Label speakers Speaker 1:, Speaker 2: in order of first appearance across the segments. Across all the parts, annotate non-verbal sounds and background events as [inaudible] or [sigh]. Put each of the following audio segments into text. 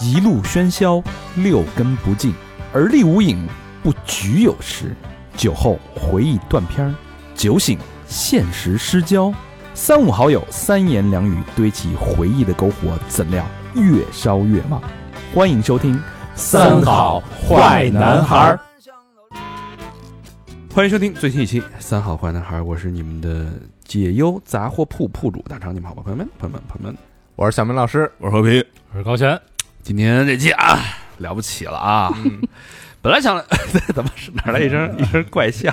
Speaker 1: 一路喧嚣，六根不净，而立无影，不局有时。酒后回忆断片儿，酒醒现实失焦。三五好友，三言两语堆起回忆的篝火，怎料越烧越旺。欢迎收听《
Speaker 2: 儿》。
Speaker 3: 欢迎收听最新一期《三好坏男孩》，我是你们的呃解忧杂货铺铺主大肠，你们好吧，朋友们，朋友们，朋友们，
Speaker 2: 我是小明老师，
Speaker 4: 我是和平，
Speaker 5: 我是高璇，
Speaker 3: 今天这期啊，了不起了啊！本来想 [laughs] 怎么是哪儿来一 [laughs] 声一声怪笑，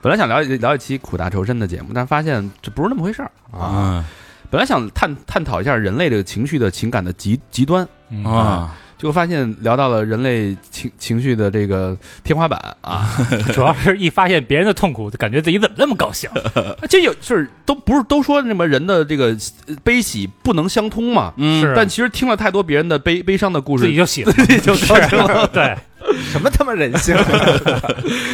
Speaker 3: 本来想聊一聊一期苦大仇深的节目，但发现这不是那么回事儿啊。
Speaker 4: 啊
Speaker 3: 本来想探探讨一下人类这个情绪的情感的极极端，
Speaker 5: 嗯
Speaker 4: 啊，
Speaker 3: 结果发现聊到了人类情情绪的这个天花板啊。
Speaker 5: 主要是一发现别人的痛苦，就感觉自己怎么那么高 [laughs] 兴？
Speaker 3: 啊这有是都不是都说什么人的这个呃悲喜不能相通嘛？
Speaker 4: 嗯
Speaker 5: 是
Speaker 3: 但其实听了太多别人的悲悲伤的故事
Speaker 5: 自己，就喜欢，
Speaker 3: 自己就
Speaker 5: 就是 [laughs] 对，
Speaker 2: 什么他妈人性？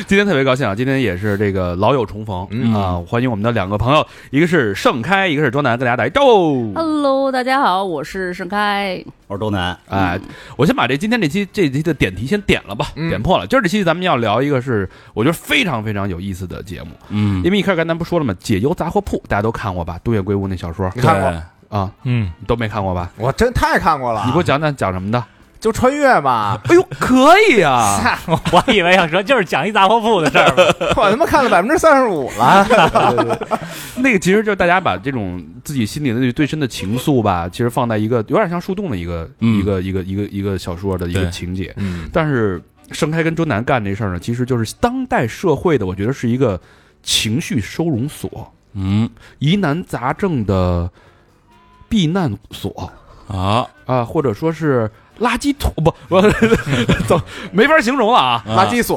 Speaker 3: 今天特别高兴啊！今天也是这个老友重逢、
Speaker 2: 嗯
Speaker 3: 啊，欢迎我们的两个朋友，一个是盛开，一个是周南，跟大家打一招呼。
Speaker 6: Hello，大家好，我是盛开。
Speaker 7: 我是周南，
Speaker 3: 哎，我先把这今天这期这期的点题先点了吧，
Speaker 2: 嗯
Speaker 3: 点破了。今儿这期咱们要聊一个是我觉得非常非常有意思的节目，
Speaker 4: 嗯，
Speaker 3: 因为一开始刚才不说了吗？解忧杂货铺大家都看过吧？东野圭吾那小说
Speaker 2: 你看过？
Speaker 3: 啊，
Speaker 5: 嗯，
Speaker 3: 都没看过吧？
Speaker 2: 我真太看过了，
Speaker 3: 你给我讲讲讲什么的？
Speaker 2: 就穿
Speaker 3: [laughs]
Speaker 2: 越嘛？
Speaker 3: 哎呦，可以啊！
Speaker 5: 我以为要说就是讲一杂货铺的事儿嘛，
Speaker 2: 我他妈看了百分之三十五
Speaker 3: [laughs] 啊
Speaker 2: 了，
Speaker 3: 那个其实就是大家把这种自己心里的那最深的情愫吧，其实放在一个有点像树洞的一个、
Speaker 4: 嗯
Speaker 3: 一个一个一个一个小说的一个
Speaker 4: 对
Speaker 3: 情节。
Speaker 4: 嗯
Speaker 3: 但是盛开跟周南干这事儿呢，其实就是当代社会的，我觉得是一个情绪收容所、
Speaker 4: 嗯
Speaker 3: 疑难杂症的避难所
Speaker 4: 啊，
Speaker 3: 啊、或者说是垃圾桶不，我 [laughs] 走没法形容了啊。
Speaker 2: 垃圾所。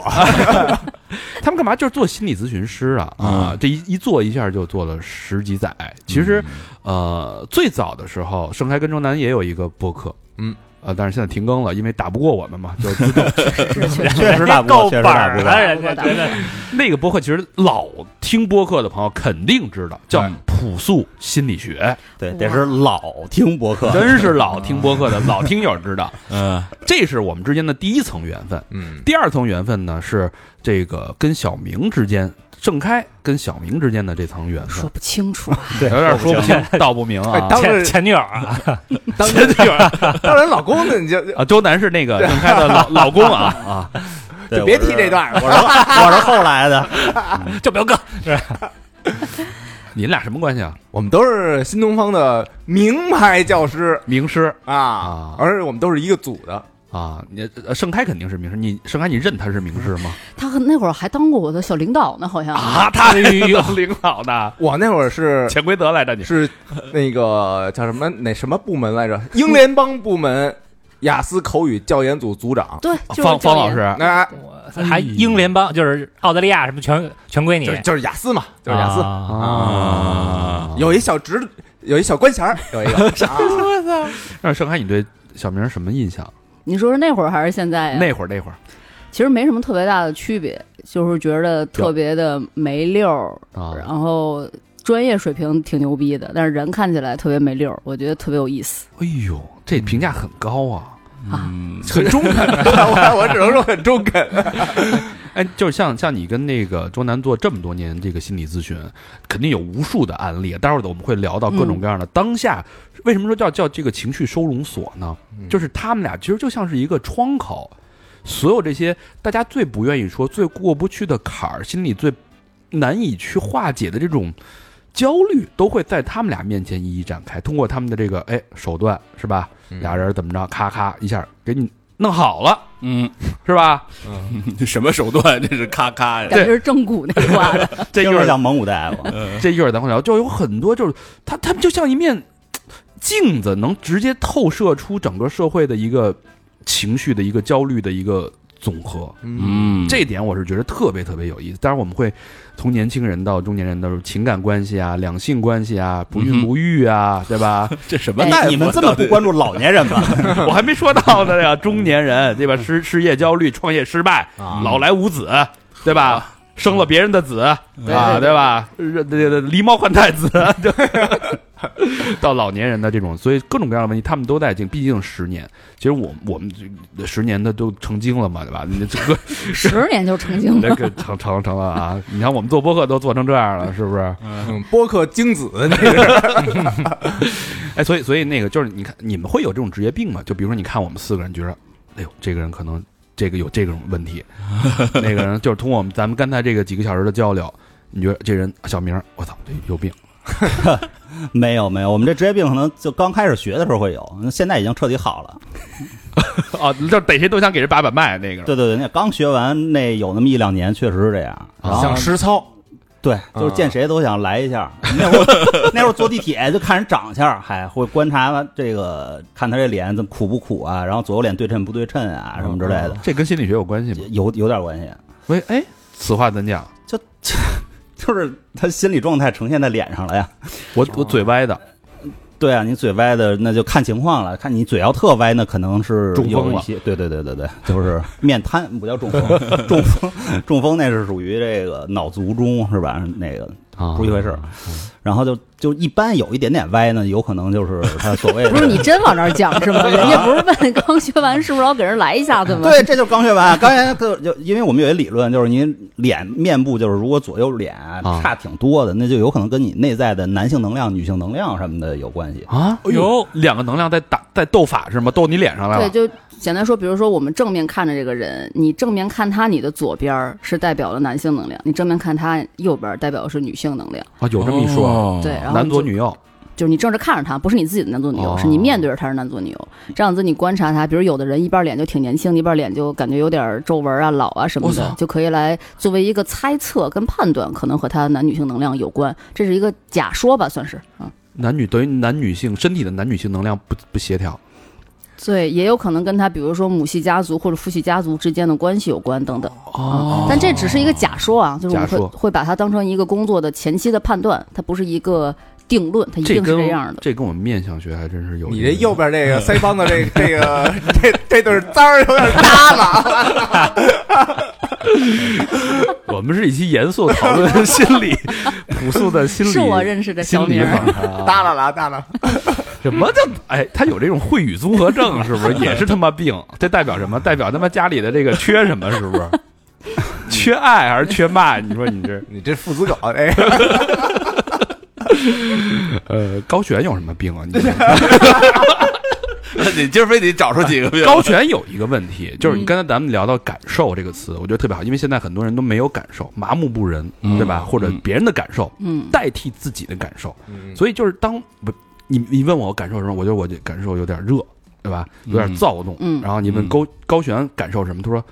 Speaker 3: 他们干嘛？就是做心理咨询师啊啊
Speaker 4: 嗯！
Speaker 3: 这一一做一下就做了十几载。其实，呃，最早的时候，盛开跟周南也有一个播客，
Speaker 2: 嗯，
Speaker 3: 呃，但是现在停更了，因为打不过我们嘛。就 [laughs] 自动
Speaker 7: 确实打
Speaker 3: [laughs]
Speaker 7: 不
Speaker 5: 够
Speaker 7: 过，确
Speaker 5: 本
Speaker 7: 实打
Speaker 5: 儿
Speaker 7: 不
Speaker 5: 了，
Speaker 7: 过。
Speaker 5: 人家觉得
Speaker 3: 那个播客其实老听播客的朋友肯定知道，叫
Speaker 4: 嗯
Speaker 3: 朴素心理学，
Speaker 7: 对，得是老听博客，
Speaker 3: 真是老听播客的老听友知道，
Speaker 4: 嗯
Speaker 3: [laughs] 这是我们之间的第一层缘分。
Speaker 2: 嗯
Speaker 3: 第二层缘分呢是这个跟小明之间，盛开跟小明之间的这层缘分
Speaker 6: [laughs] 说，不清楚啊，
Speaker 7: 对，
Speaker 3: 有点说不
Speaker 1: [laughs]
Speaker 3: 清道不明
Speaker 2: 哎
Speaker 3: 啊。
Speaker 2: 当
Speaker 5: 前
Speaker 2: 时
Speaker 5: 前女友啊，
Speaker 2: 当
Speaker 3: 真
Speaker 2: 时
Speaker 3: 的有人
Speaker 2: 当然老公呢，你就
Speaker 3: 啊，周南是那个盛开的老老公啊啊，
Speaker 7: 对
Speaker 2: 就别提这段了
Speaker 7: 我是我是后来的，
Speaker 5: 叫彪哥，
Speaker 3: 你们俩什么关系啊？
Speaker 2: 我们都是新东方的名牌教师
Speaker 3: 名师啊
Speaker 2: 啊，而且我们都是一个组的。
Speaker 3: 啊，你呃盛开肯定是名师，你盛开你认他是名师吗？
Speaker 6: 他和那会儿还当过我的小领导呢，好像。
Speaker 3: 啊，他是领导
Speaker 2: [laughs]
Speaker 3: 呢，
Speaker 2: 我那会儿是
Speaker 3: 潜规则来着你。
Speaker 2: 是那个叫什么哪什么部门来着？英联邦部门雅思口语教研组组长。
Speaker 6: 对，就是
Speaker 3: 啊方方
Speaker 6: 教
Speaker 3: 老
Speaker 6: 练
Speaker 3: 师，
Speaker 2: 那
Speaker 5: 还英联邦就是澳大利亚什么全全归你，
Speaker 2: 就是就是雅思嘛，就是雅思。
Speaker 5: 哎啊
Speaker 3: 啊
Speaker 2: 有一小职，有一小官衔儿，有一个啊
Speaker 3: 那盛开，你对小明什么印象？
Speaker 6: 你说是那会儿还是现在呀？啊
Speaker 3: 那会儿那会儿
Speaker 6: 其实没什么特别大的区别，就是觉得特别的没溜儿，然
Speaker 3: 啊，
Speaker 6: 后专业水平挺牛逼的，但是人看起来特别没溜儿，我觉得特别有意思。
Speaker 3: 哎呦，这评价很高啊！
Speaker 4: 嗯，
Speaker 2: 很中肯，我我只能说很中肯。
Speaker 3: 哎，就是像像你跟那个周南做这么多年这个心理咨询，肯定有无数的案例。待会儿我们会聊到各
Speaker 6: 嗯
Speaker 3: 种各样的、当下。为什么说叫叫这个情绪收容所呢？
Speaker 2: 嗯
Speaker 3: 就是他们俩其实就像是一个窗口，所有这些大家最不愿意说、最过不去的坎儿，心里最难以去化解的这种焦虑，都会在他们俩面前一一展开。通过他们的这个哎手段是吧？俩人怎么着，咔咔一下给你弄好了
Speaker 4: 嗯，
Speaker 3: [laughs] 是吧？
Speaker 4: 什么手段？这是咔
Speaker 3: 哎
Speaker 4: 咔呀！
Speaker 6: 感觉是正骨那挂的，
Speaker 3: [laughs] 啊这一
Speaker 7: 听
Speaker 3: 会
Speaker 7: 着
Speaker 3: 儿
Speaker 7: 像蒙古大夫。
Speaker 3: 这一会儿咱会聊，就有很多就是他他们就像一面镜子，能直接透射出整个社会的一个情绪的一个焦虑的一个总和。
Speaker 4: 嗯，
Speaker 3: 这一点我是觉得特别特别有意思。当然，我们会从年轻人到中年人的情感关系啊、两性关系啊、不
Speaker 4: 嗯
Speaker 3: 孕
Speaker 4: 哼
Speaker 3: 不育啊，对 [laughs] 吧？
Speaker 4: 这什么
Speaker 6: 哎
Speaker 4: 大夫？
Speaker 7: 你们这么不关注老年人吗？
Speaker 3: [laughs] 我还没说到呢呀，中年人对吧？失失业焦虑、创业失败、
Speaker 2: 啊
Speaker 3: 老来无子，对吧？生了别人的子啊，
Speaker 6: 对对
Speaker 3: 对吧？呃这个狸猫换太子， [laughs] 对，到老年人的这种，所以各种各样的问题，他们都在经，毕竟十年。其实我我们这十年的都成精了嘛，对吧？你这个
Speaker 6: 十年就成精
Speaker 3: [laughs] 那
Speaker 6: 了。
Speaker 3: 个成成成了啊！你看我们做播客都做成这样了，是不是？
Speaker 2: 嗯，播客精子，那是
Speaker 3: 哎，所以所以那个就是你看，你们会有这种职业病吗？就比如说，你看我们四个人，觉得，哎呦，这个人可能这个有这种问题，那个人就是通过我们咱们刚才这个几个小时的交流，你觉得这人小明儿，我操，这有病，
Speaker 7: 没有没有，我们这职业病可能就刚开始学的时候会有，那现在已经彻底好了。
Speaker 3: 哦，就逮谁都想给人把把脉那个。
Speaker 7: 对对对，那刚学完那有那么一两年，确实是这样。
Speaker 3: 啊
Speaker 7: 然后
Speaker 2: 想实操，
Speaker 7: 对，就是见谁都想来一下。那会儿那会儿坐地铁就看人长相，还会观察这个，看他这脸怎么苦不苦啊，然后左右脸对称不对称啊，什么之类的，
Speaker 3: 这跟心理学有关系吗？
Speaker 7: 有有点关系。
Speaker 3: 喂，哎，此话怎讲？
Speaker 7: 就是他心理状态呈现在脸上了呀。
Speaker 3: 我我嘴歪的，
Speaker 7: 对啊，你嘴歪的那就看情况了，看你嘴要特歪，那可能是
Speaker 3: 中风
Speaker 7: 有一
Speaker 3: 了
Speaker 7: 些。对对对对 [laughs] 对，就是面瘫，不叫
Speaker 3: [laughs]
Speaker 7: 中风，中风中风那是属于这个脑卒中是吧？那个
Speaker 3: 啊
Speaker 7: 不一回事儿。然后就就一般有一点点歪呢，有可能就是他所谓的
Speaker 6: 不是你
Speaker 7: [laughs]
Speaker 6: 真往那儿讲
Speaker 3: [laughs]
Speaker 6: 是吗？人家不是问刚学完是不是老给人来一下子吗？
Speaker 7: 对，这就是刚学完。 [laughs] 刚才就就因为我们有一理论，就是您脸面部就是如果左右脸
Speaker 3: 啊
Speaker 7: 差挺多的，那就有可能跟你内在的男性能量、女性能量什么的有关系。
Speaker 3: 啊，有两个能量在打在斗法是吗？斗你脸上来
Speaker 6: 对，
Speaker 3: 了。
Speaker 6: 就简单说，比如说我们正面看着这个人，你正面看他，你的左边儿是代表了男性能量，你正面看他右边儿代表的是女性能量。
Speaker 3: 啊，有这么一说，
Speaker 4: 哦
Speaker 6: 对，然后
Speaker 3: 男左
Speaker 6: 就
Speaker 3: 女右。
Speaker 6: 就是你正着看着他，不是你自己的男左女右，
Speaker 3: 哦
Speaker 6: 是你面对着他是男左女右。这样子你观察他，比如有的人一半脸就挺年轻，一半脸就感觉有点皱纹啊、老啊什么
Speaker 4: 我
Speaker 6: 的
Speaker 4: 操，
Speaker 6: 就可以来作为一个猜测跟判断，可能和他男女性能量有关，这是一个假说吧，算是啊。
Speaker 3: 男女对于男女性身体的男女性能量不不协调，
Speaker 6: 对，也有可能跟他比如说母系家族或者父系家族之间的关系有关等等。
Speaker 3: 哦
Speaker 6: 啊但这只是一个假说啊，就是我们
Speaker 3: 假
Speaker 6: 会
Speaker 3: 说
Speaker 6: 会把它当成一个工作的前期的判断，它不是一个定论，它一
Speaker 3: 这
Speaker 6: 定是
Speaker 3: 跟
Speaker 6: 这样的。
Speaker 3: 这跟我们面相学还真是有。
Speaker 2: 你这右边这个腮帮子这这个这这对簪儿有点耷了，
Speaker 3: 我们是一期严肃讨论心理、 [laughs] 朴素的心理，
Speaker 6: 是我认识的
Speaker 3: 心
Speaker 6: 小
Speaker 3: 理
Speaker 6: 明儿，
Speaker 3: 访谈啊。
Speaker 2: 耷拉了耷拉了。
Speaker 3: 什么叫哎？他有这种秽语综合症，是不是也是他妈 [laughs] 病？这代表什么？代表他妈家里的这个缺什么？是不是？ [laughs] 缺爱还是缺骂？你说你这
Speaker 2: 你这父子狗，哎，
Speaker 3: 呃，高璇有什么病啊？你
Speaker 4: 你今儿非得找出几个
Speaker 5: 啊
Speaker 4: 病，
Speaker 3: 高璇有一个问
Speaker 5: 嗯
Speaker 3: 题，就是你刚才咱们聊到感受这个词，我觉得特别好，因为现在很多人都没有感受，麻木不仁，
Speaker 5: 嗯
Speaker 3: 对吧？或者别人的感受
Speaker 6: 嗯，
Speaker 3: 代替自己的感受，
Speaker 5: 嗯
Speaker 3: 所以就是当不你你问我感受什么，我觉得我这感受有点热，对吧？有点躁动。
Speaker 6: 嗯
Speaker 3: 然后你问
Speaker 4: 嗯
Speaker 3: 高高璇感受什么，他说：“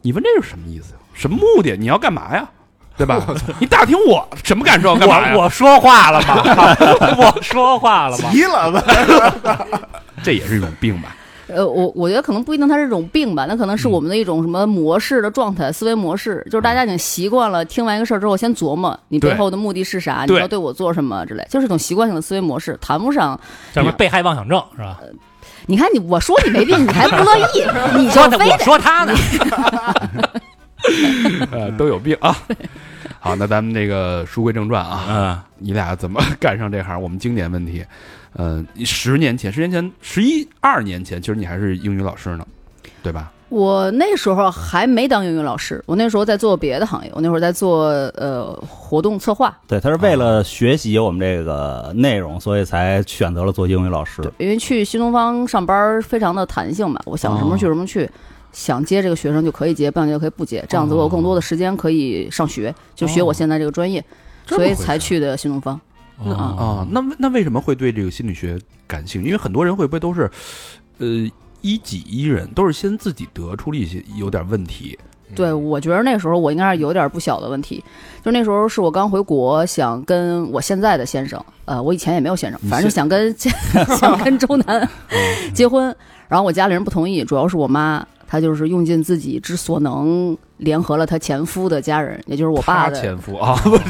Speaker 3: 你问这是什么意思呀？什么目的？你要干嘛呀？对
Speaker 2: [laughs]
Speaker 3: 吧？你打听我什么
Speaker 5: [laughs]
Speaker 3: 感受？干嘛呀？
Speaker 5: 我我说话了吗？ [laughs] 我说话了吗？
Speaker 2: [laughs] 急了吧？
Speaker 3: [laughs] 这也是一种病吧？
Speaker 6: 呃，我我觉得可能不一定它是一种病吧，那可能是我们的一种什么模式的状态、思维模式，就是大家已经习惯了听完一个事儿之后，先琢磨你背
Speaker 3: 对
Speaker 6: 后的目的是啥，你
Speaker 3: 对
Speaker 6: 要对我做什么之类，就是一种习惯性的思维模式，谈不上。
Speaker 5: 叫什么被害妄想症是吧？
Speaker 6: 你看你，我说你没病，你还不乐意，
Speaker 3: [laughs]
Speaker 6: 你就
Speaker 5: 说他
Speaker 6: 非
Speaker 5: 我
Speaker 6: 得
Speaker 5: 说他呢，
Speaker 3: 呃，都有病啊。 [laughs] 好，那咱们这个书归正传啊，
Speaker 4: 嗯，
Speaker 3: 你俩怎么干上这行？我们经典问题，嗯、十年前，十年前，十一二年前，其实你还是英语老师呢，对吧？
Speaker 6: 我那时候还没当英语老师，我那时候在做别的行业，我那会儿在做呃活动策划，
Speaker 7: 对，他是为了学习我们这个内容，所以才选择了做英语老师。
Speaker 6: 因为去新东方上班儿非常的弹性嘛，我想什么
Speaker 3: 啊
Speaker 6: 去什么去。想接这个学生就可以接，不想接就可以不接，这样子我有更多的时间可以上学，就学我现在这个专业，
Speaker 3: 哦这么
Speaker 6: 所
Speaker 3: 回
Speaker 6: 以
Speaker 3: 事
Speaker 6: 才去的新东方。
Speaker 4: 哦
Speaker 6: 嗯
Speaker 3: 啊、那为那为什么会对这个心理学感兴趣？因为很多人会不会都是，呃，一己一人，都是先自己得出了一些有点问题，
Speaker 6: 对，我觉得那时候我应该是有点不小的问题，就那时候是我刚回国，想跟我现在的先生，呃，我以前也没有先生，反正想跟想跟周南结婚，然后我家里人不同意，主要是我妈，她就是用尽自己之所能，联合了她前夫的家人，也就是我爸
Speaker 3: 他
Speaker 6: 的，
Speaker 3: 前夫 [laughs] 啊，不是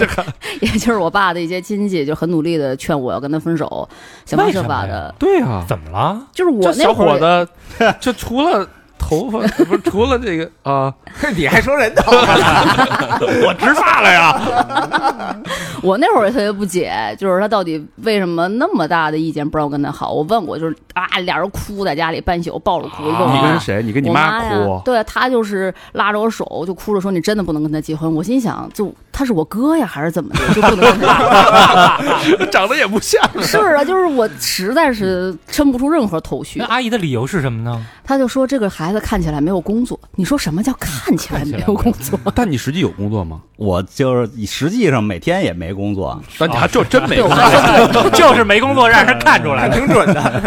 Speaker 6: 也就是我爸的一些亲戚，就很努力的劝我要跟他分手，想方设法
Speaker 5: 为什么
Speaker 6: 的，
Speaker 3: 对啊，
Speaker 5: 怎么了？
Speaker 6: 就是我
Speaker 3: 这
Speaker 6: 那
Speaker 3: 小
Speaker 6: 会儿
Speaker 3: 伙子，这除了头发 [laughs] 不是除了这个啊，
Speaker 2: 你还说人头发？
Speaker 3: 我植发了呀。 [laughs]
Speaker 6: 我那会儿也特别不解，就是他到底为什么那么大的意见不让我跟他好？我问过，就是啊，俩人哭在家里半宿，抱着哭一个
Speaker 3: 啊
Speaker 6: 晚
Speaker 3: 你
Speaker 6: 上
Speaker 3: 跟。谁？你跟你
Speaker 6: 我
Speaker 3: 妈
Speaker 6: 呀
Speaker 3: 哭，？
Speaker 6: 对他就是拉着我手就哭着说：“你真的不能跟他结婚。”我心想，就他是我哥呀，还是怎么的，就不能跟
Speaker 3: [laughs]
Speaker 6: 他？
Speaker 3: 长得也不像。
Speaker 6: 是啊，就是我实在是抻不出任何头绪
Speaker 3: [laughs]
Speaker 5: 那。阿姨的理由是什么呢？
Speaker 6: 他就说这个孩子看起来没有工作。你说什么叫看起来没有工作？
Speaker 3: [laughs] 但你实际有工作吗？
Speaker 7: 我就是实际上每天也没工作，
Speaker 6: 啊
Speaker 3: 但你还就真没工
Speaker 5: [laughs]
Speaker 3: 作。
Speaker 5: 就是没工作让人看出来
Speaker 3: [laughs]
Speaker 5: 了。
Speaker 2: 挺准的，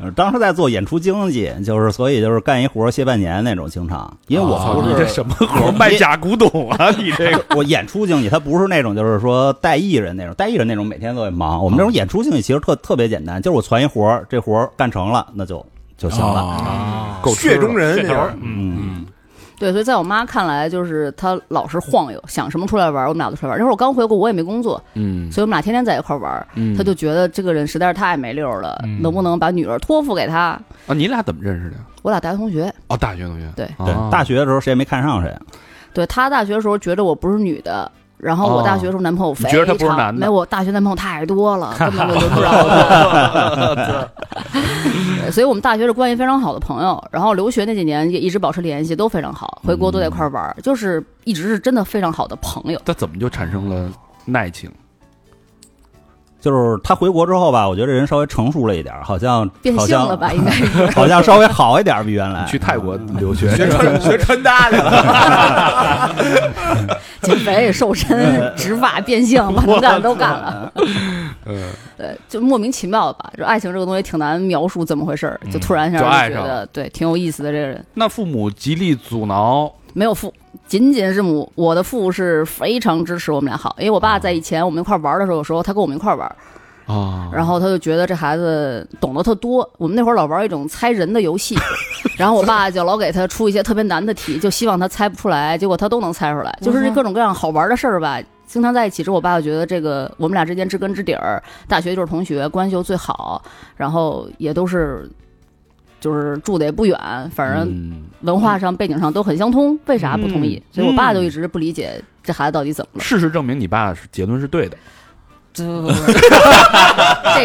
Speaker 7: 呃当时在做演出经济，就是所以就是干一活歇半年那种，经常因为我
Speaker 3: 操
Speaker 7: 不
Speaker 3: 你这
Speaker 7: 是、
Speaker 3: 什么活儿？卖假古董啊？哦你这个
Speaker 7: [laughs] 我演出经济，他不是那种就是说带艺人那种，带艺人那种每天都得忙。我们这种演出经济其实特特别简单，就是我传一活儿，这活儿干成了那就就行了。
Speaker 3: 哦啊
Speaker 6: 啊
Speaker 3: 够吃
Speaker 2: 血中人，
Speaker 5: 噱
Speaker 2: 这
Speaker 5: 头
Speaker 2: 是
Speaker 5: 儿，嗯，
Speaker 7: 嗯，
Speaker 6: 对，所以在我妈看来，就是她老是晃悠，想什么出来玩儿，我们俩就出来玩儿。那会儿我刚回国，我也没工作，
Speaker 3: 嗯
Speaker 6: 所以我们俩天天在一块儿玩儿。
Speaker 3: 嗯
Speaker 6: 她就觉得这个人实在是太没溜儿了，
Speaker 5: 嗯
Speaker 6: 能不能把女儿托付给他？
Speaker 3: 啊，你俩怎么认识的？
Speaker 6: 我俩大学同学，
Speaker 3: 哦，大学同学。
Speaker 6: 对
Speaker 7: 对，大学的时候谁也没看上谁，
Speaker 6: 对她大学的时候觉得我不是女的。然后我
Speaker 3: 哦
Speaker 6: 大学的时候男朋友非
Speaker 3: 你
Speaker 6: 常，
Speaker 3: 觉得他不是男的
Speaker 6: 没有我大学男朋友太多了，根本我就不知
Speaker 3: [laughs]
Speaker 6: 道。对所以我们大学是关系非常好的朋友，然后留学那几年也一直保持联系，都非常好，回国都在一块儿
Speaker 3: 嗯
Speaker 6: 玩儿，就是一直是真的非常好的朋友。
Speaker 3: 他怎么就产生了耐情？
Speaker 7: 就是他回国之后吧，我觉得这人稍微成熟了一点儿，好像
Speaker 6: 变
Speaker 7: 好
Speaker 6: 性
Speaker 7: 像
Speaker 6: 了吧，应该是。
Speaker 7: 好像稍微好一点儿比原来。
Speaker 6: 嗯
Speaker 3: 去泰国留学，
Speaker 2: 学穿 [laughs] 学穿搭去了，
Speaker 6: [laughs] 减肥、瘦
Speaker 3: 嗯
Speaker 6: [laughs] 身、植发、变性，把能干的都干了。 [laughs]
Speaker 3: 嗯
Speaker 6: 呃，就莫名其妙吧，就爱情这个东西挺难描述怎么回事儿，就突然一下
Speaker 3: 嗯就爱
Speaker 6: 就觉
Speaker 3: 上
Speaker 6: 得对挺有意思的这个人。
Speaker 3: 那父母极力阻挠，
Speaker 6: 没有父，仅仅是母。我的父是非常支持我们俩好，因为我爸在以前我们一块玩的时候，有时候他跟我们一块玩，
Speaker 4: 哦
Speaker 3: 啊
Speaker 6: 然后他就觉得这孩子懂得特多。我们那会儿老玩一种猜人的游
Speaker 7: [laughs]
Speaker 6: 戏，然后我爸就老给他出一些特别难的题，就希望他猜不出来，结果他都能猜出来，
Speaker 7: 嗯
Speaker 6: 就是各种各样好玩的事儿吧。经常在一起之后，我爸就觉得这个我们俩之间知根知底儿，大学就是同学，关系又最好，然后也都是。就是住的也不远，反正
Speaker 3: 嗯
Speaker 6: 文化上、背景上都很相通，为啥不同意？
Speaker 3: 嗯
Speaker 6: 所以我爸就一直不理解这孩子到底怎么了。
Speaker 3: 事实证明你爸是结论是对的。
Speaker 6: [laughs] 这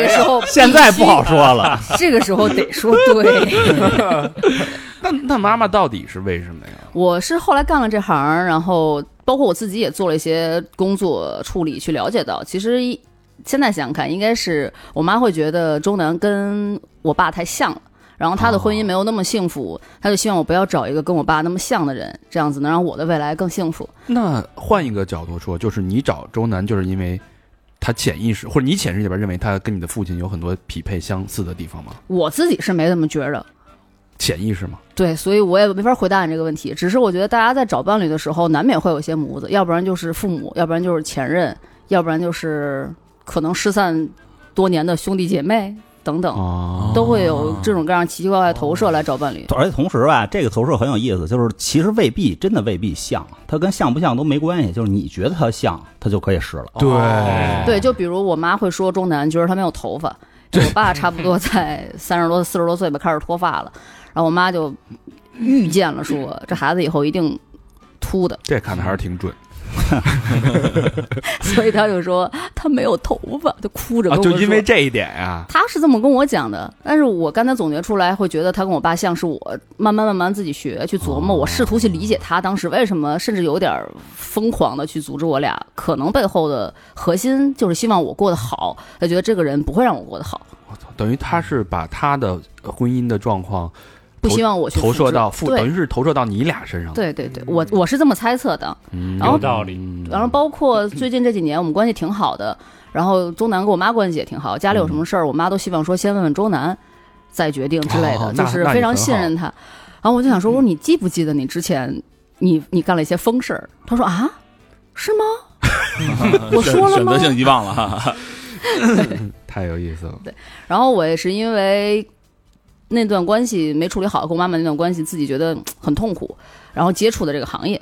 Speaker 6: 个时候
Speaker 7: 嗯 [laughs] 现在不好说了，
Speaker 6: [laughs] 这个时候得说对，
Speaker 3: 那那妈妈到底是为什么呀？
Speaker 6: 我是后来干了这行，然后包括我自己也做了一些工作处理，去了解到，其实一现在想想看，应该是我妈会觉得周南跟我爸太像了。然后他的婚姻没有那么幸福，他就希望我不要找一个跟我爸那么像的人，这样子能让我的未来更幸福。
Speaker 3: 那换一个角度说，就是你找周南，就是因为他潜意识或者你潜意识里边认为他跟你的父亲有很多匹配相似的地方吗？
Speaker 6: 我自己是没这么觉着，
Speaker 3: 潜意识吗？
Speaker 6: 对，所以我也没法回答你这个问题。只是我觉得大家在找伴侣的时候，难免会有一些模子，要不然就是父母，要不然就是前任，要不然就是可能失散多年的兄弟姐妹等等，
Speaker 3: 哦
Speaker 6: 都会有这种各样奇奇怪怪的投射来找伴侣。
Speaker 7: 而且同时吧，这个投射很有意思，就是其实未必真的未必像，它跟像不像都没关系，就是你觉得它像，它就可以是了。
Speaker 2: 对
Speaker 6: 对，就比如我妈会说钟南，觉得他没有头发。就我爸差不多在三十多、四十多岁吧，开始脱发了，然后我妈就预见了说，这孩子以后一定秃的， [laughs]
Speaker 3: 这看的还是挺准
Speaker 6: 所以她就说他没有头发，就哭着
Speaker 3: 啊
Speaker 6: 跟！我说、
Speaker 3: 就因为这一点啊呀、
Speaker 6: 他是这么跟我讲的，但是我刚才总结出来，会觉得他跟我爸像是我慢慢慢慢自己学去琢
Speaker 3: 哦
Speaker 6: 磨，我试图去理解他当时为什么，甚至有点疯狂的去阻止我俩，可能背后的核心就是希望我过得好，他觉得这个人不会让我过得好，
Speaker 3: 我操，等于他是
Speaker 6: 嗯
Speaker 3: 把他的婚姻的状况
Speaker 6: 不
Speaker 3: 投
Speaker 6: 希望我去
Speaker 3: 投
Speaker 6: 复
Speaker 3: 射
Speaker 6: 制
Speaker 3: 到父，等
Speaker 6: 对
Speaker 3: 于是投射到你俩身上。，
Speaker 6: 对对对，我我是这么猜测的，
Speaker 3: 嗯、
Speaker 6: 然后
Speaker 5: 有道理
Speaker 3: 嗯
Speaker 6: 然后包括最近这几年我们关系挺好的，然后周南跟我妈关系也挺好，家里有什
Speaker 3: 嗯
Speaker 6: 么事儿，我妈都希望说先问问周南，再决定之类的，
Speaker 3: 哦那
Speaker 6: 就是非常信任他。然后我就想说，我
Speaker 3: 嗯
Speaker 6: 说你记不记得你之前你你干了一些疯事儿？他说啊，是吗？我说了
Speaker 4: 选
Speaker 6: 吗
Speaker 4: 择？性遗忘了哈。
Speaker 3: 太有意思了。
Speaker 6: 然后我也是因为那段关系没处理好，跟我妈妈那段关系，自己觉得嗯很痛苦，然后接触的这个行业，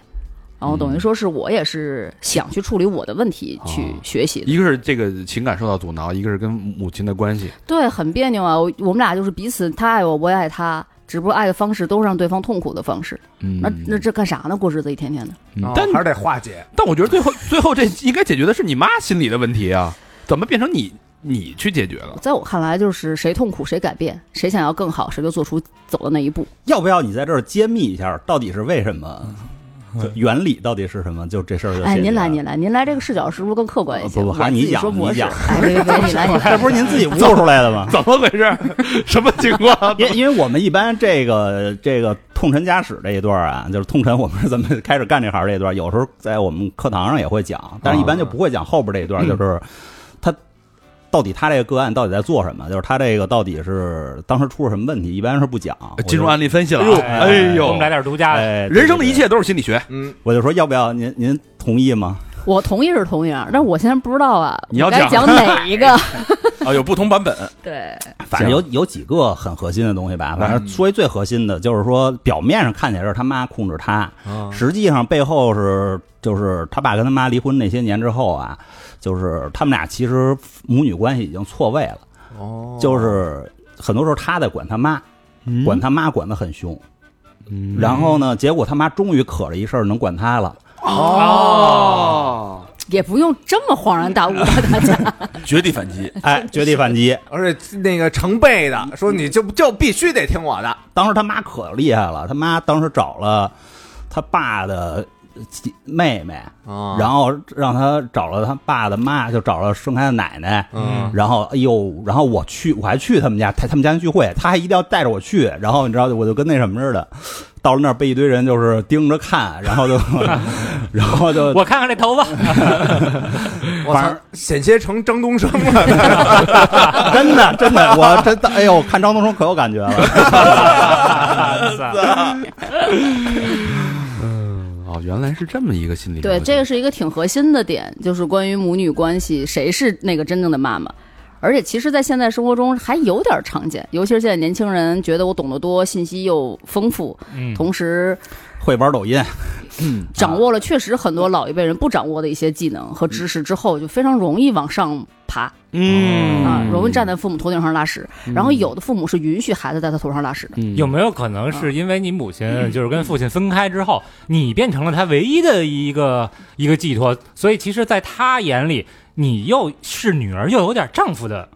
Speaker 6: 然后等于说是我也是想去处理我的问题
Speaker 3: 嗯哦
Speaker 6: 去学习的。
Speaker 3: 一个是这个情感受到阻挠，一个是跟母亲的关系。
Speaker 6: 对，很别扭啊。我我们俩就是彼此，他爱我，我也爱他，只不过爱的方式都是让对方痛苦的方式。
Speaker 3: 嗯
Speaker 6: 那那这干啥呢？过日子一天天的。
Speaker 2: 哦
Speaker 3: 但
Speaker 2: 还是得化解。
Speaker 3: 但我觉得最后最后这应该解决的是你妈心里的问题啊，怎么变成你你去解决了？ [laughs]
Speaker 6: 在我看来，就是谁痛苦谁改变，谁想要更好，谁就做出走的那一步。
Speaker 7: 要不要你在这儿揭秘一下，到底是为什么？就原理到底是什么？就这事儿就
Speaker 6: 哎，
Speaker 7: 解决
Speaker 6: 您来，
Speaker 7: 了
Speaker 6: 您来，您来，这个视角是不是更客观一些？
Speaker 7: 啊不不
Speaker 6: 我
Speaker 7: 还是
Speaker 6: 自己
Speaker 7: 你讲
Speaker 6: 说模
Speaker 7: 你
Speaker 6: 式
Speaker 7: 讲
Speaker 6: 哎，别别别，你来，你来。
Speaker 7: 这 [laughs] 不是您
Speaker 6: [laughs]
Speaker 7: 自己悟出来的吗？
Speaker 3: 怎么回事？ [laughs] 什么情
Speaker 7: [laughs]
Speaker 3: 况？
Speaker 7: 因因为我们一般这个这个痛陈家史这一段啊，就是痛陈我们是怎么开始干这行这一段，有时候在我们课堂上也会讲，但是一般就不会讲后边这一
Speaker 3: 嗯
Speaker 7: 段，就是他到底他这个个案到底在做什么，就是他这个到底是当时出了什么问题，一般是不讲。
Speaker 3: 呃进入
Speaker 7: 我就
Speaker 3: 案例分析了
Speaker 7: 哎呦
Speaker 3: 啊，哎
Speaker 5: 我
Speaker 3: 呦
Speaker 5: 们，来点独家的，
Speaker 7: 哎，对
Speaker 3: 人生的一，切都是心理学。
Speaker 2: 嗯，
Speaker 7: 对对我就说要不要您您同意吗？
Speaker 6: 我同意是同意啊，但是我现在不知道啊，
Speaker 3: 你要
Speaker 6: 我该
Speaker 3: 讲
Speaker 6: 讲哪一个？
Speaker 4: 啊，有不同版本，
Speaker 6: 对，
Speaker 7: 反正有有几个很核心的东西吧，反正说一最核心的，就是说表面上看起来是他妈控制他，实际上背后是就是他爸跟他妈离婚那些年之后啊，就是他们俩其实母女关系已经错位了，
Speaker 2: 哦
Speaker 7: 就是很多时候他在管他妈，管他妈管得很凶，然后呢，结果他妈终于可着一事儿能管他了，
Speaker 3: 哦，
Speaker 6: 也不用这么恍然大悟吧，大家。
Speaker 4: 绝地反击，
Speaker 7: 哎，绝地反击。
Speaker 2: 而且那个成倍的说你就就必须得听我的，
Speaker 7: 当时他妈可厉害了，他妈当时找了他爸的姐妹妹。
Speaker 2: 啊
Speaker 7: 然后让他找了他爸的妈，就找了生他的奶奶。
Speaker 2: 嗯
Speaker 7: 然后哎呦，然后我去，我还去他们家，他他们家聚会，他还一定要带着我去。然后你知道，我就跟那什么似的，到了那儿被一堆人就是盯着看，然后就， [laughs] 然后就
Speaker 5: 我看看这 [laughs]
Speaker 3: [laughs]
Speaker 5: 头发，
Speaker 2: 嗯我
Speaker 7: 反
Speaker 2: 操
Speaker 7: 而，
Speaker 2: 险些成张东升了。
Speaker 7: 真的真的，我真的哎呦，看张东升可有感觉了。
Speaker 5: 啊
Speaker 3: 哦，原来是这么一个心理
Speaker 6: 对，
Speaker 3: 逻辑
Speaker 6: 这个是一个挺核心的点，就是关于母女关系，谁是那个真正的妈妈。而且，其实，在现在生活中还有点常见，尤其是现在年轻人觉得我懂得多，信息又丰富，
Speaker 5: 嗯，
Speaker 6: 同时
Speaker 7: 会玩抖音，
Speaker 6: 掌握了确实很多老一辈人不掌握的一些技能和知识之后，就非常容易往上爬啊
Speaker 3: 嗯，，
Speaker 6: 容易站在父母头顶上拉屎。然后，有的父母是允许孩子在他头上拉屎的。
Speaker 3: 嗯
Speaker 5: 有没有可能是因为你母亲就是跟父亲分开之后，你变成了他唯一的一个一个寄托，所以其实，在他眼里，你又是女儿，又有点丈夫的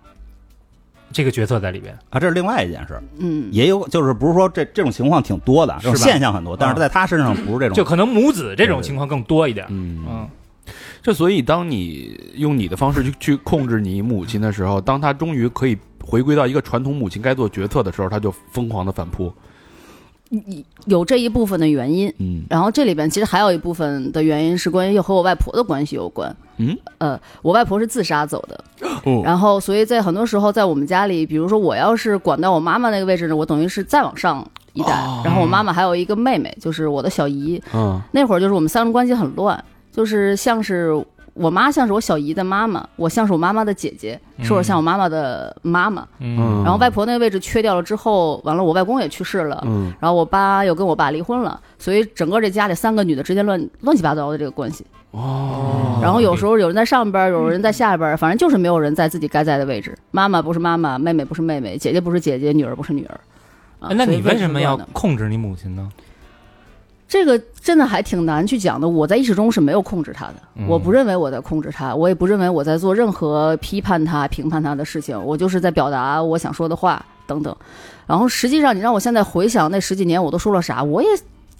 Speaker 5: 这个角色在里边。
Speaker 7: 啊，这是另外一件事儿，
Speaker 6: 嗯，
Speaker 7: 也有就是不是说这这种情况挺多的，这种
Speaker 5: 是吧嗯
Speaker 7: 现象很多，但是在他身上不是这种，
Speaker 5: 就可能母子这种情况更多一点。
Speaker 3: 嗯，
Speaker 5: 嗯，
Speaker 3: 这所以当你用你的方式去去控制你母亲的时候，当她终于可以回归到一个传统母亲该做决策的时候，她就疯狂的反扑。
Speaker 6: 有这一部分的原因。
Speaker 3: 嗯
Speaker 6: 然后这里边其实还有一部分的原因是关于又和我外婆的关系有关。
Speaker 3: 嗯，
Speaker 6: 呃，我外婆是自杀走的，
Speaker 3: 哦
Speaker 6: 然后所以在很多时候在我们家里，比如说我要是管到我妈妈那个位置呢，我等于是再往上一代。
Speaker 3: 哦
Speaker 6: 然后我妈妈还有一个妹妹，就是我的小姨。
Speaker 3: 嗯
Speaker 6: 那会儿就是我们三人关系很乱，就是像是我妈像是我小姨的妈妈，我像是我妈妈的姐姐，是我像我妈妈的妈妈。
Speaker 3: 嗯，
Speaker 6: 然后外婆那个位置缺掉了之后，完了我外公也去世了，
Speaker 3: 嗯
Speaker 6: 然后我爸又跟我爸离婚了，所以整个这家里三个女的之间乱乱七八糟的这个关系。
Speaker 3: 哦，
Speaker 6: 然后有时候有人在上边儿，有人在下边儿，
Speaker 5: 嗯
Speaker 6: 反正就是没有人在自己该在的位置。妈妈不是妈妈，妹妹不是妹妹，姐姐不是姐姐，女儿不是女儿。啊
Speaker 5: 哎那
Speaker 6: 所以
Speaker 5: 你为什么要
Speaker 6: 乱的
Speaker 5: 控制你母亲呢？
Speaker 6: 这个真的还挺难去讲的。我在意识中是没有控制她的，
Speaker 5: 嗯
Speaker 6: 我不认为我在控制她，我也不认为我在做任何批判她、评判她的事情，我就是在表达我想说的话等等。然后实际上，你让我现在回想那十几年我都说了啥，我也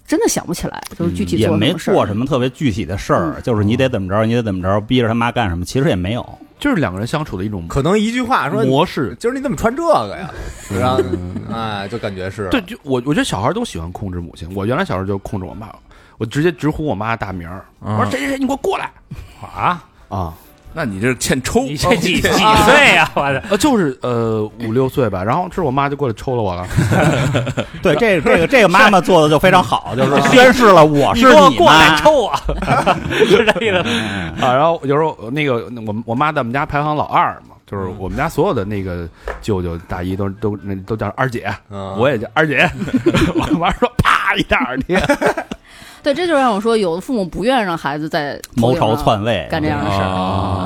Speaker 6: 真的想不起来，就是具体
Speaker 7: 嗯也
Speaker 6: 做了
Speaker 7: 没
Speaker 6: 什么
Speaker 7: 做
Speaker 6: 事儿嗯
Speaker 7: 什么特别具体的事儿，就是你得怎么着，你得怎么着，逼着他妈干什么，其实也没有。
Speaker 3: 就是两个人相处的一种
Speaker 2: 可能一句话说，
Speaker 3: 模式。
Speaker 2: 今儿你怎么穿这个呀？然后，哎，就感觉是
Speaker 3: 对，就我我觉得小孩都喜欢控制母亲。我原来小时候就控制我妈，我直接直呼我妈大名儿，我说谁谁谁，你给我过来
Speaker 5: 啊，
Speaker 3: 啊！
Speaker 4: 那你这欠抽，
Speaker 5: 你
Speaker 3: 哦
Speaker 5: 这几几岁啊？我的，
Speaker 3: 呃，就是呃五六岁吧，然后是我妈就过来抽了我了。
Speaker 7: 对，这这个这个妈妈做的就非常好，就是宣誓了我
Speaker 5: 你
Speaker 7: 是
Speaker 5: 给我过来
Speaker 7: 妈。
Speaker 5: 抽我，是这意思吗？
Speaker 3: 啊，然后有时候那个我们我妈在我们家排行老二嘛，就是
Speaker 4: 嗯
Speaker 3: 我们家所有的那个舅舅大姨都都那都叫二姐，
Speaker 2: 嗯
Speaker 3: 我也叫二
Speaker 4: [laughs]
Speaker 3: 姐。我妈说啪一大耳贴，
Speaker 6: 对，这就让我说，有的父母不愿意让孩子在头
Speaker 7: 谋
Speaker 6: 顶上
Speaker 7: 朝篡位，
Speaker 6: 干这样的事儿。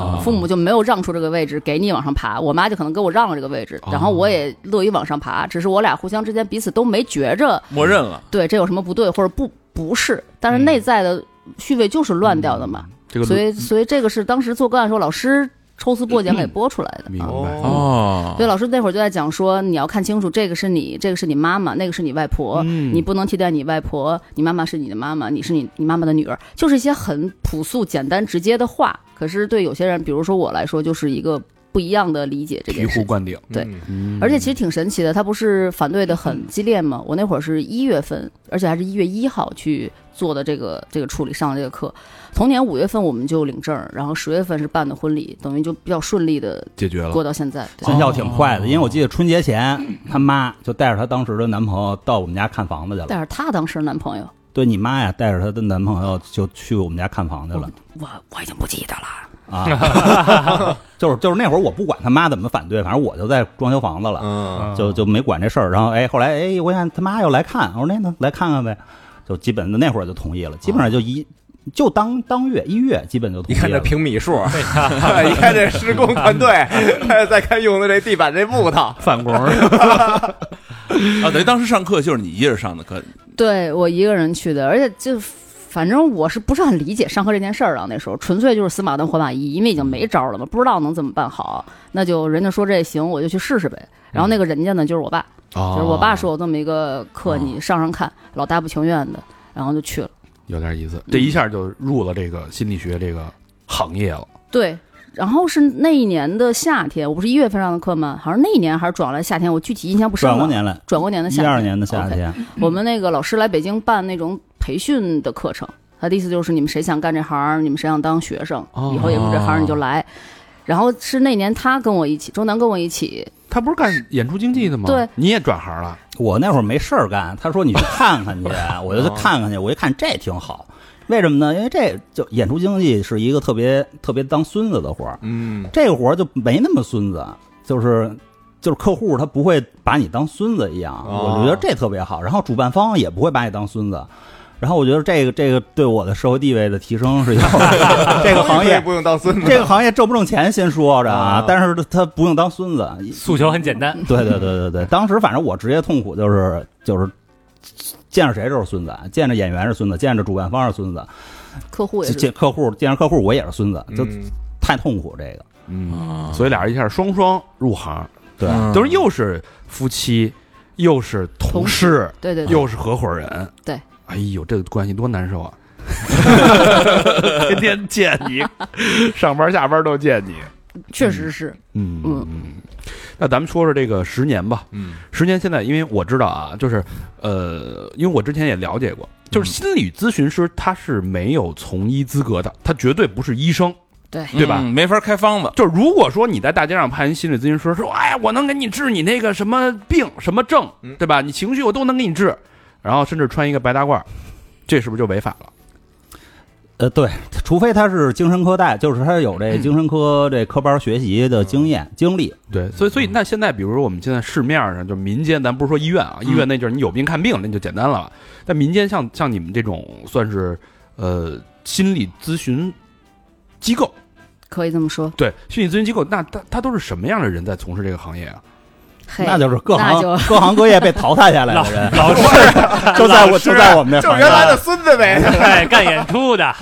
Speaker 4: 啊，
Speaker 6: 父母就没有让出这个位置给你往上爬，我妈就可能给我让了这个位置，然后我也乐意往上爬，只是我俩互相之间彼此都没觉着
Speaker 4: 默认了，
Speaker 6: 对这有什么不对或者不不是，但是内在的序位就是乱掉的嘛，
Speaker 3: 嗯这个
Speaker 6: 所以所以这个是当时做个案时候老师抽丝剥茧给剥出来的。
Speaker 3: 嗯明白
Speaker 6: 啊
Speaker 2: 哦，
Speaker 4: 哦
Speaker 6: 对，老师那会儿就在讲说，你要看清楚，这个是你，这个是你妈妈，那个是你外婆，
Speaker 3: 嗯
Speaker 6: 你不能替代你外婆，你妈妈是你的妈妈，你是你你妈妈的女儿，就是一些很朴素、简单、直接的话。可是对有些人，比如说我来说，就是一个不一样的理解这
Speaker 3: 醍
Speaker 6: 件事
Speaker 3: 醐
Speaker 6: 情。
Speaker 3: 灌顶，
Speaker 6: 对
Speaker 2: 嗯
Speaker 6: 而且其实挺神奇的，他不是反对的很激烈吗？我那会儿是一月份，而且还是一月一号去做的这个这个处理，上了这个课。同年五月份我们就领证儿，然后十月份是办的婚礼，等于就比较顺利的
Speaker 3: 解决了
Speaker 6: 过。到现在。对
Speaker 7: 真校挺快的，因为我记得春节前，她妈就带着她当时的男朋友到我们家看房子去了。
Speaker 6: 但是她当时男朋友，
Speaker 7: 对你妈呀，带着她的男朋友就去我们家看房去了
Speaker 6: 我我已经不记得了。
Speaker 7: [laughs] 啊。就是就是那会儿我不管他妈怎么反对，反正我就在装修房子了，
Speaker 2: 嗯，
Speaker 7: 就就没管这事儿。然后哎，后来哎，我想他妈要来看，我说那呢，来看看呗。就基本那会儿就同意了，基本上就一就当当月一月基本就同
Speaker 2: 一
Speaker 7: 意
Speaker 2: 看这
Speaker 7: 了。
Speaker 2: 平米数， [laughs] 一看这施工团队， [laughs] 再看用的这地板这木头，
Speaker 3: 返工，
Speaker 4: 嗯啊，等于当时上课就是你一人上的课，
Speaker 6: 对我一个人去的，而且就反正我是不是很理解上课这件事儿啊？那时候纯粹就是死马当活马医，因为已经没招儿了嘛，不知道能怎么办好，那就人家说这行，我就去试试呗。然后那个人家呢，就是我爸，
Speaker 3: 就
Speaker 7: 嗯
Speaker 6: 就是我爸说有这么一个课，
Speaker 7: 哦
Speaker 6: 你上上看，老大不情愿的，然后就去了。
Speaker 3: 有点意思，
Speaker 4: 嗯
Speaker 3: 这一下就入了这个心理学这个行业了。
Speaker 6: 对，然后是那一年的夏天，我不是一月份上的课吗？好像那一年还是转过来夏天，我具体印象不深了。
Speaker 7: 转过年来，
Speaker 6: 转过年的夏
Speaker 7: 一
Speaker 6: 天，
Speaker 7: 二年的夏
Speaker 6: OK
Speaker 7: 天，
Speaker 6: 我们那个老师来北京办那种培训的课程，他的意思就是你们谁想干这行，你们谁想当学生，
Speaker 3: 哦
Speaker 6: 以后也入这行你就来。然后是那年他跟我一起，周南跟我一起，
Speaker 3: 他不是干演出经济的吗？
Speaker 6: 对，
Speaker 3: 你也转行了，
Speaker 7: 我那会儿没事儿干，他说你去
Speaker 6: [laughs]
Speaker 7: 看看去，我就去看看去。我一看这挺好，为什么呢？因为这就演出经济是一个特别特别当孙子的活儿，
Speaker 2: 嗯，
Speaker 7: 这个活儿就没那么孙子，就是就是客户他不会把你当孙子一样，
Speaker 2: 哦
Speaker 7: 我觉得这特别好。然后主办方也不会把你当孙子，然后我觉得这个这个对我的社会地位的提升是有
Speaker 2: [laughs]
Speaker 7: 这个行
Speaker 2: 也
Speaker 7: 业。
Speaker 2: 不用当孙子，
Speaker 7: 这个行业挣不挣钱先说着
Speaker 2: 啊
Speaker 7: 啊，但是他不用当孙子，
Speaker 5: 诉求很简单，
Speaker 7: [laughs] 对对对对对，当时反正我直接痛苦就是就是见着谁都是孙子，见着演员是孙子，见着主办方是孙子，
Speaker 6: 客户也
Speaker 7: 见
Speaker 6: 是，
Speaker 7: 客户见着客户我也是孙子，就
Speaker 2: 嗯
Speaker 7: 太痛苦这个。
Speaker 3: 嗯，
Speaker 4: 啊嗯
Speaker 3: 所以俩人一下双双入行，
Speaker 7: 对，
Speaker 2: 嗯
Speaker 3: 都是又是夫妻，又是同事，
Speaker 6: 对对对，
Speaker 3: 又是合伙人，
Speaker 6: 对。
Speaker 3: 哎呦，这个关系多难受啊！ [laughs] 天天见你，上班下班都见你。
Speaker 6: 确实是，
Speaker 3: 嗯
Speaker 6: 嗯
Speaker 3: 嗯，那咱们说说这个十年吧。
Speaker 2: 嗯
Speaker 3: 十年现在，因为我知道啊，就是呃，因为我之前也了解过，
Speaker 6: 嗯
Speaker 3: 就是心理咨询师他是没有从医资格的，他绝对不是医生。
Speaker 6: 对
Speaker 4: 嗯
Speaker 3: 对吧
Speaker 4: 没法开方子，
Speaker 3: 就是如果说你在大街上判人心理咨询师说，哎，我能给你治你那个什么病、什么症
Speaker 2: 嗯，
Speaker 3: 对吧？你情绪我都能给你治，然后甚至穿一个白大褂，这是不是就违法了？
Speaker 7: 呃，对，除非他是精神科大，就是他有这精神科这科班学习的经
Speaker 6: 嗯
Speaker 7: 验经历，
Speaker 3: 对，所以所以那现在，比如说我们现在市面上就民间，咱不是说医院啊，医院那就是你有病看病，那就简单了。但民间像像你们这种算是呃心理咨询机构，
Speaker 6: 可以这么说。
Speaker 7: 嗯
Speaker 3: 对心理咨询机构，那他他都是什么样的人在从事这个行业啊？
Speaker 6: 嘿，
Speaker 7: 那就是各行
Speaker 6: 那就
Speaker 7: 各行各业被淘汰下来的人，
Speaker 5: 老师
Speaker 7: [laughs] 就在我
Speaker 2: 是
Speaker 7: 就在我们这
Speaker 2: 啊就是
Speaker 7: 行
Speaker 2: 原来
Speaker 7: 业。
Speaker 2: 的孙子呗，
Speaker 5: 哎，干演出的，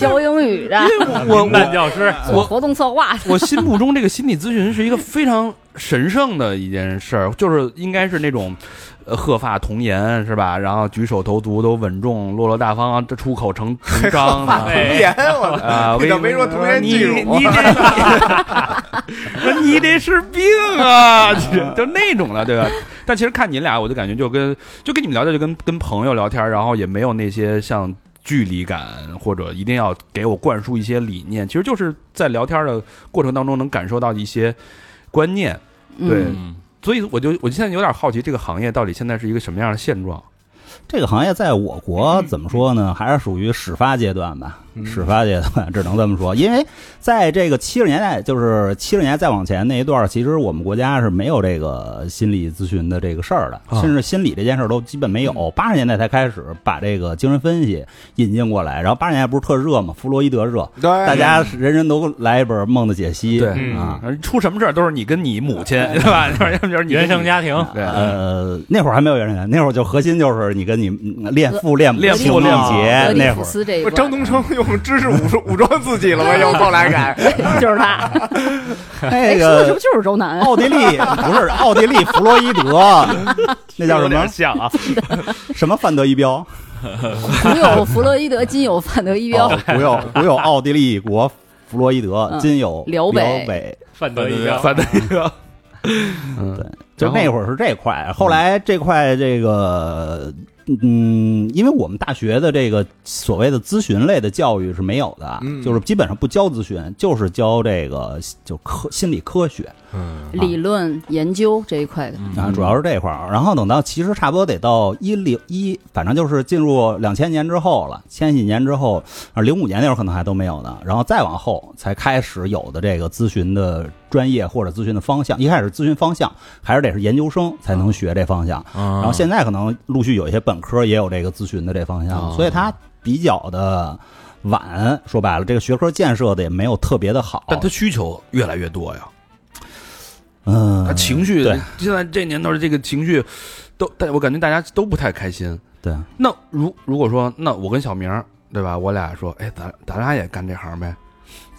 Speaker 6: 教英语的，
Speaker 3: 我
Speaker 5: 办教师，
Speaker 6: 做 [laughs] 活动策划的，
Speaker 3: [laughs] 我心目中这个心理咨询是一个非常神圣的一件事儿，就是应该是那种，呃，鹤发童颜是吧？然后举手投足都稳重、落落大方，这出口成成章的
Speaker 2: [laughs]
Speaker 5: 哎
Speaker 2: 演我
Speaker 3: 啊！
Speaker 2: 操，你倒没说童颜巨
Speaker 3: 你
Speaker 2: 乳
Speaker 3: 你，这你这是病啊，就就那种的，对吧？但其实看你俩，我就感觉就跟就跟你们聊天，就跟跟朋友聊天，然后也没有那些像距离感或者一定要给我灌输一些理念，其实就是在聊天的过程当中能感受到一些观念，对
Speaker 6: 嗯，
Speaker 4: 嗯，
Speaker 3: 所以我就我现在有点好奇，这个行业到底现在是一个什么样的现状？
Speaker 7: 这个行业在我国怎么说呢？还是属于始发阶段吧，
Speaker 2: 嗯
Speaker 7: 始发阶段 [laughs] 只能这么说。因为在这个七十年代，就是七十年代再往前那一段儿，其实我们国家是没有这个心理咨询的这个事儿的，
Speaker 3: 啊嗯
Speaker 7: 甚至心理这件事儿都基本没有。八十年代才开始把这个精神分析引进过来，然后八十年代不是特热嘛，弗洛伊德热，
Speaker 2: 对，
Speaker 7: 大家人人都来一本《梦的解析》
Speaker 3: 对
Speaker 2: 嗯
Speaker 7: 啊。
Speaker 3: 出什么事儿都是你跟你母亲，对吧？要不就是你跟
Speaker 5: 原
Speaker 3: 你
Speaker 5: 生家庭，
Speaker 3: 对，
Speaker 7: 呃，那会儿还没有原生家庭，那会儿就核心就是你跟你嗯恋父恋母
Speaker 3: 恋
Speaker 7: 情
Speaker 3: 父
Speaker 7: 情
Speaker 3: 恋母
Speaker 7: 节
Speaker 6: 德里
Speaker 7: 哎那会
Speaker 6: 福
Speaker 7: 儿，
Speaker 6: 斯这一
Speaker 2: 不
Speaker 6: 段，
Speaker 2: 是张东升用知识武装 [laughs] 武装自己了吗？用后来改，
Speaker 6: [laughs] 就是他。哎，
Speaker 7: 那
Speaker 6: 说的是不是
Speaker 7: 个
Speaker 6: 就是周南？啊
Speaker 7: 奥地利不是奥地利弗洛
Speaker 3: [laughs]
Speaker 7: 伊德，那叫
Speaker 3: 有
Speaker 7: 什
Speaker 3: 点
Speaker 7: 么
Speaker 3: 像啊？
Speaker 7: 什么范德一彪，
Speaker 6: 古有弗洛伊德，今有范德一彪
Speaker 7: 哦。古有古有奥地利国弗洛伊德，
Speaker 6: 嗯
Speaker 7: 今有
Speaker 6: 辽北
Speaker 7: 北，
Speaker 5: 范德一彪，
Speaker 3: [laughs] 反正一个，嗯，
Speaker 7: 对
Speaker 3: 然
Speaker 7: 就
Speaker 3: 后
Speaker 7: 那会儿是这块，后来这块这个。嗯，因为我们大学的这个所谓的咨询类的教育是没有的，
Speaker 2: 嗯
Speaker 7: 就是基本上不教咨询，就是教这个就科心理科学。
Speaker 2: 嗯
Speaker 6: 理论研究这一块的，
Speaker 3: 嗯
Speaker 7: 啊，主要是这块儿。然后等到其实差不多得到一零一，反正就是进入两千年之后了，千禧年之后，啊，零五年那会儿可能还都没有呢。然后再往后才开始有的这个咨询的专业或者咨询的方向。一开始咨询方向还是得是研究生才
Speaker 3: 啊
Speaker 7: 能学这方向，然后现在可能陆续有一些本科也有这个咨询的这方向，
Speaker 3: 哦
Speaker 7: 所以它比较的晚。说白了，这个学科建设的也没有特别的好。
Speaker 3: 但他需求越来越多呀，
Speaker 7: 嗯，
Speaker 3: 他情绪
Speaker 7: 对
Speaker 3: 现在这年头这个情绪都，但我感觉大家都不太开心。
Speaker 7: 对。
Speaker 3: 那如如果说，那我跟小明儿对吧，我俩说，哎，咱咱俩也干这行呗。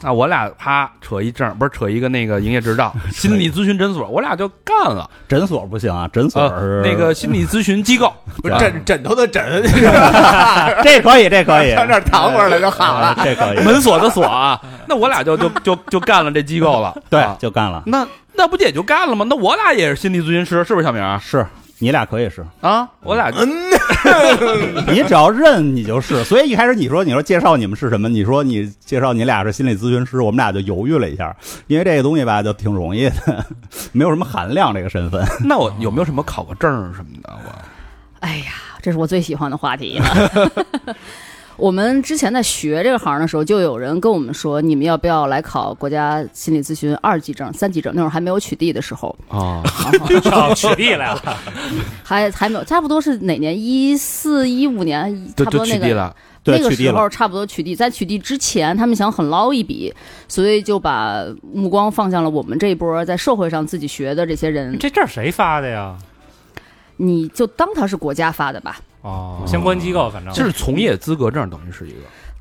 Speaker 3: 那我俩啪扯一证，不是扯一个那个营业执
Speaker 7: [laughs]
Speaker 3: 照，心理咨询诊所，我俩就干了。
Speaker 7: 诊所不行啊，诊所
Speaker 3: 呃，
Speaker 7: 是
Speaker 3: 那个心理咨询机
Speaker 7: [laughs]
Speaker 3: 构，
Speaker 2: [laughs] 不是枕枕头的 [laughs] 枕， [laughs]
Speaker 7: 这可以，这可以，哎
Speaker 2: 上这儿躺会儿了就好了。
Speaker 7: 这可以，
Speaker 3: 门锁的锁啊，那我俩就就就就干了这机构了。
Speaker 7: [laughs] 对
Speaker 3: 啊，
Speaker 7: 就干了。
Speaker 3: 那那不也就干了吗？那我俩也是心理咨询师，是不是小明儿
Speaker 7: 是你俩可以是，
Speaker 3: 啊？我俩
Speaker 6: 嗯
Speaker 7: 你只要认你就是。所以一开始你说你说介绍你们是什么？你说你介绍你俩是心理咨询师，我们俩就犹豫了一下，因为这个东西吧就挺容易的， [laughs] 没有什么含量这个身份。
Speaker 3: 那我有没有什么考个证儿什么的？我
Speaker 6: 哎呀，这是我最喜欢的话题了。 [laughs] 我们之前在学这个行的时候，就有人跟我们说，你们要不要来考国家心理咨询二级证、三级证？那会儿还没有取缔的时候，
Speaker 3: 啊，
Speaker 5: 上取缔来了，
Speaker 6: 还还没有，差不多是哪年？一四一五年，
Speaker 3: 就
Speaker 6: 差
Speaker 3: 就
Speaker 6: 不多
Speaker 3: 取
Speaker 6: 那
Speaker 3: 缔
Speaker 6: 个
Speaker 3: 了。
Speaker 7: 对，
Speaker 6: 那个
Speaker 7: 取
Speaker 6: 时
Speaker 7: 缔了
Speaker 6: 候。差不多取缔，在取缔之前，他们想狠捞一笔，所以就把目光放向了我们这一波在社会上自己学的这些人。
Speaker 5: 这证儿谁发的呀？
Speaker 6: 你就当它是国家发的吧，
Speaker 5: 哦，相关机构反
Speaker 6: 啊
Speaker 5: 正
Speaker 3: 这是从业资格证，等于是一个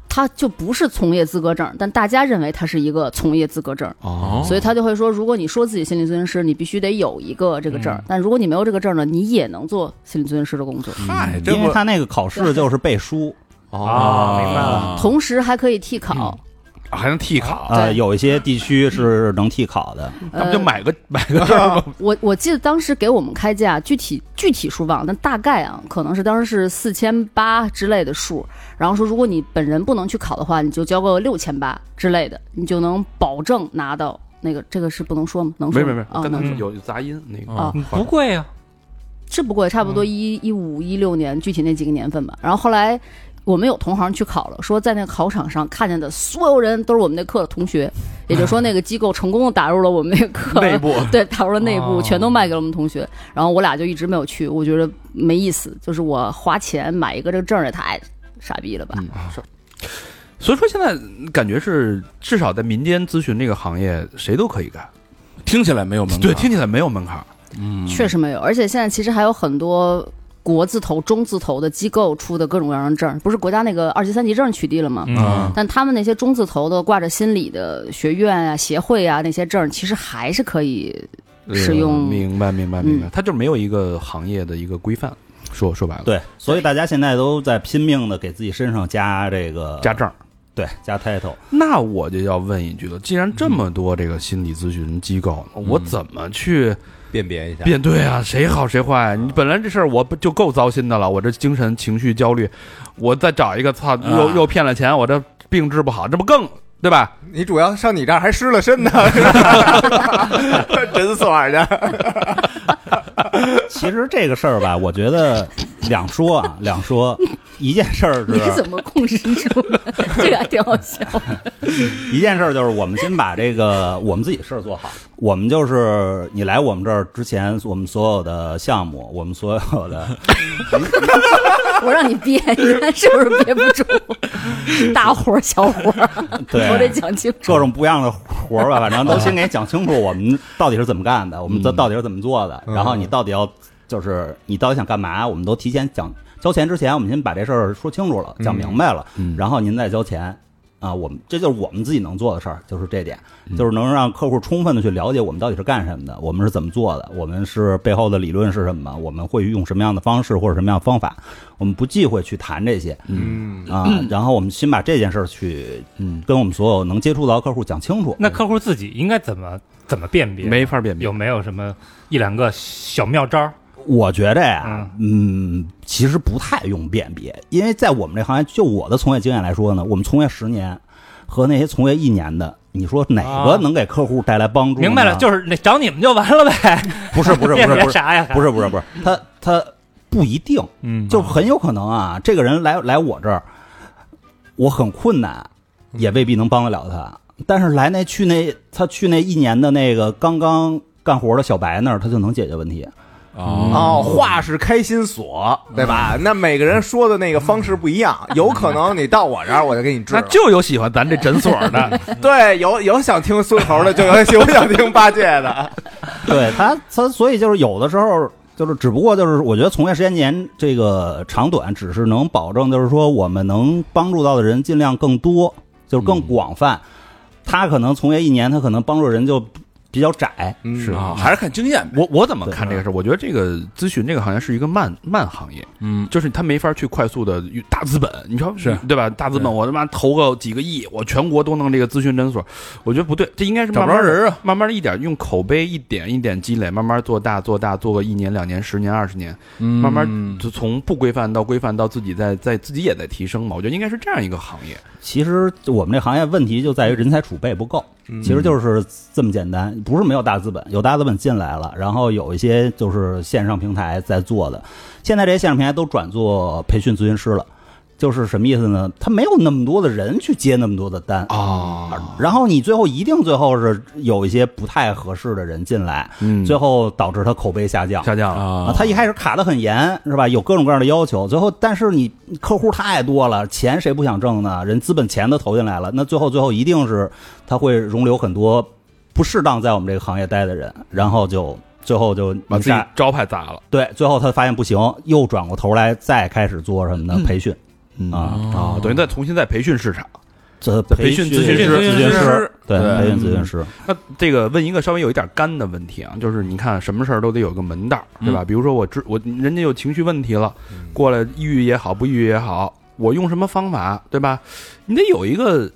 Speaker 6: 它就不是从业资格证，但大家认为它是一个从业资格证。
Speaker 3: 哦
Speaker 6: 所以他就会说，如果你说自己心理咨询师，你必须得有一个这个证儿。但如果你没有这个证儿呢，你也能做心理咨询师的工作，
Speaker 2: 嗨，哎这
Speaker 7: 因为
Speaker 2: 不
Speaker 7: 他那个考试就是背书，
Speaker 5: 啊，
Speaker 3: 哦
Speaker 5: 明白了，
Speaker 6: 同时还可以替考。
Speaker 3: 啊还能替考，
Speaker 7: 呃，
Speaker 6: 对
Speaker 7: 有一些地区是能替考的，
Speaker 2: 嗯
Speaker 3: 咱们就
Speaker 6: 呃
Speaker 3: 买个 [laughs] 买个证儿吧。
Speaker 6: 我我记得当时给我们开价，具体具体数忘了，但大概啊，可能是当时是四千八之类的数。然后说，如果你本人不能去考的话，你就交个六千八之类的，你就能保证拿到那个。这个是不能说吗？能说
Speaker 3: 没
Speaker 6: 吗
Speaker 3: 没没，
Speaker 6: 啊
Speaker 3: 刚才
Speaker 6: 能说
Speaker 3: 是有有杂音那个
Speaker 6: 啊
Speaker 5: 嗯不贵啊，
Speaker 6: 是不贵，差
Speaker 3: 嗯
Speaker 6: 不多一一五一六年，具体那几个年份吧。然后后来我们有同行去考了，说在那个考场上看见的所有人都是我们那课的同学，也就是说那个机构成功的打入了我们那个课
Speaker 3: 内部
Speaker 6: [laughs] 对，打入了内部，
Speaker 5: 哦
Speaker 6: 全都卖给了我们同学。然后我俩就一直没有去，我觉得没意思，就是我花钱买一个这个证儿也太傻逼了吧。
Speaker 3: 嗯所以说现在感觉是至少在民间咨询这个行业，谁都可以干。
Speaker 4: 听起来没有门槛，
Speaker 3: 对，听起来没有门槛儿。
Speaker 6: 确实没有，而且现在其实还有很多国字头、中字头的机构出的各种各样的证儿，不是国家那个二级、三级证取缔了吗？
Speaker 5: 嗯，
Speaker 6: 但他们那些中字头的挂着心理的学院啊、协会啊那些证儿，其实还是可以使用嗯
Speaker 3: 呃明白明白明白，它就是没有一个行业的一个规范。说说白
Speaker 6: 嗯
Speaker 3: 了，
Speaker 7: 对，所以大家现在都在拼命的给自己身上加这个
Speaker 3: 加证儿。
Speaker 7: 对加 title，
Speaker 3: 那我就要问一句了，既然这么多这个心理咨询机构，
Speaker 6: 嗯
Speaker 3: 我怎么去
Speaker 2: 辨别一下，
Speaker 3: 辨对啊？谁好谁坏？
Speaker 6: 嗯
Speaker 3: 你本来这事儿我不就够糟心的了，我这精神情绪焦虑，我再找一个操，
Speaker 6: 啊
Speaker 3: 又又骗了钱，我这病治不好，这不更对吧？
Speaker 2: 你主要上你这儿还失了身
Speaker 7: [laughs]
Speaker 2: 呢，诊所去。
Speaker 7: 其实这个事儿吧，我觉得两说啊，两说，一件事儿
Speaker 6: 你
Speaker 7: 是
Speaker 6: 怎么控制住的？这个还挺好笑。
Speaker 7: 一件事儿，就是我们先把这个我们自己的事儿做好。我们就是你来我们这儿之前，我们所有的项目，我们所
Speaker 6: [laughs]
Speaker 7: 有的
Speaker 6: 我让你憋，你看是不是憋不住？大活儿小活儿，
Speaker 7: [laughs] 对
Speaker 6: 我得讲清楚。
Speaker 7: 各种不一样的活儿吧，反正都先给讲清楚，我们到底是怎么干的，我们到到底是怎么做的，然后你到底要就是你到底想干嘛，我们都提前讲。交钱之前，我们先把这事儿说清楚了，讲明白了，然后您再交钱。啊，我们这就是我们自己能做的事儿，就是这点，就是能让客户充分的去了解我们到底是干什么的，我们是怎么做的，我们是背后的理论是什么，我们会用什么样的方式或者什么样的方法，我们不忌讳去谈这些，
Speaker 2: 嗯，
Speaker 7: 啊，然后我们先把这件事儿去，嗯，跟我们所有能接触到的客户讲清楚。
Speaker 5: 那客户自己应该怎么怎么辨别？
Speaker 3: 没法辨别
Speaker 5: 有。没有什么一两个小妙招儿？
Speaker 7: 我觉得呀，嗯，其实不太用辨别，因为在我们这行业，就我的从业经验来说呢，我们从业十年和那些从业一年的，你说哪个
Speaker 5: 啊
Speaker 7: 能给客户带来帮助呢？
Speaker 5: 明白了，就是那找你们就完了呗。
Speaker 7: 不是不是
Speaker 5: [laughs]
Speaker 7: 不是
Speaker 5: 辨别
Speaker 3: [laughs]
Speaker 7: 不是
Speaker 5: 啥呀？
Speaker 7: 不是不是不是，他他不一定，
Speaker 2: 嗯
Speaker 7: 就很有可能啊，这个人来来我这儿，我很困难，也未必能帮得了他。但是来那去那他去那一年的那个刚刚干活的小白那儿，他就能解决问题。
Speaker 2: 哦，话是开心锁，对吧？
Speaker 3: 嗯
Speaker 2: 那每个人说的那个方式不一样，有可能你到我这儿我就给你治
Speaker 3: 那
Speaker 2: 了。
Speaker 3: 就有喜欢咱这诊所的，
Speaker 2: 对，有有想听孙猴
Speaker 3: [laughs]
Speaker 2: 的，就有有想听八戒的。
Speaker 7: 对他他，所以就是有的时候就是，只不过就是我觉得从业时间年这个长短，只是能保证就是说我们能帮助到的人尽量更多，就是更广泛。他可能从业一年，他可能帮助人就比较窄。
Speaker 3: 是
Speaker 4: 啊，还是看经验呗。啊
Speaker 3: 我我怎么看这个事儿？我觉得这个咨询这个行业是一个慢慢行业，
Speaker 4: 嗯，
Speaker 3: 就是他没法去快速的大资本，你说
Speaker 4: 是
Speaker 3: 对吧？大资本，我他妈投个几个亿，我全国都弄这个咨询诊所，我觉得不对，这应该是
Speaker 4: 找
Speaker 3: 慢
Speaker 4: 不着
Speaker 3: 慢
Speaker 4: 人
Speaker 3: 啊，慢慢的一点用口碑一点一点积累，慢慢做大做大，做个一年两年十年二十年，
Speaker 4: 嗯
Speaker 3: 慢慢就从不规范到规范到自己在在自己也在提升嘛。我觉得应该是这样一个行业，
Speaker 7: 其实我们这行业问题就在于人才储备不够，其实就是这么简单，不是没有大资本，有大资本进来了，然后有一些就是线上平台在做的，现在这些线上平台都转做培训咨询师了，就是什么意思呢？他没有那么多的人去接那么多的单啊，然后你最后一定最后是有一些不太合适的人进来，
Speaker 3: 嗯
Speaker 7: 最后导致他口碑下降，
Speaker 3: 下降了。
Speaker 7: 啊，
Speaker 4: 啊， [laughs]
Speaker 7: 他一开始卡得很严，是吧？有各种各样的要求，最后但是你客户太多了，钱谁不想挣呢？人资本钱都投进来了，那最后最后一定是他会容留很多不适当在我们这个行业待的人，然后就最后就
Speaker 3: 把自己
Speaker 7: 下
Speaker 3: 招牌砸了
Speaker 7: 对，最后他发现不行，又转过头来再开始做什么呢？培训
Speaker 4: 嗯
Speaker 7: 啊，
Speaker 3: 啊，等于再重新再培训市场。
Speaker 7: 这
Speaker 3: 培
Speaker 7: 训
Speaker 3: 训咨询
Speaker 7: 师、
Speaker 3: 师
Speaker 7: 咨询师，对，
Speaker 4: 对
Speaker 7: 培训咨询师，
Speaker 3: 那这个问一个稍微有一点干的问题啊，就是你看什么事儿都得有个门道儿，对吧？比如说我知我人家有情绪问题了，过来抑郁也好，不抑郁也好，我用什么方法，对吧？你得有一个，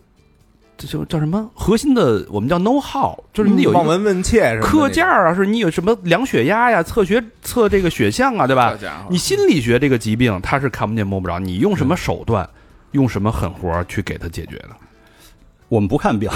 Speaker 3: 这就叫什么核心的，我们叫 know how，就是你得有一
Speaker 2: 望
Speaker 3: 个
Speaker 2: 闻问切嗯什么的
Speaker 3: 课件儿啊，是你有什么量血压呀、测血测这个血项啊，对吧
Speaker 4: 好？家伙，
Speaker 3: 你心理学这个疾病它是看不见摸不着，你用什么手段，用什么狠活儿去给它解决的？
Speaker 7: 我们不
Speaker 3: [laughs]
Speaker 7: 看病，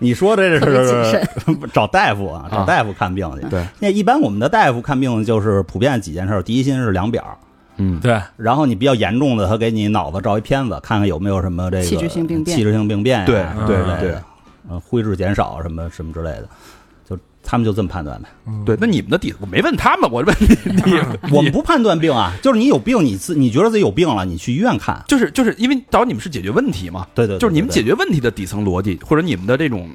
Speaker 7: 你说这
Speaker 6: 特别谨
Speaker 7: 是 [laughs] 找大夫啊，找大夫看病去。
Speaker 3: 对，
Speaker 7: 那一般我们的大夫看病就是普遍几件事儿，第一心是量表，
Speaker 3: 嗯，
Speaker 4: 对，
Speaker 7: 然后你比较严重的，他给你脑子照一片子，看看有没有什么这个
Speaker 6: 器质性病变
Speaker 7: 器质性病变呀
Speaker 3: 对
Speaker 7: 什么
Speaker 3: 对
Speaker 7: 之类的
Speaker 3: 对，
Speaker 7: 嗯，灰质减少什么什么之类的，就他们就这么判断呗。
Speaker 3: 对。那你们的底子我没问他们，我问 [laughs] 你，你
Speaker 7: 我们不判断病啊，就是你有病，你自你觉得自己有病了，你去医院看。
Speaker 3: 就是就是因为找你们是解决问题嘛，
Speaker 7: 对对，对
Speaker 3: 就是你们
Speaker 7: 对
Speaker 3: 解决问题的底层逻辑或者你们的这种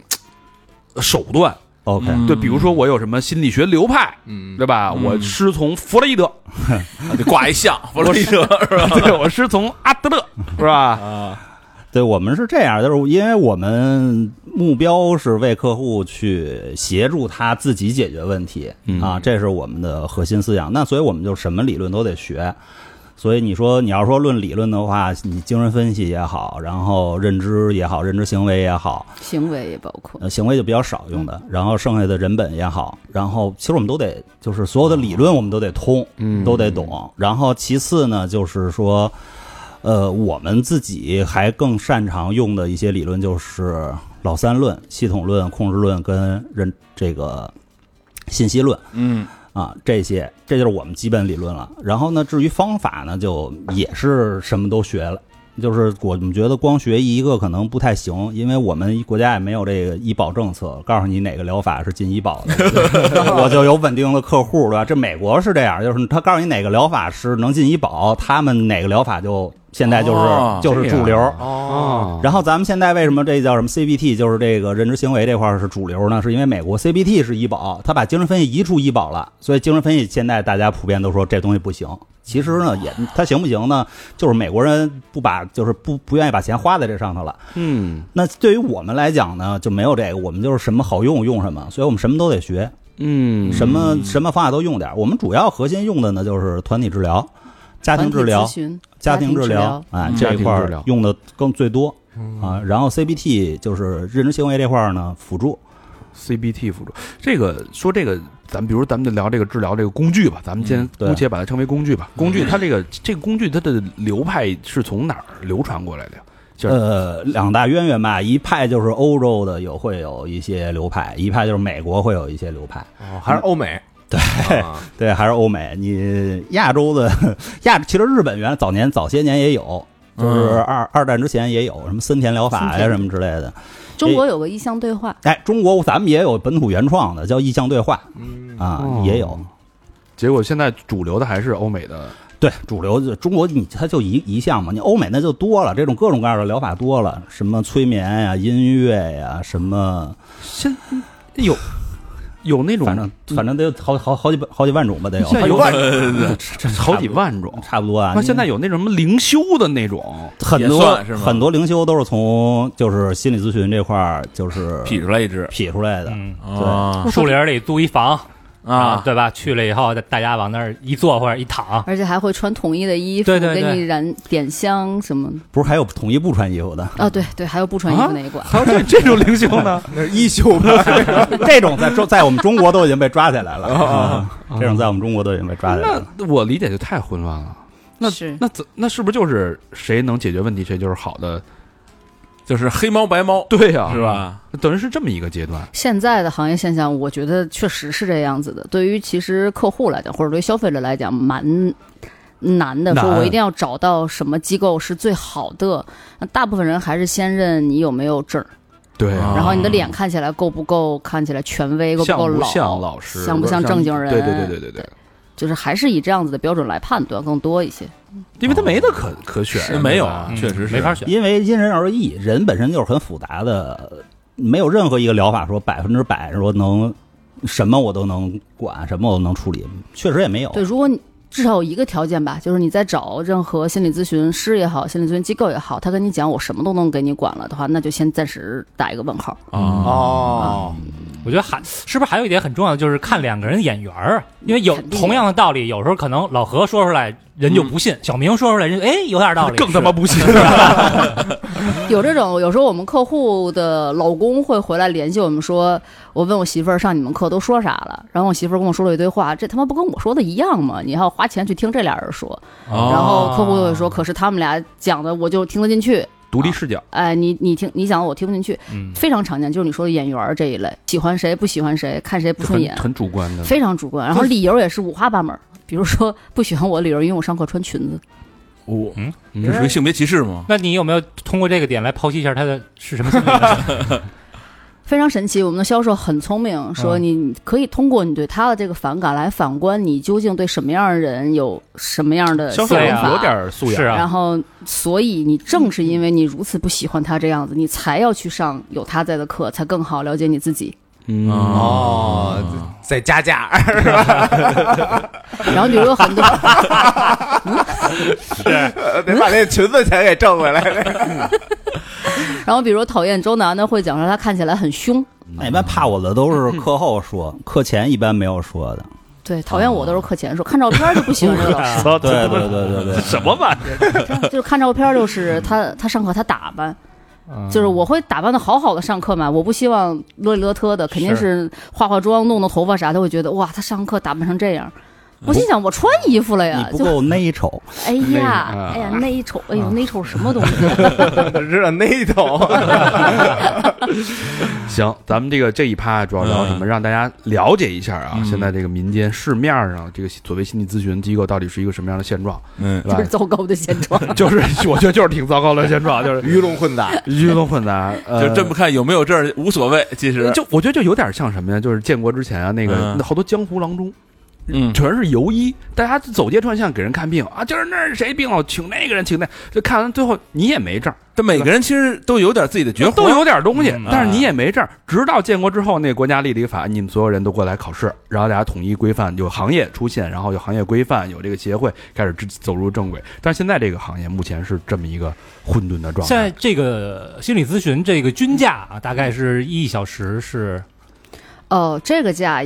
Speaker 3: 呃手段，
Speaker 7: OK，
Speaker 3: 嗯对，比如说我有什么心理学流派，
Speaker 2: 嗯
Speaker 3: 对吧？我师从弗洛伊
Speaker 7: [laughs]
Speaker 3: 德，
Speaker 4: 得挂一像弗洛伊德是吧？
Speaker 3: [laughs] 对我师从阿德勒，是吧？
Speaker 7: 啊对我们是这样，就是因为我们目标是为客户去协助他自己解决问题、啊，这是我们的核心思想。那所以我们就什么理论都得学。所以你说你要说论理论的话，你精神分析也好，然后认知也好，认知行为也好，
Speaker 6: 行为也包括，
Speaker 7: 呃，行为就比较少用的。然后剩下的人本也好，然后其实我们都得就是所有的理论我们都得通，
Speaker 3: 嗯
Speaker 7: 都得懂。然后其次呢，就是说，呃，我们自己还更擅长用的一些理论就是老三论、系统论、控制论跟认这个信息论。
Speaker 4: 嗯，
Speaker 7: 啊，这些这就是我们基本理论了。然后呢，至于方法呢，就也是什么都学了。就是我们觉得光学一个可能不太行，因为我们国家也没有这个医保政策，告诉你哪个疗法是进医保
Speaker 3: [laughs]
Speaker 7: 的，我就有稳定的客户，对吧？这美国是这样，就是他告诉你哪个疗法是能进医保，他们哪个疗法就现在就是、
Speaker 4: 哦
Speaker 7: 就是主
Speaker 3: 这
Speaker 7: 流。
Speaker 3: 样
Speaker 2: 哦，
Speaker 3: 啊，
Speaker 7: 然后咱们现在为什么这叫什么 CBT，就是这个认知行为这块儿是主流呢？是因为美国 CBT 是医保，它把精神分析移出医保了，所以精神分析现在大家普遍都说这东西不行。其实
Speaker 6: 嗯
Speaker 7: 呢，也它行不行呢？就是美国人不把，就是不不愿意把钱花在这上头了。
Speaker 3: 嗯
Speaker 7: 那对于我们来讲呢，就没有这个，我们就是什么好用用什么，所以我们什么都得学，
Speaker 3: 嗯，
Speaker 7: 什么什么方法都用点儿。我们主要核心用的呢就是团体治疗、家庭治疗
Speaker 6: 团、体咨询
Speaker 7: 家
Speaker 6: 庭
Speaker 7: 庭治疗
Speaker 6: 疗，
Speaker 7: 哎
Speaker 4: 嗯，
Speaker 7: 这一块
Speaker 3: 家庭治
Speaker 7: 儿
Speaker 3: 疗嗯
Speaker 7: 用的更最多啊。然后 CBT 就是认知行为这块儿呢，辅助
Speaker 3: CBT 辅助。这个说这个，咱们比如咱们就聊这个治疗这个工具吧，咱们先
Speaker 7: 嗯对
Speaker 3: 姑且把它称为工具吧。工具它这个这个工具它的流派是从哪儿流传过来的呀？就是
Speaker 7: 呃两大渊源吧。一派就是欧洲的有会有一些流派，一派就是美国会有一些流派。
Speaker 2: 哦还是欧美，对，
Speaker 7: 对，还是欧美。你亚洲的亚，其实日本原来早年早些年也有，就是
Speaker 3: 嗯
Speaker 7: 二、二战之前也有什么森田疗法呀
Speaker 6: 森田
Speaker 7: 什么之类的。
Speaker 6: 中国有个意向对话，
Speaker 7: 哎，中国咱们也有本土原创的，叫意向对话
Speaker 2: 嗯
Speaker 7: 啊，
Speaker 3: 哦
Speaker 7: 也有。
Speaker 3: 结果现在主流的还是欧美的，
Speaker 7: 对，主流就中国你它就一一项嘛，你欧美那就多了，这种各种各样的疗法多了，什么催眠呀、音乐呀、什么，
Speaker 3: 现有有那种
Speaker 7: 反正反正得有好好好几百好几万种吧，得有，
Speaker 3: 现在有
Speaker 2: 万
Speaker 4: 呃，
Speaker 3: [laughs] 好几万种。
Speaker 7: 差不多啊。
Speaker 3: 那现在
Speaker 7: 有
Speaker 3: 有那什么灵修的那种，
Speaker 7: 很
Speaker 4: 也
Speaker 7: 多
Speaker 4: 算是吗
Speaker 7: 很多灵修都是从就是心理咨询这块儿就是
Speaker 4: 劈出来一只
Speaker 7: 劈出来的，
Speaker 5: 嗯，
Speaker 4: 啊
Speaker 3: 哦
Speaker 5: 树林里租一房
Speaker 4: 啊，
Speaker 5: 对吧？去了以后，大家往那儿一坐或者一
Speaker 3: 哦
Speaker 5: 躺，
Speaker 6: 而且还会穿统一的衣服，
Speaker 5: 对对对
Speaker 6: 给你燃点香什么的。
Speaker 7: 不是还有统一不穿衣服的， [laughs]
Speaker 6: 啊，对对，还有不穿衣服那一关。
Speaker 3: 还有这这种灵修呢？
Speaker 2: 那是一休吧，
Speaker 7: 这种在中在我们中国都已经被抓起来
Speaker 4: 哦
Speaker 7: 了，嗯这种在我们中国都已经被抓起来了。
Speaker 3: 那我理解就太混乱了。那
Speaker 6: 是
Speaker 3: 那怎那是不是就是谁能解决问题，谁就是好的？
Speaker 4: 就是黑猫白猫，
Speaker 3: 对呀、
Speaker 4: 是？吧？
Speaker 3: 等于是这么一个阶段。
Speaker 6: 现在的行业现象，我觉得确实是这样子的。对于其实客户来讲，或者对于消费者来讲，蛮难的。
Speaker 3: 难
Speaker 6: 说我一定要找到什么机构是最好的。那大部分人还是先认你有没有证儿，
Speaker 3: 对啊、
Speaker 6: 然后你的脸看起来够不够，看起来权威够
Speaker 3: 像
Speaker 6: 够
Speaker 3: 不
Speaker 6: 老，
Speaker 3: 像老师，
Speaker 6: 哦像不像正经人？
Speaker 3: 对对对对啊对对，
Speaker 6: 就是还是以这样子的标准来判断更多一些。
Speaker 3: 因为他没得可可选
Speaker 4: 是，没有
Speaker 3: 对吧
Speaker 5: 嗯
Speaker 4: 确实是
Speaker 5: 没法选。
Speaker 7: 因为因人而异，人本身就是很复杂的，没有任何一个疗法说百分之百说能什么我都能管，什么我都能处理，确实也没有。
Speaker 6: 对，如果你至少有一个条件吧，就是你在找任何心理咨询师也好，心理咨询机构也好，他跟你讲我什么都能给你管了的话，那就先暂时打一个问号。
Speaker 4: 啊，
Speaker 2: 哦，
Speaker 5: 我觉得还是不是还有一点很重要的，就是看两个人眼缘儿，啊因为有
Speaker 6: 肯定
Speaker 5: 同样的道理，有时候可能老何说出来人就不信，小明说出来人就哎有点道理，
Speaker 3: 嗯更他妈不信。
Speaker 6: 有这种，有时候我们客户的老公会回来联系我们说，我问我媳妇儿上你们课都说啥了，然后我媳妇儿跟我说了一堆话，这他妈不跟我说的一样吗？你还要花钱去听这俩人说，
Speaker 4: 哦
Speaker 6: 然后客户就会说，可是他们俩讲的我就听得进去，
Speaker 3: 独立视角，
Speaker 6: 哎，你你听你讲的我听不进去，
Speaker 5: 嗯
Speaker 6: 非常常见，就是你说的眼缘儿这一类，喜欢谁不喜欢谁，看谁不
Speaker 3: 就
Speaker 6: 顺
Speaker 3: 很
Speaker 6: 眼，
Speaker 3: 很主观的。
Speaker 6: 非常主观，然后理由也是五花八门儿。比如说不喜欢我的理由，因为我上课穿裙子。
Speaker 4: 我
Speaker 5: 嗯
Speaker 4: 这属于性别歧视吗？
Speaker 5: 那你有没有通过这个点来剖析一下他的是什么心理呢？
Speaker 6: 非常神奇，我们的销售很聪明，说你你可以通过你对他的这个反感来反观你究竟对什么样的人有什么样的
Speaker 3: 销
Speaker 6: 想
Speaker 3: 售
Speaker 5: 对
Speaker 3: 人
Speaker 5: 啊
Speaker 6: 法。
Speaker 3: 有点 [laughs] 素
Speaker 5: 是
Speaker 3: 养，
Speaker 6: 然
Speaker 5: 啊，
Speaker 6: 后，所以你正是因为你如此不喜欢他这样子，你才要去上有他在的课，才更好了解你自己。
Speaker 3: 嗯
Speaker 2: 哦，再加价， [laughs]
Speaker 6: 然后，比如有很多，
Speaker 2: 得把那裙子钱给挣
Speaker 3: [laughs]
Speaker 2: 回来。
Speaker 6: 然后比如讨厌周楠的会讲说他看起来很凶，
Speaker 7: 那一般怕我的都是课后说，课前一般没有说的。
Speaker 6: 对，讨厌我都是课前说，看照片儿就不喜欢这个老师。
Speaker 7: 哦对对对对对，
Speaker 3: 什么玩意儿？
Speaker 6: 就是看照片儿，就是他他上课他打扮，就是我会打扮的好好的上课嘛，我不希望邋里邋遢的，肯定是化化妆、弄弄头发啥，他会觉得哇，他上课打扮成这样。我心想，我穿衣服了
Speaker 7: 你
Speaker 6: 呀，
Speaker 7: 不
Speaker 6: 啊就
Speaker 7: 够内丑，
Speaker 6: 哎呀
Speaker 3: 啊，
Speaker 6: 哎呀，那一瞅，哎呦，那一瞅什么东西？啊
Speaker 2: 知道那一头，
Speaker 3: 行，咱们这个这一趴主要聊什么，让大家了解一下啊，
Speaker 4: 嗯
Speaker 3: 现在这个民间市面上这个所谓心理咨询机构到底是一个什么样的现状，
Speaker 4: 嗯
Speaker 3: 对
Speaker 6: 就
Speaker 3: 吧 [laughs]
Speaker 6: 是？糟糕的现状。
Speaker 3: 就是我觉得就是挺糟糕的现状，就是
Speaker 2: 鱼龙混杂。
Speaker 3: 鱼龙混
Speaker 4: [laughs]
Speaker 3: 杂，呃
Speaker 4: 就这么看有没有证儿无所谓，其实
Speaker 3: 就我觉得就有点像什么呀？就是建国之前啊，那个
Speaker 4: 嗯
Speaker 3: 那好多江湖郎中，
Speaker 4: 嗯
Speaker 3: 全是游医，大家走街串巷给人看病啊，就是那儿谁病了，请那个人，请那，就看完最后你也没证儿，
Speaker 4: 但每个人其实都有点自己的绝活，
Speaker 3: 都有点东西
Speaker 5: 嗯，
Speaker 3: 但是你也没证儿。直到建国之后，那国家立了一个法，你们所有人都过来考试，然后大家统一规范，有行业出现，然后有行业规范，有这个协会开始走入正轨。但是现在这个行业目前是这么一个混沌的状
Speaker 5: 现在
Speaker 3: 态，
Speaker 5: 这个心理咨询这个均价啊，大概是一小时是
Speaker 6: 哦，这个价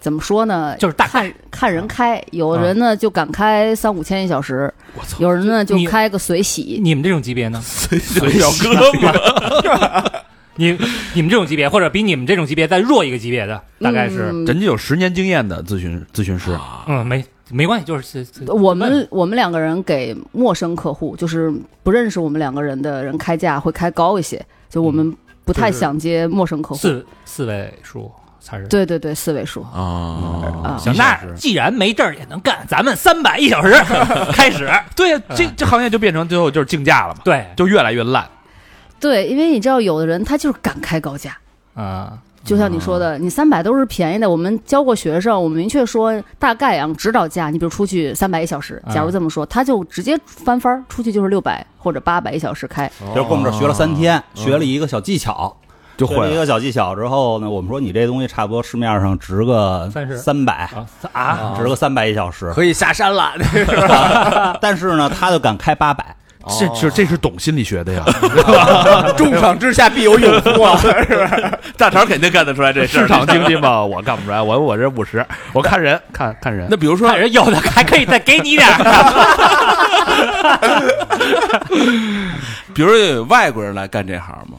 Speaker 6: 怎么说呢？
Speaker 5: 就是大概
Speaker 6: 看看人开，有人呢就敢开三五千一小时，
Speaker 3: 我操，
Speaker 6: 有人呢就
Speaker 5: 你
Speaker 6: 开个随喜。
Speaker 5: 你们这种级别呢？
Speaker 4: 小哥们，
Speaker 5: [laughs] 你你们这种级别，或者比你们这种级别再弱一个级别的，大概是
Speaker 6: 嗯
Speaker 3: 人家有十年经验的咨询咨询师，
Speaker 5: 嗯没没关系，就是
Speaker 6: 我们我们两个人给陌生客户，就是不认识我们两个人的人开价会开高一些，就我
Speaker 4: 嗯
Speaker 6: 们不太
Speaker 5: 就是
Speaker 6: 想接陌生客户。
Speaker 5: 四四位数才是。
Speaker 6: 对对对，四位数
Speaker 4: 哦啊，
Speaker 6: 啊。
Speaker 5: 行，那既然没证儿也能干，咱们三百一小
Speaker 6: [laughs]
Speaker 5: 时开始。
Speaker 3: 对呀，这这行业就变成最后就是竞价了嘛，
Speaker 6: [laughs]
Speaker 5: 对，
Speaker 3: 就越来越烂。
Speaker 6: 对，因为你知道，有的人他就是敢开高价。
Speaker 5: 啊，
Speaker 6: 就像你说
Speaker 4: 嗯
Speaker 6: 的，你三百都是便宜的。我们教过学生，我们明确说大概啊，指导价。你比如出去三百一小
Speaker 4: 嗯
Speaker 6: 时，假如这么说，他就直接翻番儿，出去就是六百或者八百一小时开。
Speaker 7: 就是跟我们这儿学了三天，学了一个小技巧，
Speaker 3: 就
Speaker 7: 学嗯了一。个小技巧之后呢，我们说你这东西差不多市面上值个
Speaker 5: 30
Speaker 7: 三百
Speaker 5: 啊啊，
Speaker 7: 值个三百一小 [laughs] 时，
Speaker 2: 可以下山 [laughs] 了，
Speaker 7: 但是呢，他就敢开八百。
Speaker 3: 这这这是懂心理学的呀，
Speaker 2: 重赏之下必有勇夫 [laughs] 啊！
Speaker 4: 大肠肯定干得出来这事
Speaker 3: 市
Speaker 4: 儿。
Speaker 3: 场经济嘛，我干不出来，我我这五十，我看人呃看看人
Speaker 4: 那，比如说
Speaker 5: 看人有的还可以再给你点儿。
Speaker 4: 比如说有外国人来干这行吗？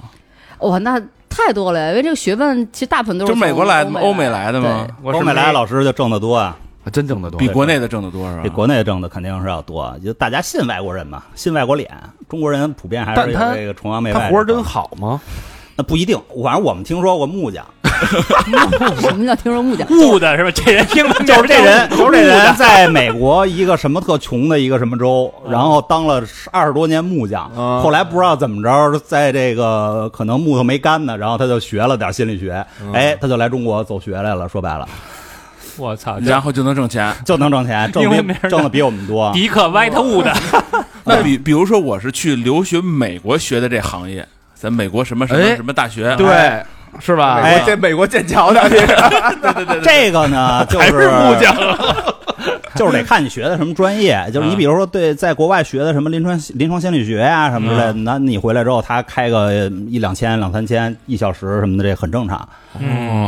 Speaker 6: 哇，那太多了，因为这个学问其实大部分都是
Speaker 4: 哦就是美
Speaker 6: 从
Speaker 4: 国来的吗
Speaker 6: 欧
Speaker 4: 欧美来的吗？
Speaker 3: 我
Speaker 7: 欧美来的老师就挣得多啊，
Speaker 3: 真正的多
Speaker 4: 比国内的挣得多是吧？
Speaker 7: 比国内挣的肯定是要多啊。就大家信外国人嘛，信外国脸，中国人普遍还
Speaker 3: 但
Speaker 7: 是有
Speaker 3: 他
Speaker 7: 这个崇洋媚外。
Speaker 3: 他活儿真，好吗？
Speaker 7: 那不一定。反正我们听说过木匠，
Speaker 6: [laughs] 什么叫听说木
Speaker 4: [laughs]
Speaker 5: [laughs]
Speaker 6: 匠？
Speaker 5: 悟的是吧？这人听着
Speaker 7: 就是这人， [laughs] 就是这人在美国一个什么特穷的一个什么州，然后当了二十多年木匠，
Speaker 2: 啊
Speaker 7: 后来不知道怎么着，在这个可能木头没干呢，然后他就学了点心理学，哎，他就来中国走学来了。说白了，
Speaker 5: 我操，
Speaker 4: [laughs] 然后就能挣
Speaker 3: [laughs]
Speaker 4: 钱。
Speaker 7: 就能挣钱，挣
Speaker 5: 因为
Speaker 7: 得
Speaker 5: 没人
Speaker 7: 比挣的比我
Speaker 5: [laughs]
Speaker 7: 们多。
Speaker 5: 迪克歪他悟的，
Speaker 4: 那比比如说我是去留学美国学的这行业，在美国什么什
Speaker 3: 哎
Speaker 4: 么什么大学，啊
Speaker 3: 对，是吧？
Speaker 7: 哎
Speaker 2: 这美国剑桥的，
Speaker 7: 这个呢，就
Speaker 3: 还
Speaker 7: 是
Speaker 3: 是木匠，
Speaker 7: 就是得看你学的什么专业。就是你比如说对，在国外学的什么临床临床心理学呀、什么之类的，那你回来之后，他开个一两千、两三千一小时什么的，这很正常。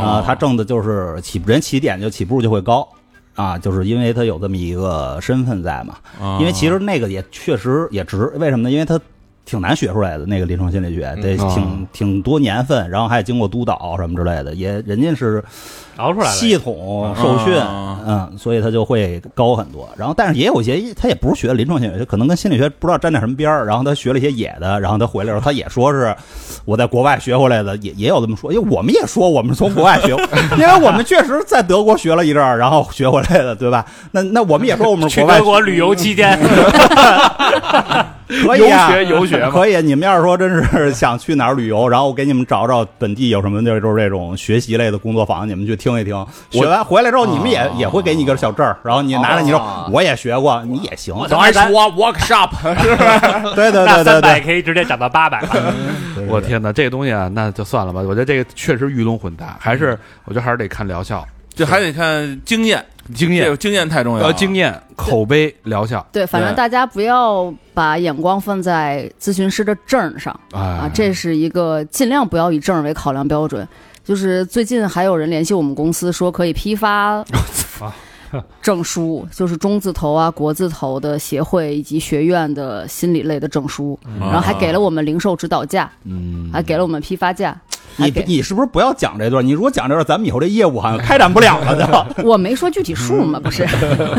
Speaker 7: 啊、他挣的就是起人起点就起步就会高啊，就是因为他有这么一个身份在嘛。
Speaker 3: 啊
Speaker 7: 因为其实那个也确实也值，为什么呢？因为他挺难学出来的那个临床心理学，得
Speaker 3: 嗯
Speaker 7: 挺、挺多年份，然后还经过督导什么之类的，也人家是
Speaker 5: 熬出来了。
Speaker 7: 系统受训，
Speaker 4: 啊
Speaker 7: 嗯，所以他就会高很多。然后，但是也有一些他也不是学临床心理学，可能跟心理学不知道沾点什么边儿。然后他学了一些野的，然后他回来的时候，他也说是我在国外学回来的，也也有这么说。因为我们也说我们是从国外
Speaker 5: [laughs]
Speaker 7: 学，因为我们确实在德国学了一阵儿，然后学回来的，对吧？那那我们也说我们是
Speaker 5: 去
Speaker 7: 国外
Speaker 5: 德国旅游期间，
Speaker 7: 可以啊，
Speaker 3: 游学游学嘛
Speaker 7: [laughs] 可以。你们要是说真是想去哪儿旅游，然后我给你们找找本地有什么，就是这种学习类的工作坊，你们去听一听。学完回来之后，你们也
Speaker 3: 啊
Speaker 7: 也会给你一个小证儿，然后你拿着，你
Speaker 3: 哦
Speaker 7: 说我也学过，你也行。
Speaker 2: 等还说 workshop 是
Speaker 3: [laughs]
Speaker 2: 吧？
Speaker 7: 对
Speaker 5: [laughs]
Speaker 7: 对
Speaker 5: 那三
Speaker 7: 对对
Speaker 5: 百
Speaker 7: 对，
Speaker 5: 可以直接涨到八百了。
Speaker 7: 对
Speaker 3: 我，天哪，这个东西啊，那就算了吧。我觉得这个确实鱼龙混杂，还是我觉得还是得看疗效、
Speaker 4: 这还得看经验，
Speaker 3: 经
Speaker 4: 这
Speaker 3: 验
Speaker 4: 个、经验太重要
Speaker 3: 呃
Speaker 4: 了。
Speaker 3: 经验、口碑、疗效
Speaker 6: 对，反正
Speaker 4: 对
Speaker 6: 大家不要把眼光放在咨询师的证儿上啊
Speaker 1: 哎
Speaker 3: 啊，
Speaker 6: 这是一个尽量不要以证儿为考量标准。就是最近还有人联系我们公司说可以批发，证书，就是中字头啊、国字头的协会以及学院的心理类的证书，然后还给了我们零售指导价，
Speaker 3: 嗯，
Speaker 6: 还给了我们批发价。还
Speaker 7: 你
Speaker 6: 给
Speaker 7: 你是不是不要讲这段？你如果讲这段，咱们以后这业务好像开展不了了
Speaker 3: [laughs]
Speaker 7: 就。
Speaker 6: 我没说具体数嘛，不是，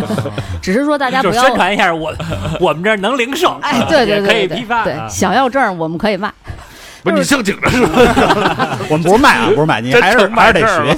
Speaker 6: [laughs] 只是说大家
Speaker 5: 就
Speaker 6: 不
Speaker 5: 是
Speaker 6: 要
Speaker 5: 宣传一下我
Speaker 6: [laughs]
Speaker 5: 我们这儿能零售，啊
Speaker 6: 哎，对
Speaker 5: 也
Speaker 6: 对
Speaker 5: 可以
Speaker 6: 对对
Speaker 5: 批发
Speaker 6: 对
Speaker 5: 啊，
Speaker 6: 想要证儿我们可以卖。
Speaker 3: 不是
Speaker 6: 就
Speaker 3: 你
Speaker 6: 是
Speaker 3: 正经的是吧？
Speaker 7: 我们不是卖啊，不是卖，你
Speaker 3: 真
Speaker 7: 还是
Speaker 3: 成
Speaker 7: 还
Speaker 3: 卖
Speaker 7: 是
Speaker 3: 这儿啊
Speaker 7: 得
Speaker 3: 了
Speaker 7: 学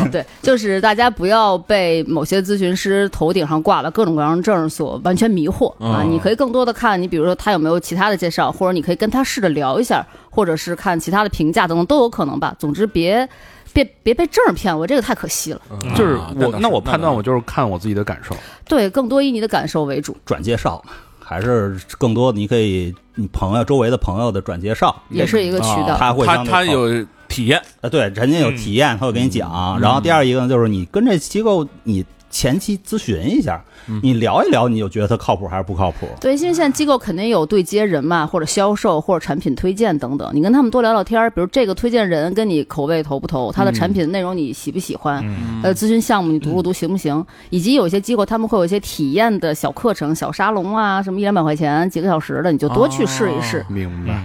Speaker 7: 习。
Speaker 6: 对，就是大家不要被某些咨询师头顶上挂了各种各样的证儿所完全迷惑、啊！你可以更多的看，你比如说他有没有其他的介绍，或者你可以跟他试着聊一下，或者是看其他的评价等等都有可能吧。总之别别别被证儿骗我，这个太可惜了。
Speaker 3: 就是
Speaker 4: 啊
Speaker 3: 我，那
Speaker 4: 倒是
Speaker 3: 我判断
Speaker 4: 倒
Speaker 3: 我就是看我自己的感受。
Speaker 6: 对，更多以你的感受为主，
Speaker 7: 转介绍，还是更多你可以你朋友周围的朋友的转介绍，
Speaker 6: 也是一个渠道。
Speaker 7: 他会
Speaker 4: 他
Speaker 7: 相对
Speaker 4: 他
Speaker 7: 好
Speaker 4: 有体验，
Speaker 7: 呃，对，人家有
Speaker 3: 嗯
Speaker 7: 体验，他会给你讲。然后第二一个呢，就是你跟这机构你前期咨询一下，
Speaker 3: 嗯
Speaker 7: 你聊一聊，你就觉得他靠谱还是不靠谱。
Speaker 6: 对，因为现在机构肯定有对接人嘛，或者销售，或者产品推荐等等。你跟他们多聊聊天儿，比如这个推荐人跟你口味投不投，
Speaker 3: 嗯
Speaker 6: 他的产品内容你喜不喜欢，呃，咨询项目你读不读行不行，以及有一些机构他们会有一些体验的小课程、小沙龙啊，什么一两百块钱几个小时的，你就多去试一试、
Speaker 3: 哦明白，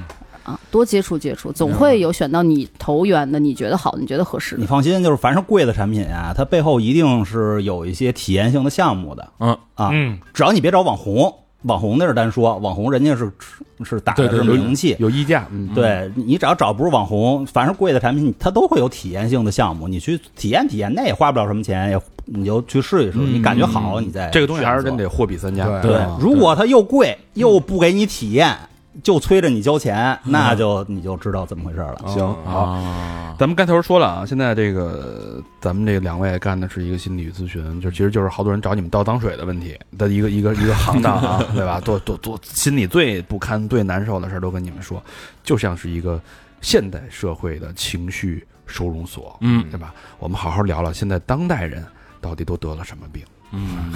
Speaker 6: 啊，多接触接触，总会有选到你投缘的，你觉得好，你觉得合适
Speaker 7: 你
Speaker 6: 的。
Speaker 7: 放心，就是凡是贵的产品啊，它背后一定是有一些体验性的项目的。
Speaker 4: 嗯
Speaker 7: 啊，
Speaker 5: 嗯，
Speaker 7: 只要你别找网红，网红那是单说，网红人家是是打
Speaker 3: 对
Speaker 7: 的是
Speaker 3: 对
Speaker 7: 名气。
Speaker 3: 有溢价，嗯，
Speaker 7: 对你只要找不是网红，凡是贵的产品，它都会有体验性的项目，你去体验体验，那也花不了什么钱，也你就去试一试，你感觉好，你
Speaker 4: 哎
Speaker 7: 再
Speaker 3: 嗯这个东西
Speaker 4: 啊
Speaker 3: 还是
Speaker 7: 选
Speaker 3: 真
Speaker 7: 择
Speaker 3: 得货比三家。
Speaker 2: 对
Speaker 3: 啊
Speaker 7: 如果它又贵又不给你体验，就催着你交钱，那就你就知道怎么回事了。
Speaker 2: 行，
Speaker 3: 好，啊咱们开头说了啊，现在这个咱们这两位干的是一个心理咨询，就其实就是好多人找你们倒脏水的问题的一个一个一个行当 [laughs] 啊，对吧？做做做心里最不堪、最难受的事儿都跟你们说，就像是一个现代社会的情绪收容所，
Speaker 4: 嗯
Speaker 3: 对吧？我们好好聊聊现在当代人到底都得了什么病。嗯，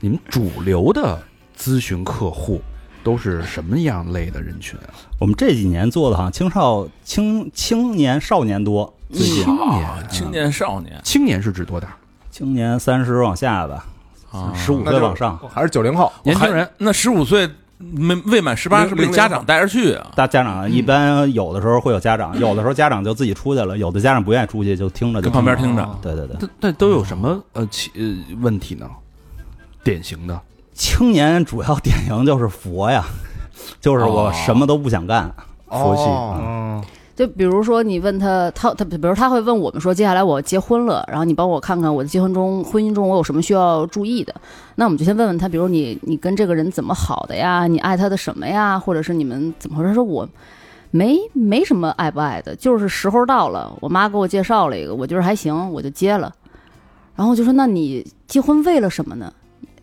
Speaker 3: 你们主流的咨询客户都是什么样类的人群 [laughs] 啊？
Speaker 7: 我们这几年做的好像青少青青年少年多，最近
Speaker 3: 青年，
Speaker 4: 青年少年
Speaker 3: 青年是指多大？
Speaker 7: [laughs] 青年三十往下吧，
Speaker 4: 啊，
Speaker 7: 十五
Speaker 2: 那
Speaker 7: 岁
Speaker 2: 就嗯
Speaker 7: 往上，
Speaker 2: 还是九零后，
Speaker 3: 年轻人
Speaker 4: 还那十五岁没未满十八，
Speaker 2: 零
Speaker 4: 是不是
Speaker 2: 零零
Speaker 4: 家长带着去啊？
Speaker 7: 大家长一般有的时候会有家长，有的时候家长就自己出去了，有的家长不愿意出去就听着就
Speaker 4: 跟旁边听着，
Speaker 7: 对对对，
Speaker 3: 这这都有什么呃其呃问题呢？典型的
Speaker 7: 青年主要 [laughs] 典型就是佛呀，就是我什么都不想干，
Speaker 3: 佛系
Speaker 2: 哦
Speaker 5: 嗯，
Speaker 6: 就比如说你问他，他他比如他会问我们说，接下来我结婚了，然后你帮我看看我的结婚中婚姻中我有什么需要注意的。那我们就先问问他，比如你你跟这个人怎么好的呀？你爱他的什么呀？或者是你们怎么回事？他说我没没什么爱不爱的，就是时候到了，我妈给我介绍了一个，我觉得还行，我就接了。然后我就说，那你结婚为了什么呢？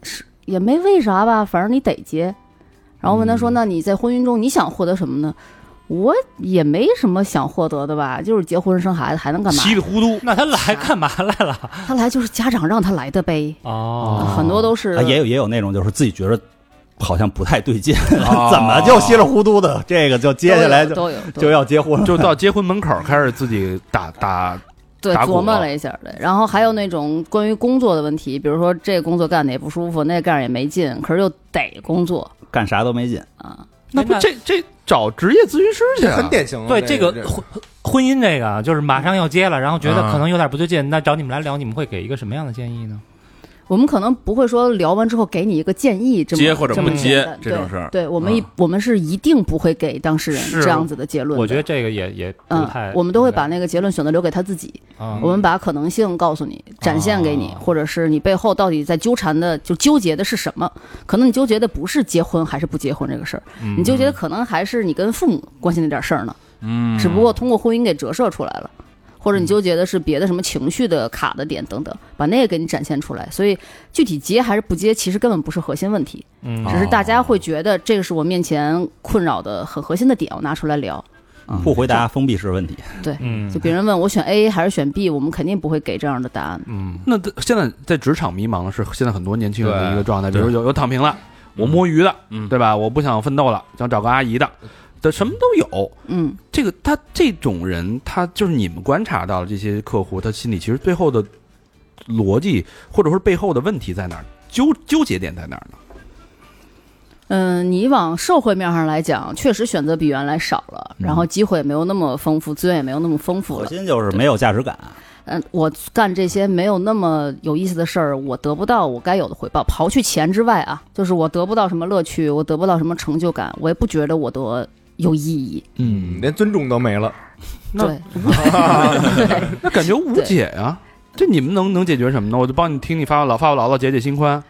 Speaker 6: 是也没为啥吧，反正你得结。然后问他
Speaker 7: 嗯
Speaker 6: 说，那你在婚姻中你想获得什么呢？我也没什么想获得的吧，就是结婚生孩子还能干嘛？啊
Speaker 3: 稀里糊涂，
Speaker 5: 那他来干嘛来了？
Speaker 6: 他来就是家长让他来的呗，
Speaker 5: 哦，
Speaker 6: 很多都是
Speaker 7: 啊，也有也有那种就是自己觉得好像不太
Speaker 4: [laughs]
Speaker 7: 对劲，
Speaker 4: 哦
Speaker 7: 怎么就稀里糊涂的这个就接下来就
Speaker 6: 都有都有都有
Speaker 7: 就要结婚
Speaker 3: [laughs]
Speaker 7: 了。
Speaker 3: 就到结婚门口开始自己打打，
Speaker 6: 对
Speaker 3: 打鼓
Speaker 6: 琢磨了一下的。然后还有那种关于工作的问题，比如说这个工作干的也不舒服，那个干着也没劲，可是又得工作
Speaker 7: 干啥都没劲，
Speaker 6: 啊。
Speaker 3: 那不 [laughs] 这这找职业咨询师去啊，
Speaker 2: 很典型的。
Speaker 5: 对这个婚婚姻这个啊，就是马上要结了，然后觉得
Speaker 4: 啊
Speaker 5: 可能有点不对劲，那找你们来聊，你们会给一个什么样的建议呢？
Speaker 6: 我们可能不会说聊完之后给你一个建议，这么
Speaker 4: 接或者
Speaker 6: 这么
Speaker 4: 不接
Speaker 6: 简单
Speaker 4: 这种事儿嗯
Speaker 6: 对，对我们一、我们是一定不会给当事人
Speaker 5: 是
Speaker 6: 这样子的结论的。
Speaker 5: 我觉得这个也也不
Speaker 6: 嗯
Speaker 5: 太，，
Speaker 6: 我们都会把那个结论选择留给他自己。
Speaker 5: 嗯
Speaker 6: 我们把可能性告诉你，展现给你，或者是你背后到底在纠缠的，就纠结的是什么？可能你纠结的不是结婚还是不结婚这个事儿，你纠结的可能还是你跟父母关系那点事儿呢，
Speaker 4: 嗯，
Speaker 6: 只不过通过婚姻给折射出来了。或者你纠结的是别的什么情绪的卡的点等等，把那个给你展现出来。所以具体结还是不结，其实根本不是核心问题，
Speaker 5: 嗯
Speaker 6: 只是大家会觉得这个是我面前困扰的很核心的点，我拿出来聊。
Speaker 4: 嗯
Speaker 7: 不回答封闭式
Speaker 4: [laughs]
Speaker 7: 问题。
Speaker 6: 对，
Speaker 5: 嗯
Speaker 6: 就别人问我选 A 还是选 B，我们肯定不会给这样的答案。
Speaker 5: 嗯
Speaker 3: 那在现在在职场迷茫的是现在很多年轻人的一个状态，比如有有躺平了，我摸鱼的，
Speaker 4: 啊嗯
Speaker 3: 对吧？我不想奋斗了，想找个阿姨的，这什么都有。
Speaker 6: 嗯，
Speaker 3: 这个他这种人，他就是你们观察到的这些客户，他心里其实最后的逻辑，或者说背后的问题在哪儿，纠纠结点在哪儿呢？
Speaker 6: 嗯，你往社会面上来讲，确实选择比原来少了，然后机会也没有那么丰富，资源也没有那么丰富
Speaker 7: 核
Speaker 6: 了。
Speaker 7: 心就是没有价值感。
Speaker 6: 嗯，我干这些没有那么有意思的事儿，我得不到我该有的回报。刨去钱之外啊，就是我得不到什么乐趣，我得不到什么成就感，我也不觉得我多有意义。
Speaker 2: 嗯，连尊重都没了。
Speaker 3: 那
Speaker 6: 对，
Speaker 3: 那感觉无解呀、这你们能能解决什么呢？我就帮你听你发发牢发发牢骚，解解心宽。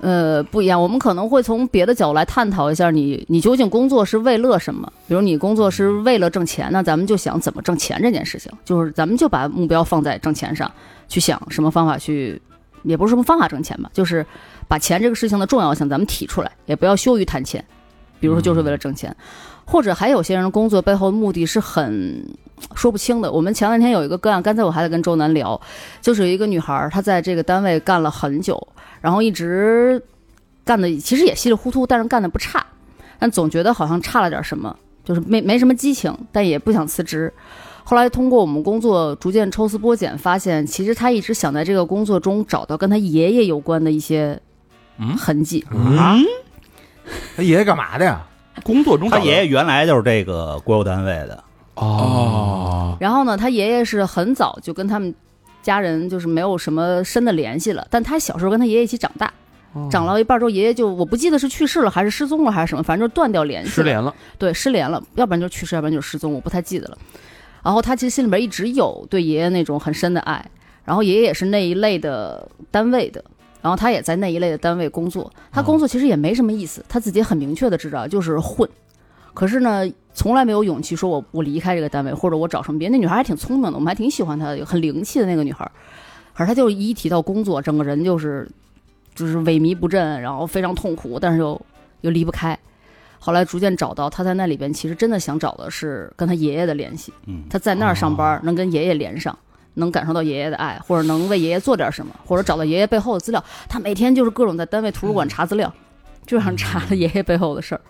Speaker 6: 呃，不一样，我们可能会从别的角度来探讨一下你，你究竟工作是为了什么？比如你工作是为了挣钱，那咱们就想怎么挣钱这件事情，就是咱们就把目标放在挣钱上，去想什么方法去，也不是什么方法挣钱吧，就是把钱这个事情的重要性咱们提出来，也不要羞于谈钱。比如说，就是为了挣钱，或者还有些人工作背后的目的是很说不清的。我们前两天有一个个案，刚才我还在跟周楠聊，就是有一个女孩儿，她在这个单位干了很久，然后一直干的其实也稀里糊涂，但是干的不差，但总觉得好像差了点什么，就是没没什么激情，但也不想辞职。后来通过我们工作逐渐抽丝剥茧，发现其实她一直想在这个工作中找到跟她爷爷有关的一些
Speaker 4: 嗯
Speaker 6: 痕迹。
Speaker 2: 啊，他爷爷干嘛的呀？
Speaker 3: 工作中
Speaker 7: 他
Speaker 3: 找到
Speaker 7: 爷爷原来就是这个国有单位的，
Speaker 3: 哦，
Speaker 6: 然后呢，他爷爷是很早就跟他们家人就是没有什么深的联系了，但他小时候跟他爷爷一起长大，长到一半之后，爷爷就我不记得是去世了还是失踪了还是什么，反正就断掉联系了
Speaker 3: 失联了，
Speaker 6: 对，失联了，要不然就去世，要不然就失踪，我不太记得了。然后他其实心里边一直有对爷爷那种很深的爱，然后爷爷也是那一类的单位的，然后他也在那一类的单位工作。他工作其实也没什么意思，他自己很明确的知道就是混，可是呢，从来没有勇气说我我离开这个单位，或者我找什么别的。那女孩还挺聪明的，我们还挺喜欢她的，很灵气的那个女孩。可是她就一提到工作，整个人就是就是萎靡不振，然后非常痛苦，但是又又离不开。后来逐渐找到，他在那里边其实真的想找的是跟他爷爷的联系。
Speaker 7: 嗯
Speaker 6: 他在那儿上班，能跟爷爷连上，能感受到爷爷的爱，或者能为爷爷做点什么，或者找到爷爷背后的资料。他每天就是各种在单位图书馆查资料， [laughs] 就想查爷爷背后的事儿。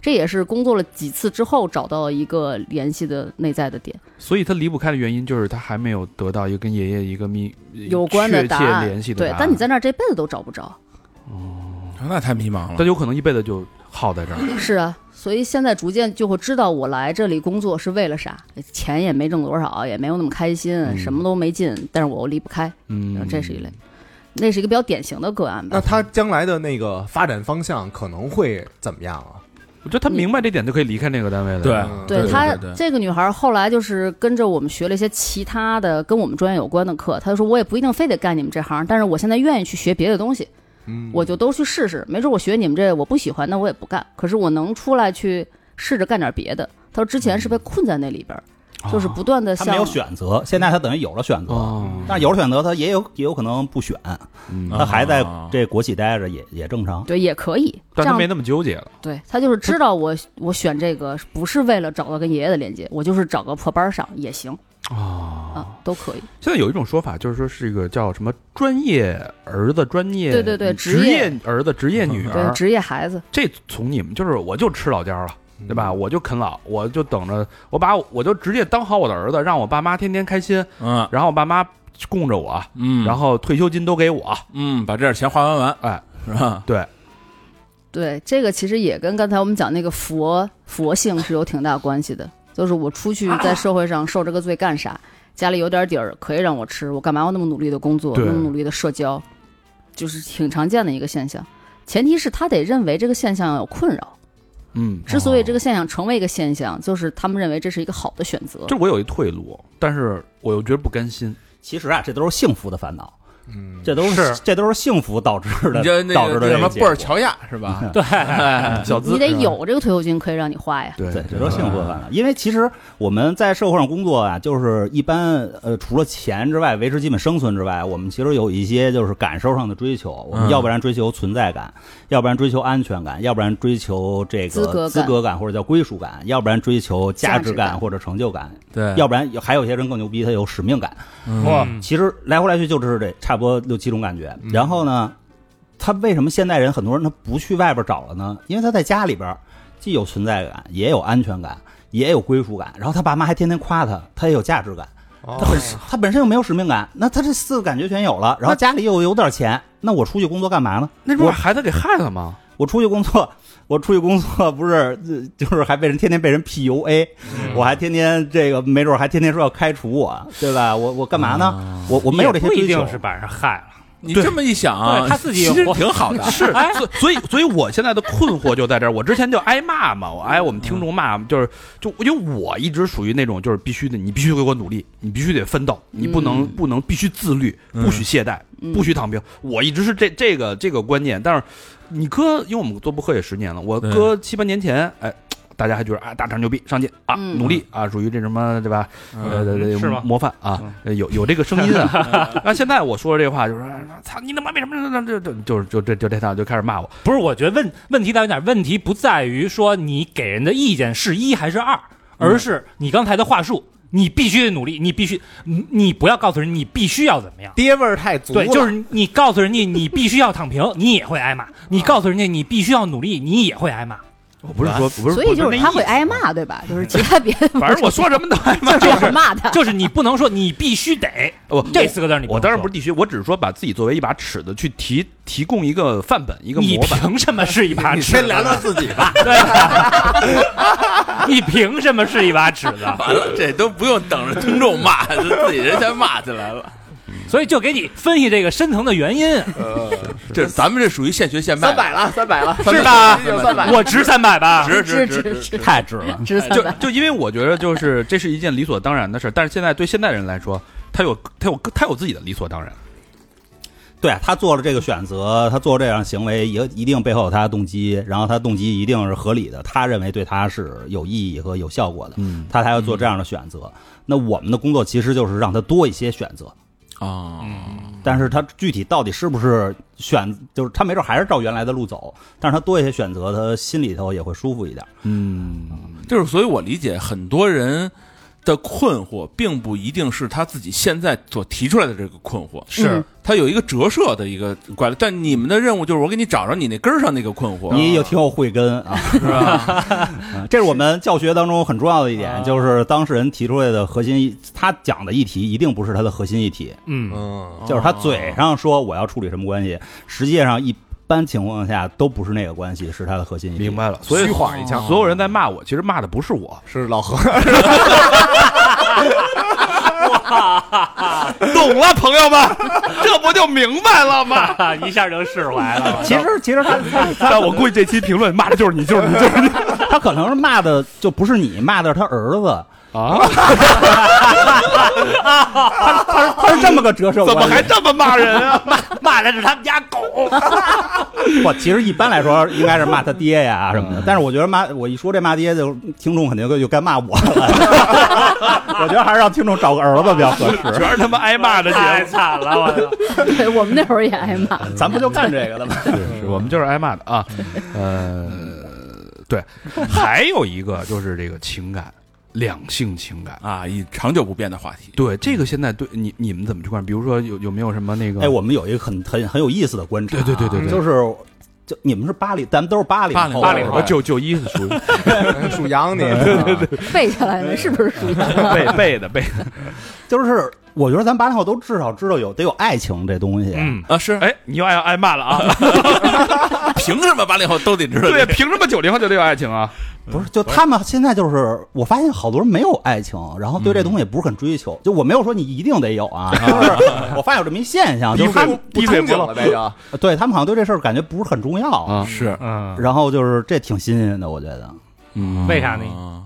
Speaker 6: 这也是工作了几次之后找到一个联系的内在的点。
Speaker 3: 所以他离不开的原因就是他还没有得到一个跟爷爷一个密
Speaker 6: 有关的答
Speaker 3: 确切
Speaker 6: 案，
Speaker 3: 联系的
Speaker 6: 对
Speaker 3: 答，案
Speaker 6: 但你在那儿这辈子都找不着。
Speaker 4: 那太迷茫
Speaker 3: 他
Speaker 4: 了。
Speaker 3: 有可能一辈子就耗在这儿。
Speaker 6: 是啊，所以现在逐渐就会知道我来这里工作是为了啥，钱也没挣多少，也没有那么开心，什么都没劲，但是我又离不开，
Speaker 3: 嗯，
Speaker 6: 这是一类，那是一个比较典型的个案吧
Speaker 2: 那。他将来的那个发展方向可能会怎么样啊？
Speaker 3: 我觉得他明白这点就可以离开那个单位了。
Speaker 4: 对
Speaker 2: 嗯
Speaker 6: 对她
Speaker 4: 对
Speaker 6: 这个女孩后来就是跟着我们学了一些其他的跟我们专业有关的课，她就说我也不一定非得干你们这行，但是我现在愿意去学别的东西，
Speaker 2: 嗯，
Speaker 6: 我就都去试试，没准我学你们这我不喜欢，那我也不干，可是我能出来去试着干点别的。她说之前是被困在那里边儿，就是不断的
Speaker 7: 他
Speaker 6: 向
Speaker 7: 没有选择，现在他等于有了选择，
Speaker 3: 哦，
Speaker 7: 但是有了选择，他也有也有可能不选，
Speaker 3: 嗯，
Speaker 7: 他还在
Speaker 4: 啊
Speaker 7: 这国企待着也也正常。
Speaker 6: 对，也可以。这
Speaker 3: 但他
Speaker 6: 样
Speaker 3: 没那么纠结了。
Speaker 6: 对他就是知道我我选这个不是为了找到跟爷爷的连接，我就是找个破班儿上也行
Speaker 3: 哦，
Speaker 6: 啊，都可以。
Speaker 3: 现在有一种说法，就是说是一个叫什么专业儿子、专业
Speaker 6: 对对对职
Speaker 3: 职
Speaker 6: 业嗯
Speaker 3: 业儿子、职业女
Speaker 6: 对，
Speaker 3: 儿。
Speaker 6: 职业孩子，
Speaker 3: 这从你们就是我就吃老家了。
Speaker 4: 嗯
Speaker 2: 嗯
Speaker 3: 对吧？我就啃老，我就等着，我把我我就直接当好我的儿子，让我爸妈天天开心，
Speaker 4: 嗯
Speaker 3: 然后我爸妈供着我，
Speaker 4: 嗯，
Speaker 3: 然后退休金都给我，
Speaker 4: 嗯，把这点钱花完完，
Speaker 3: 哎，
Speaker 4: 是吧？
Speaker 6: 对这个其实也跟刚才我们讲那个佛佛性是有挺大关系的。就是我出去在社会上受这个罪干啥？家里有点底儿可以让我吃，我干嘛要那么努力的工作，
Speaker 3: 对
Speaker 6: 那么努力的社交？就是挺常见的一个现象。前提是他得认为这个现象有困扰。
Speaker 3: 嗯，
Speaker 6: 之所以这个现象成为一个现象，就是他们认为这是一个好的选择。
Speaker 3: 就是我有一退路，但是我又觉得不甘心。
Speaker 7: 其实啊，这都是幸福的烦恼，
Speaker 2: 嗯，
Speaker 7: 这都是这都是幸福导致的，
Speaker 4: 你就那
Speaker 7: 导致
Speaker 4: 个
Speaker 7: 的
Speaker 4: 那什
Speaker 7: 这
Speaker 4: 么
Speaker 7: 个结
Speaker 4: 布尔
Speaker 7: 果
Speaker 4: 乔亚是吧？
Speaker 5: 对，
Speaker 4: 哎
Speaker 3: 小资
Speaker 6: 你得有这个退休金可以让你花呀。
Speaker 3: 对
Speaker 7: 对，这都是幸福的烦恼。因为其实我们在社会上工作啊，就是一般呃，除了钱之外，维持基本生存之外，我们其实有一些就是感受上的追求。我们
Speaker 4: 嗯
Speaker 7: 要不然追求存在感，要不然追求安全感，要不然追求这个
Speaker 6: 资格感
Speaker 7: 资格感或者叫归属感，要不然追求价值
Speaker 6: 价值
Speaker 7: 感
Speaker 6: 感
Speaker 7: 或者成就感，
Speaker 4: 对，
Speaker 7: 要不然有还有一些人更牛逼，他有使命感。
Speaker 5: 哇，
Speaker 7: 其实来回来去就是这差不多六七种感觉。
Speaker 5: 嗯
Speaker 7: 然后呢，他为什么现代人很多人他不去外边找了呢？因为他在家里边既有存在感，也有安全感，也有归属感。然后他爸妈还天天夸他，他也有价值感。
Speaker 5: 哦
Speaker 7: 他本身他本身又没有使命感，那他这四个感觉全有了，然后家里又有点钱，那我出去工作干嘛呢？
Speaker 3: 那不
Speaker 7: 我
Speaker 3: 把孩子给害了吗？。
Speaker 7: 我出去工作， [laughs] 我出去工作不是呃就是还被人天天被人 PUA，、我
Speaker 5: 嗯
Speaker 7: 还天天这个没准还天天说要开除我，对吧？我我干嘛呢？我我没有这些
Speaker 5: 啊也不一
Speaker 7: 追求
Speaker 5: 定，是把人害了。
Speaker 4: 你这么一想啊，
Speaker 5: 对他自己哎
Speaker 4: 其实
Speaker 5: 活
Speaker 4: 挺
Speaker 5: [laughs]
Speaker 4: 好的
Speaker 3: 是，所所以所以我现在的困惑就在这儿。我之前就挨骂嘛，我挨我们听众骂，就是就因为我一直属于那种就是必须得你必须给我努力，你必须得奋斗，你不
Speaker 5: 嗯
Speaker 3: 能、不能必须自律，不许懈怠，
Speaker 6: 嗯
Speaker 3: 不许躺平。我一直是这这个这个观念，但是你哥，因为我们做播客也十年了，我哥七八年前，哎。大家还觉得啊，大肠牛逼，上进啊，
Speaker 6: 嗯
Speaker 3: 努力啊，属于这什么对吧？呃，对对
Speaker 5: 是吗
Speaker 3: 模范啊，呃有有这个声音啊。那现在我说这话，就是操你他妈为什么这这就是就这就这套就开始骂我。
Speaker 5: 不是，我觉得问问题在于哪儿？问题不在于说你给人的意见是一还是二，而是你刚才的话术，你必须得努力，你必须，你你不要告诉人你必须要怎么样。
Speaker 2: 爹味儿太足了，
Speaker 5: 对，就是你告诉人家你必须要躺平，你也会挨骂；你告诉人家你必须要努力，你也会挨骂。
Speaker 3: 我不是说不是，
Speaker 6: 所以就
Speaker 3: 不
Speaker 6: 是
Speaker 3: 那
Speaker 6: 他
Speaker 3: 意
Speaker 6: 会
Speaker 3: 思啊
Speaker 6: 挨骂，对吧？
Speaker 3: [laughs]
Speaker 6: 就是其他别的
Speaker 3: 反正我说什么都挨骂。
Speaker 6: 就是要骂他，
Speaker 5: 就是你不能说你必须得
Speaker 3: 我
Speaker 5: 这四个字，你
Speaker 3: [laughs] 我当然不
Speaker 5: 不
Speaker 3: 是地区，我只是说把自己作为一把尺子去提提供一个范本，一个
Speaker 5: 能说，你
Speaker 3: 模板。
Speaker 5: 凭什么是一把
Speaker 2: [laughs] 你
Speaker 5: 尺
Speaker 2: 先
Speaker 5: 子？
Speaker 2: 聊聊自己吧。
Speaker 5: 你凭什么是一把尺
Speaker 3: 啊
Speaker 5: 子？
Speaker 4: 完了，这都不用等着听众骂， [laughs] 就自己人先骂起来了。
Speaker 5: 所以就给你分析这个深层的原因啊。
Speaker 4: 这咱们这属于现学现卖，
Speaker 2: 三百了，三百了，
Speaker 4: 三百
Speaker 2: 是吧
Speaker 3: [laughs]
Speaker 4: 三？百
Speaker 2: 三百，
Speaker 5: 我值三百吧？
Speaker 4: 值
Speaker 6: 值
Speaker 4: 值
Speaker 6: 值
Speaker 4: 值
Speaker 6: 值
Speaker 7: 太值了。
Speaker 6: 值三
Speaker 3: [laughs] 就
Speaker 6: 百。
Speaker 3: 就因为我觉得就是这是一件理所当然的事儿，但是现在对现代人来说，他有他有他有自己的理所当然。
Speaker 7: 对他做了这个选择，他做这样的行为也一定背后有他的动机，然后他动机一定是合理的，他认为对他是有意义和有效果的，
Speaker 3: 嗯，
Speaker 7: 他才要做这样的选择。那我们的工作其实就是让他多一些选择，
Speaker 4: 啊！
Speaker 5: 嗯
Speaker 7: 但是他具体到底是不是选，就是他没准还是照原来的路走，但是他多一些选择，他心里头也会舒服一点。
Speaker 3: 嗯
Speaker 4: 就是所以我理解很多人的困惑，并不一定是他自己现在所提出来的这个困惑，
Speaker 6: 是
Speaker 4: 他有一个折射的一个拐了。但你们的任务就是我给你找着你那根儿上那个困惑，
Speaker 7: 你有挺有慧根
Speaker 3: [laughs]
Speaker 7: 啊，是吧？ [laughs] 这是我们教学当中很重要的一
Speaker 3: 啊
Speaker 7: 点，就是当事人提出来的核心议，他讲的议题一定不是他的核心议题，
Speaker 5: 嗯，
Speaker 2: 嗯，
Speaker 7: 就是他嘴上说我要处理什么关系，实际上一般情况下都不是那个关系是他的核心议题。
Speaker 3: 明白
Speaker 4: 啊
Speaker 3: 了。所以
Speaker 2: 虚晃一枪
Speaker 3: 所有人在骂我，其实骂的不是我，
Speaker 2: 是老何，
Speaker 3: 懂了，朋友们， [laughs] 这不就明白了吗？
Speaker 5: 一下就释怀了。
Speaker 7: 其实，其实他他
Speaker 3: 但我估计这期评论骂的就是你，就是你，就是你
Speaker 7: [laughs] 他可能是骂的就不是你，骂的是他儿子。 [laughs]
Speaker 3: 啊！
Speaker 7: 他是他是这么个折射
Speaker 3: 怎
Speaker 7: 关系，
Speaker 3: 么还这么骂人啊？
Speaker 5: [laughs] 骂的是他们家狗。
Speaker 7: 不，其实一般来说应该是骂他爹
Speaker 3: 嗯
Speaker 7: 呀什么的，但是我觉得骂我一说这骂爹就，听众肯定就就该骂我了。 [laughs] 我觉得还是让听众找个儿子比较合适。
Speaker 3: 全是他妈挨骂的
Speaker 5: [laughs]
Speaker 3: 节
Speaker 5: 太
Speaker 3: 目。
Speaker 5: 惨了，我
Speaker 6: 对我们那会儿也挨骂，
Speaker 7: 咱不就干这个的吗？
Speaker 3: 是是，我们就是挨骂的啊。呃，
Speaker 6: 嗯
Speaker 3: 对，还有一个就是这个情感，两性情感。
Speaker 4: 啊，以长久不变的话题。
Speaker 3: 对，这个现在对你你们怎么去看？比如说有有没有什么那个？
Speaker 7: 哎，我们有一个很很很有意思的观察啊，
Speaker 3: 对对对对对
Speaker 7: 就是就你们是八零，咱们都是八零
Speaker 4: 八零
Speaker 7: 后，
Speaker 4: 八零
Speaker 3: 我九九一是 [laughs] 属于
Speaker 2: 属羊你，对对对，
Speaker 6: 背下来的是不是属于？
Speaker 3: [laughs] 背背的背。
Speaker 7: 就是我觉得咱八零后都至少知道有得有爱情这东西。
Speaker 5: 嗯，
Speaker 4: 啊，是，啊
Speaker 3: 哎，你又挨挨骂了啊？
Speaker 4: 凭什么八零后都得知道？
Speaker 3: 对，，凭什么九零后就得有爱情啊？
Speaker 7: 不是，就他们现在就是，我发现好多人没有爱情，然后对这东西也不是很追求。就我没有说你一定得有啊， [laughs] 就是我发现有这么一现象，就是他们
Speaker 2: 不
Speaker 3: 滴水
Speaker 2: 憧
Speaker 3: 不
Speaker 2: 憬
Speaker 3: 漏
Speaker 2: 了呗就。
Speaker 7: 对他们好像对这事儿感觉不是很重要。
Speaker 3: 啊，
Speaker 5: [laughs]
Speaker 4: 是，
Speaker 5: 嗯，
Speaker 7: 然后就是这挺新鲜的，我觉得
Speaker 3: 嗯
Speaker 5: 为啥呢？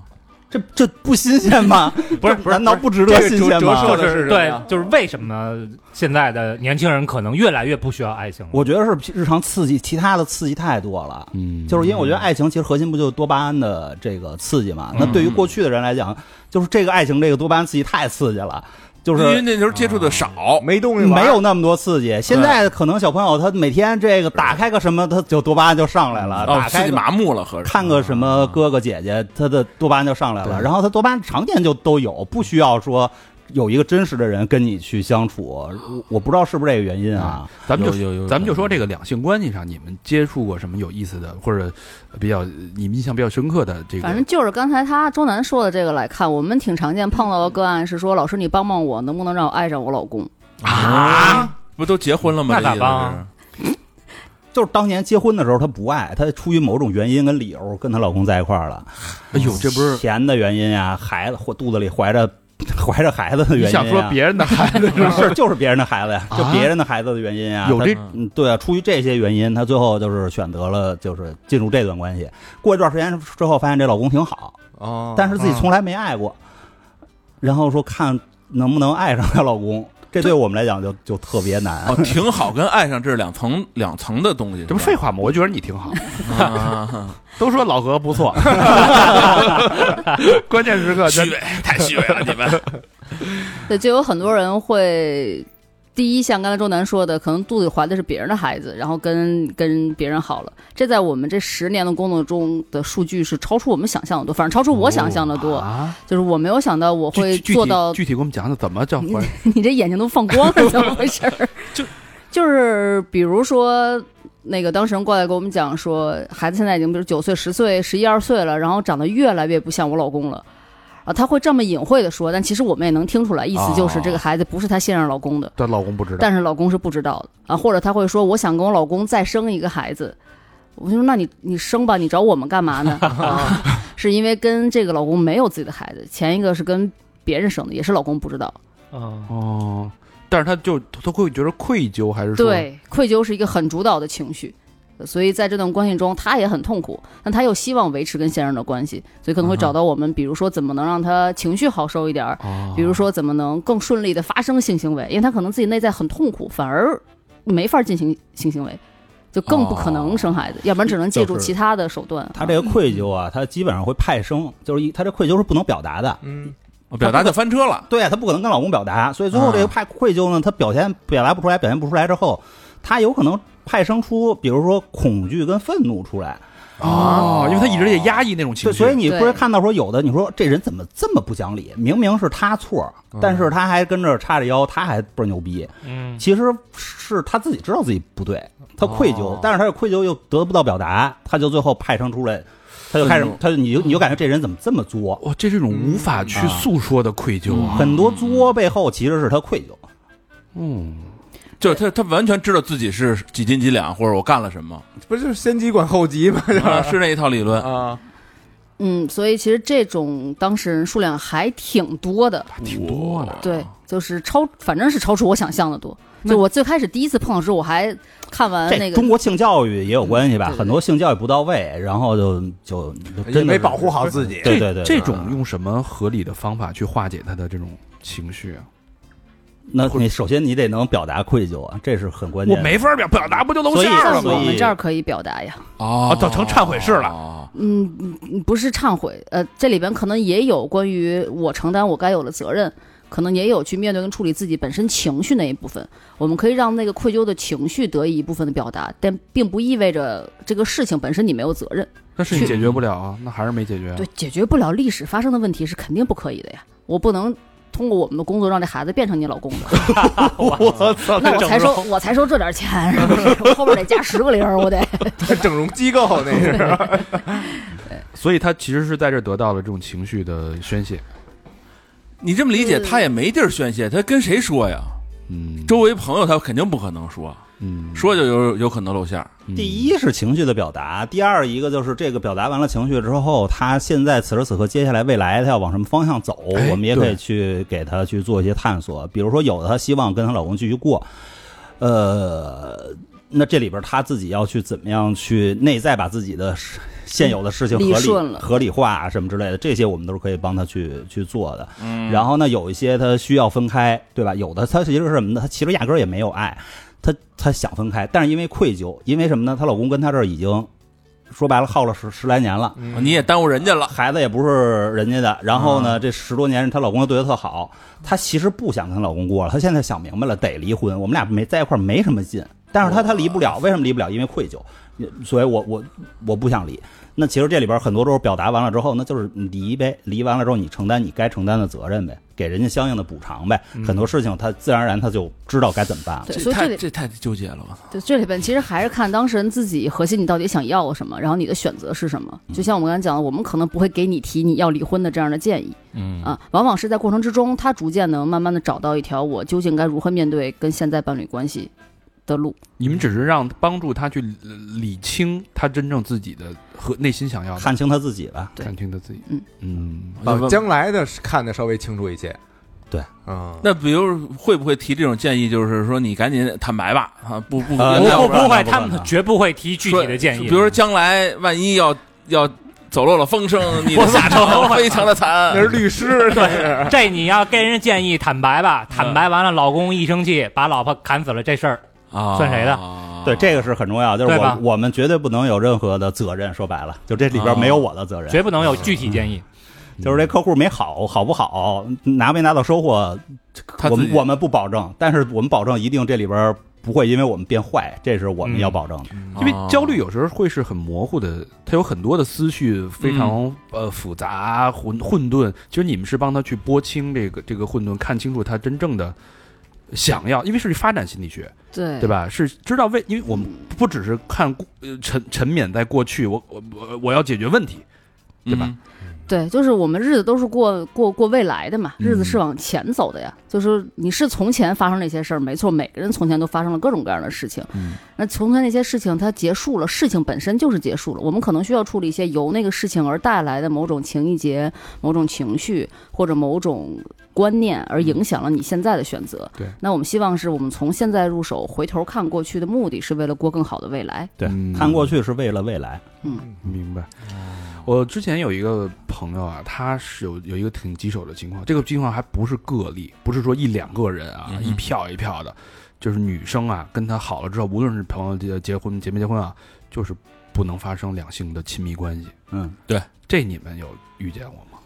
Speaker 7: 这这不新鲜吗？
Speaker 5: 不是
Speaker 7: 这
Speaker 5: 不是
Speaker 7: 难道
Speaker 2: [laughs]
Speaker 7: 不值得新鲜
Speaker 2: 这个折
Speaker 7: 吗
Speaker 2: 折？射
Speaker 5: 就
Speaker 2: 的是
Speaker 5: 是
Speaker 2: 什么呀
Speaker 5: 对，就是为什么现在的年轻人可能越来越不需要爱情了？
Speaker 7: 我觉得是日常刺激，其他的刺激太多了。
Speaker 3: 嗯，
Speaker 7: 就是因为我觉得爱情其实核心不就是多巴胺的这个刺激嘛？那对于过去的人来讲，就是这个爱情这个多巴胺刺激太刺激了，就
Speaker 4: 因为
Speaker 7: 是
Speaker 4: 那时候接触的少，
Speaker 2: 没东西玩，
Speaker 7: 没有那么多刺激。现在可能小朋友他每天这个打开个什么，他就多巴胺就上来了，
Speaker 4: 哦，
Speaker 7: 打
Speaker 4: 刺
Speaker 7: 开
Speaker 4: 激
Speaker 7: 个
Speaker 4: 麻木了，合着
Speaker 7: 看个什么哥哥姐姐，他的多巴胺就上来了，然后他多巴胺常年就都有，不需要说有一个真实的人跟你去相处，我我不知道是不是这个原因啊。
Speaker 3: 咱们就
Speaker 4: 有有
Speaker 3: [laughs]
Speaker 4: 有
Speaker 3: 咱们就说
Speaker 4: 可能
Speaker 3: 这个两性关系上，你们接触过什么有意思的，或者比较你们印象比较深刻的这个？
Speaker 6: 反正就是刚才他周楠说的这个来看，我们挺常见碰到的个案是说，老师你帮帮我，能不能让我爱上我老公？
Speaker 4: 啊，不都结婚了吗？
Speaker 5: 那咋
Speaker 4: 这意思
Speaker 5: 办啊
Speaker 7: 就是当年结婚的时候，她不爱，她出于某种原因跟理由跟她老公在一块儿了。
Speaker 3: 哎呦，这不是
Speaker 7: 钱的原因呀、孩子或肚子里怀着怀着孩子的
Speaker 3: 你
Speaker 7: 原因、啊。
Speaker 3: 想说别人的孩子是
Speaker 7: 不
Speaker 3: 吧？
Speaker 7: 是就是别人的孩子呀，
Speaker 3: 啊
Speaker 7: 就别人的孩子的原因啊。
Speaker 3: 有这
Speaker 7: 他嗯对啊，出于这些原因，她最后就是选择了就是进入这段关系。过一段时间之后，发现这老公挺好，
Speaker 2: 哦，
Speaker 7: 但是自己从来没爱过，然后说看能不能爱上她老公，这对我们来讲就就特别难。
Speaker 4: 哦，挺好，跟爱上这是两层两层的东西，
Speaker 3: 这不
Speaker 4: 是
Speaker 3: 废
Speaker 4: 吧
Speaker 3: 话吗？我觉得你挺好，
Speaker 4: 啊，
Speaker 3: 都说老何不
Speaker 4: [laughs]
Speaker 3: 错，关键时刻
Speaker 4: 虚
Speaker 3: 真
Speaker 4: 伪，太虚伪了，你
Speaker 5: [laughs]
Speaker 4: 们。
Speaker 6: 对，就有很多人会，第一像刚才周楠说的，可能肚子里怀的是别人的孩子，然后跟跟别人好了。这在我们这十年的工作中的数据是超出我们想象的多，反正超出我想象的多。
Speaker 3: 哦啊。
Speaker 6: 就是我没有想到我
Speaker 3: 具具
Speaker 6: 会
Speaker 3: 具体
Speaker 6: 做到，嗯
Speaker 3: 具体给我们讲讲怎么叫怀
Speaker 6: [laughs] 你这眼睛都放光了，怎么回事 [laughs] 儿？
Speaker 4: 就
Speaker 6: 就是比如说。那个当事人过来跟我们讲说，孩子现在已经比如九岁、十岁、十一二岁了，然后长得越来越不像我老公了，啊，他会这么隐晦的说，但其实我们也能听出来，意思就是
Speaker 3: 哦
Speaker 6: 这个孩子不嗯是她现任老公的，
Speaker 3: 但老公不知道，
Speaker 6: 但是老公是不知道的啊，或者他会说我想跟我老公再生一个孩子，我就说那你你生吧，你找我们干嘛 [laughs] 呢？啊，是因为跟这个老公没有自己的孩子，前一个是跟别人生的，也是老公不知道。
Speaker 5: 嗯，
Speaker 3: 哦，但是他就他会觉得愧疚，还是说
Speaker 6: 对，愧疚是一个很主导的情绪。呃所以在这段关系中，他也很痛苦，但他又希望维持跟先生的关系，所以可能会找到我们，比如说怎么能让他情绪好受一点儿，
Speaker 3: 哦
Speaker 6: 比如说怎么能更顺利的发生性行为，因为他可能自己内在很痛苦，反而没法进行性行为，就更不可能生孩子，要不然只能借助其他的手段。
Speaker 7: 她这个愧疚啊，她基本上会派生，就是一她这愧疚是不能表达的。
Speaker 2: 嗯，
Speaker 4: 我表达就翻车了，
Speaker 7: 对啊，她不可能跟老公表达，所以最后这个派愧疚呢，她表现表达不出来，表现不出来之后，她有可能派生出，比如说恐惧跟愤怒出来。
Speaker 3: [laughs] 哦，因为他一直也压抑那种情
Speaker 7: 对，
Speaker 3: 绪，
Speaker 7: 所以你不是
Speaker 6: 对
Speaker 7: 看到说有的，你说这人怎么这么不讲理？明明是他错，但是他还跟这儿叉着腰，他还倍儿牛逼。
Speaker 5: 嗯，
Speaker 7: 其实是他自己知道自己不对，他愧疚，
Speaker 2: 哦
Speaker 7: 但是他的愧疚又得不到表达，他就最后派生出来，他就开始
Speaker 4: 愤怒，
Speaker 7: 他就你就你就感觉这人怎么这么作？
Speaker 3: 哇，这是一种无法
Speaker 4: 嗯
Speaker 3: 去诉说的愧疚啊，
Speaker 7: 很多作背后其实是他愧疚。
Speaker 3: 嗯，
Speaker 4: 就是他他完全知道自己是几斤几两，或者我干了什
Speaker 3: [laughs]
Speaker 4: 么，
Speaker 2: 不就是先急管后急吗？
Speaker 4: 啊是那一套理论。
Speaker 2: 啊，
Speaker 6: 嗯，所以其实这种当事人数量还挺多的，
Speaker 3: 挺多的。
Speaker 6: 对，就是超，反正是超出我想象的多。就我最开始第一次碰到的时候，我还看完呃那
Speaker 7: 这
Speaker 6: 个
Speaker 7: 中国性教育也有关系吧？
Speaker 6: 对对对
Speaker 7: 很多性教育不到位，然后就就就真
Speaker 2: 也
Speaker 7: 的
Speaker 2: 没
Speaker 7: 是
Speaker 2: 保护好自己，
Speaker 7: 对对对啊
Speaker 3: 这
Speaker 7: 对
Speaker 3: 种用什么合理的方法去化解他的这种情绪啊？
Speaker 7: 那你首先你得能表达愧疚啊，这是很关
Speaker 3: 我
Speaker 7: 键的。
Speaker 3: 没法表表达，不就露馅
Speaker 7: 所以
Speaker 3: 儿
Speaker 6: 在
Speaker 3: 了
Speaker 7: 所
Speaker 6: 我
Speaker 3: 吗？
Speaker 6: 们这儿可以表达呀，
Speaker 4: 哦
Speaker 3: 啊，到成忏悔式了。
Speaker 4: 了。
Speaker 6: 嗯，嗯不是忏悔，呃，这里边可能也有关于我承担我该有的责任，可能也有去面对跟处理自己本身情绪那一部分。我们可以让那个愧疚的情绪得以一部分的表达，但并不意味着这个事情本身你没有责任。
Speaker 3: 那是你
Speaker 6: 去
Speaker 3: 解决不了啊，那还是没解决啊。
Speaker 6: 对，解决不了历史发生的问题是肯定不可以的呀，我不能。通过我们的工作让这孩子变成你老公的，
Speaker 7: 我
Speaker 6: [laughs]
Speaker 7: 操
Speaker 6: 那我才收我才收这点钱，是不是？我后边得加十个零儿，我得。
Speaker 2: [laughs] 整容机构那是，
Speaker 3: [laughs] 所以他其实是在这得到了这种情绪的宣泄。
Speaker 4: 你这么理解，
Speaker 6: 嗯
Speaker 4: 他也没地儿宣泄，他跟谁说呀？
Speaker 3: 嗯，
Speaker 4: 周围朋友他肯定不可能说，
Speaker 3: 嗯
Speaker 4: 说就有有可能露馅儿。
Speaker 3: 嗯
Speaker 7: 第一是情绪的表达，第二一个就是这个表达完了情绪之后，他现在此时此刻接下来未来他要往什么方向走，
Speaker 3: 哎
Speaker 7: 我们也可
Speaker 3: 对
Speaker 7: 以去给他去做一些探索。比如说，有的她希望跟她老公继续过，呃，那这里边她自己要去怎么样去内在把自己的事现有的事情
Speaker 6: 嗯理
Speaker 7: 合
Speaker 6: 顺
Speaker 7: 理
Speaker 6: 了
Speaker 7: 合理化啊什么之类的，这些我们都是可以帮她去去做的。然后呢，有一些她需要分开，对吧？有的她其实是什么呢？她其实压根儿也没有爱。她她想分开，但是因为愧疚，因为什么呢？她老公跟她这儿已经说白了耗了十十来年了，
Speaker 3: 嗯
Speaker 4: 啊你也耽误人家了，
Speaker 7: 孩子也不是人家的，然后呢，这十多年她老公又对她特好，她其实不想跟她老公过了，她现在想明白了，得离婚，我们俩没在一块儿没什么劲。但是他他离不了，为什么离不了？因为愧疚，所以我我我不想离。那其实这里边很多都是表达完了之后，那就是你离呗，离完了之后你承担你该承担的责任呗，给人家相应的补偿呗。很多事情他自然而然他就知道该怎么办了。
Speaker 6: 对，[laughs] 所
Speaker 4: 这
Speaker 6: 以这
Speaker 4: 太
Speaker 6: 里
Speaker 4: 这太纠结了吧？
Speaker 6: 对，这里边其实还是看当事人自己，核心你到底想要什么，然后你的选择是什么。就像我们刚才讲的，我们可能不会给你提你要离婚的这样的建议，嗯啊，往往是在过程之中，他逐渐能慢慢的找到一条我究竟该如何面对跟现在伴侣关系的路。
Speaker 3: 你们只是让帮助他去理清他真正自己的和内心想要的，
Speaker 7: 看清他自己吧，
Speaker 6: 对
Speaker 3: 看清他自己。
Speaker 6: 嗯
Speaker 3: 嗯，
Speaker 2: 把
Speaker 4: 那
Speaker 2: 将来的看得稍微清楚一些。
Speaker 7: 对，
Speaker 2: 嗯，
Speaker 4: 那比如会不会提这种建议，就是说你赶紧坦白吧，啊，不不
Speaker 7: 呃
Speaker 5: 不
Speaker 7: 那
Speaker 5: 不
Speaker 7: 我不
Speaker 5: 不
Speaker 7: 管
Speaker 5: 会，
Speaker 7: 了
Speaker 5: 他
Speaker 7: 不管
Speaker 5: 们
Speaker 7: 了
Speaker 5: 绝不会提具体的建议。
Speaker 4: 比如说将来万一要要走漏了风声，你的下场非常的惨。
Speaker 2: 那是律师，那是
Speaker 5: 这你要跟人建议坦白吧，
Speaker 4: 嗯
Speaker 5: 坦白完了，老公一生气把老婆砍死了这事儿，
Speaker 4: 啊
Speaker 5: 算谁的？
Speaker 7: 对，这个是很重要，就是
Speaker 5: 对
Speaker 7: 我
Speaker 5: 吧
Speaker 7: 我们绝对不能有任何的责任。说白了，就这里边没有我的责任，
Speaker 5: 绝不能有具体建议。
Speaker 7: 就是这客户没好好不好，拿没拿到收获，
Speaker 4: 他
Speaker 7: 我
Speaker 4: 自己
Speaker 7: 们我们不保证，但是我们保证一定这里边不会因为我们变坏，这是我们要保证的。
Speaker 4: 啊
Speaker 3: 因为焦虑有时候会是很模糊的，他有很多的思绪非常、呃复杂混混沌。其实你们是帮他去拨清这个这个混沌，看清楚他真正的想要，因为是发展心理学，
Speaker 6: 对
Speaker 3: 对？吧？是知道为，因为我们不只是看过呃沉沉湎在过去，我我我我要解决问题，对吧？
Speaker 4: 嗯
Speaker 6: 对，就是我们日子都是过过过未来的嘛，日子
Speaker 3: 嗯
Speaker 6: 是往前走的呀。就是你是从前发生那些事儿，没错，每个人从前都发生了各种各样的事情。
Speaker 3: 嗯
Speaker 6: 那从前那些事情它结束了，事情本身就是结束了。我们可能需要处理一些由那个事情而带来的某种情意结、某种情绪或者某种观念，而影响了你现在的选择。
Speaker 3: 嗯对
Speaker 6: 那我们希望是我们从现在入手，回头看过去的目的是为了过更好的未来。
Speaker 7: 对，
Speaker 3: 嗯
Speaker 7: 看过去是为了未来。
Speaker 3: 明白。我之前有一个朋友啊，他是有有一个挺棘手的情况，这个情况还不是个例，不是说一两个人啊，
Speaker 4: 嗯哼
Speaker 3: 一票一票的，就是女生啊，跟他好了之后，无论是朋友结结婚结没结婚啊，就是不能发生两性的亲密关系。
Speaker 7: 嗯，
Speaker 3: 这你们有遇见过吗？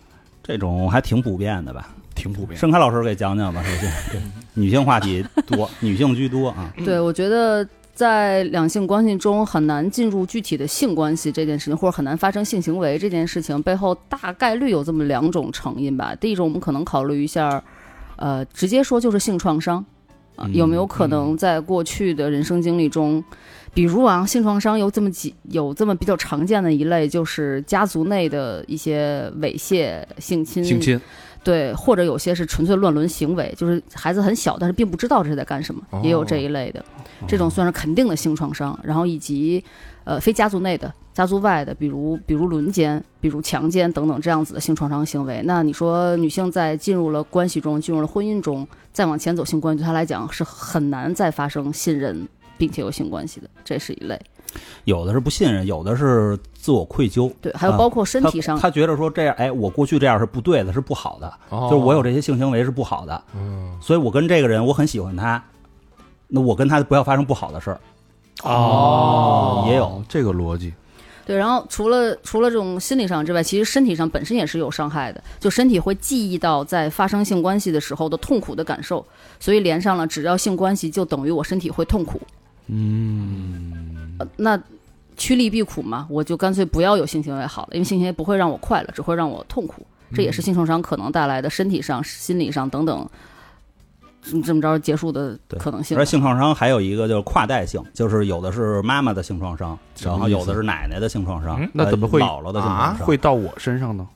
Speaker 7: 这种还挺普遍的吧？
Speaker 3: 挺普遍的。
Speaker 7: 盛开老师给讲讲吧，首先，对女性话题多，女性居多啊。
Speaker 6: 对，我觉得在两性关系中很难进入具体的性关系这件事情，或者很难发生性行为这件事情背后，大概率有这么两种成因吧。第一种，我们可能考虑一下，呃，直接说就是性创伤。啊，有没有可能在过去的人生经历中，比如啊，性创伤有这么几有这么比较常见的一类，就是家族内的一些猥亵、性侵、
Speaker 3: 性侵，
Speaker 6: 对，或者有些是纯粹乱伦行为，就是孩子很小，但是并不知道这是在干什么，也有这一类的，这种算是肯定的性创伤。然后以及，呃，非家族内的、家族外的，比如比如轮奸、比如强奸等等这样子的性创伤行为。那你说女性在进入了关系中、进入了婚姻中，再往前走性关系，对她来讲是很难再发生信任并且有性关系的，这是一类。
Speaker 7: 有的是不信任，有的是自我愧疚。
Speaker 6: 对，还有
Speaker 7: 啊
Speaker 6: 包括身
Speaker 7: 他
Speaker 6: 体上，
Speaker 7: 他觉得说这样，哎，我过去这样是不对的，是不好的，
Speaker 3: 哦
Speaker 7: 就是我有这些性行为是不好的，
Speaker 3: 嗯
Speaker 7: 所以我跟这个人我很喜欢他，那我跟他不要发生不好的事儿，嗯
Speaker 3: 哦
Speaker 7: 也有
Speaker 3: 这个逻辑，
Speaker 6: 对，然后除了除了这种心理上之外，其实身体上本身也是有伤害的，就身体会记忆到在发生性关系的时候的痛苦的感受，所以连上了，只要性关系就等于我身体会痛苦。嗯，那趋利避苦嘛，我就干脆不要有性行为好了，因为性行为不会让我快乐，只会让我痛苦。这
Speaker 7: 嗯
Speaker 6: 也是性创伤可能带来的身体上、心理上等等，嗯这么着结束的
Speaker 7: 对
Speaker 6: 可能性吧
Speaker 7: 而。性创伤还有一个就是跨代性，就是有的是妈妈的性创伤，然后有的是奶奶的性创伤
Speaker 5: 嗯，
Speaker 3: 那怎么会啊
Speaker 7: 呃姥姥的性创伤？
Speaker 3: 会到我身上呢？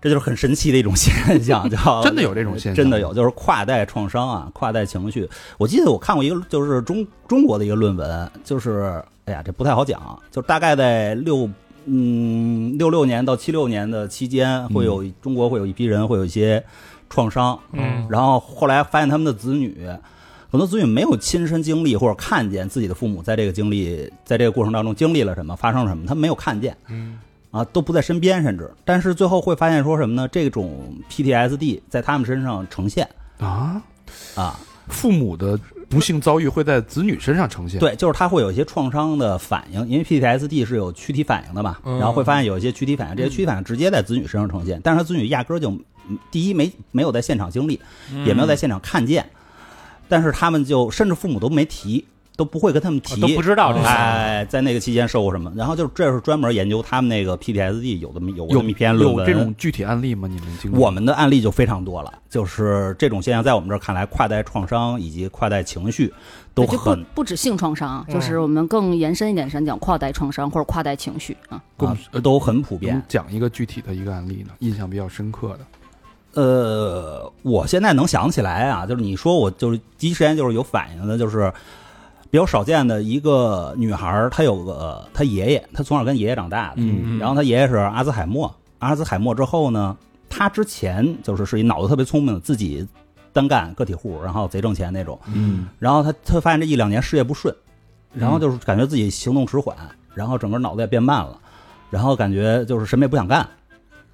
Speaker 7: 这就是很神奇的一种现
Speaker 3: [laughs]
Speaker 7: 象，叫
Speaker 3: 真的有这种现象
Speaker 7: 真的有，就是跨代创伤啊，跨代情绪。我记得我看过一个，就是中中国的一个论文，就是哎呀，这不太好讲，就大概在六嗯六六年到七六年的期间，
Speaker 3: 嗯
Speaker 7: 会有、中国会有一批人会有一些创伤，
Speaker 5: 嗯
Speaker 7: 然后后来发现他们的子女。很多子女没有亲身经历或者看见自己的父母在这个经历，在这个过程当中经历了什么，发生了什么，他们没有看见，啊，都不在身边，甚至，但是最后会发现说什么呢？这种 PTSD 在他们身上呈现
Speaker 3: 啊，
Speaker 7: 啊，
Speaker 3: 父母的不幸遭遇会在子女身上呈现。，
Speaker 7: 对，就是他会有一些创伤的反应，因为 PTSD 是有躯体反应的嘛，然后会发现有一些躯体反应，这些躯体反应直接在子女身上呈现，但是他子女压根儿就嗯第一没没有在现场经历，也没有在现场看见。但是他们就甚至父母都没提，都不会跟他们提，
Speaker 5: 啊都不知道
Speaker 4: 嗯
Speaker 5: 这事儿。
Speaker 7: 哎，在那个期间受过什么？然后就是这是专门研究他们那个 PTSD 有这么有
Speaker 3: 有
Speaker 7: 这么一篇论
Speaker 3: 有
Speaker 7: 文。
Speaker 3: 这种具体案例吗？你们经历
Speaker 7: 我们的案例就非常多了，就是这种现象在我们这儿看来，跨代创伤以及跨代情绪
Speaker 6: 对
Speaker 7: 都
Speaker 6: 呃就不
Speaker 7: 很
Speaker 6: 不止性创伤，啊就是我们更延伸一点，讲跨代创伤或者跨代情绪啊。
Speaker 3: 给我
Speaker 7: 啊
Speaker 3: 们呃
Speaker 7: 都很普
Speaker 3: 给我
Speaker 7: 遍
Speaker 3: 们。讲一个具体的一个案例呢，印象比较深刻的。
Speaker 7: 呃，我现在能想起来啊，就是你说我就是第一时间就是有反应的，就是比较少见的一个女孩儿，她有个她爷爷，她从小跟爷爷长大的，
Speaker 3: 嗯嗯
Speaker 7: 然后她爷爷是阿兹海默，阿兹海默之后呢，她之前就是是一脑子特别聪明，自己单干个体户，然后贼挣钱那种，
Speaker 3: 嗯，
Speaker 7: 然后她她发现这一两年事业不顺，然后就是感觉自己行动迟缓，然后整个脑子也变慢了，然后感觉就是什么也不想干，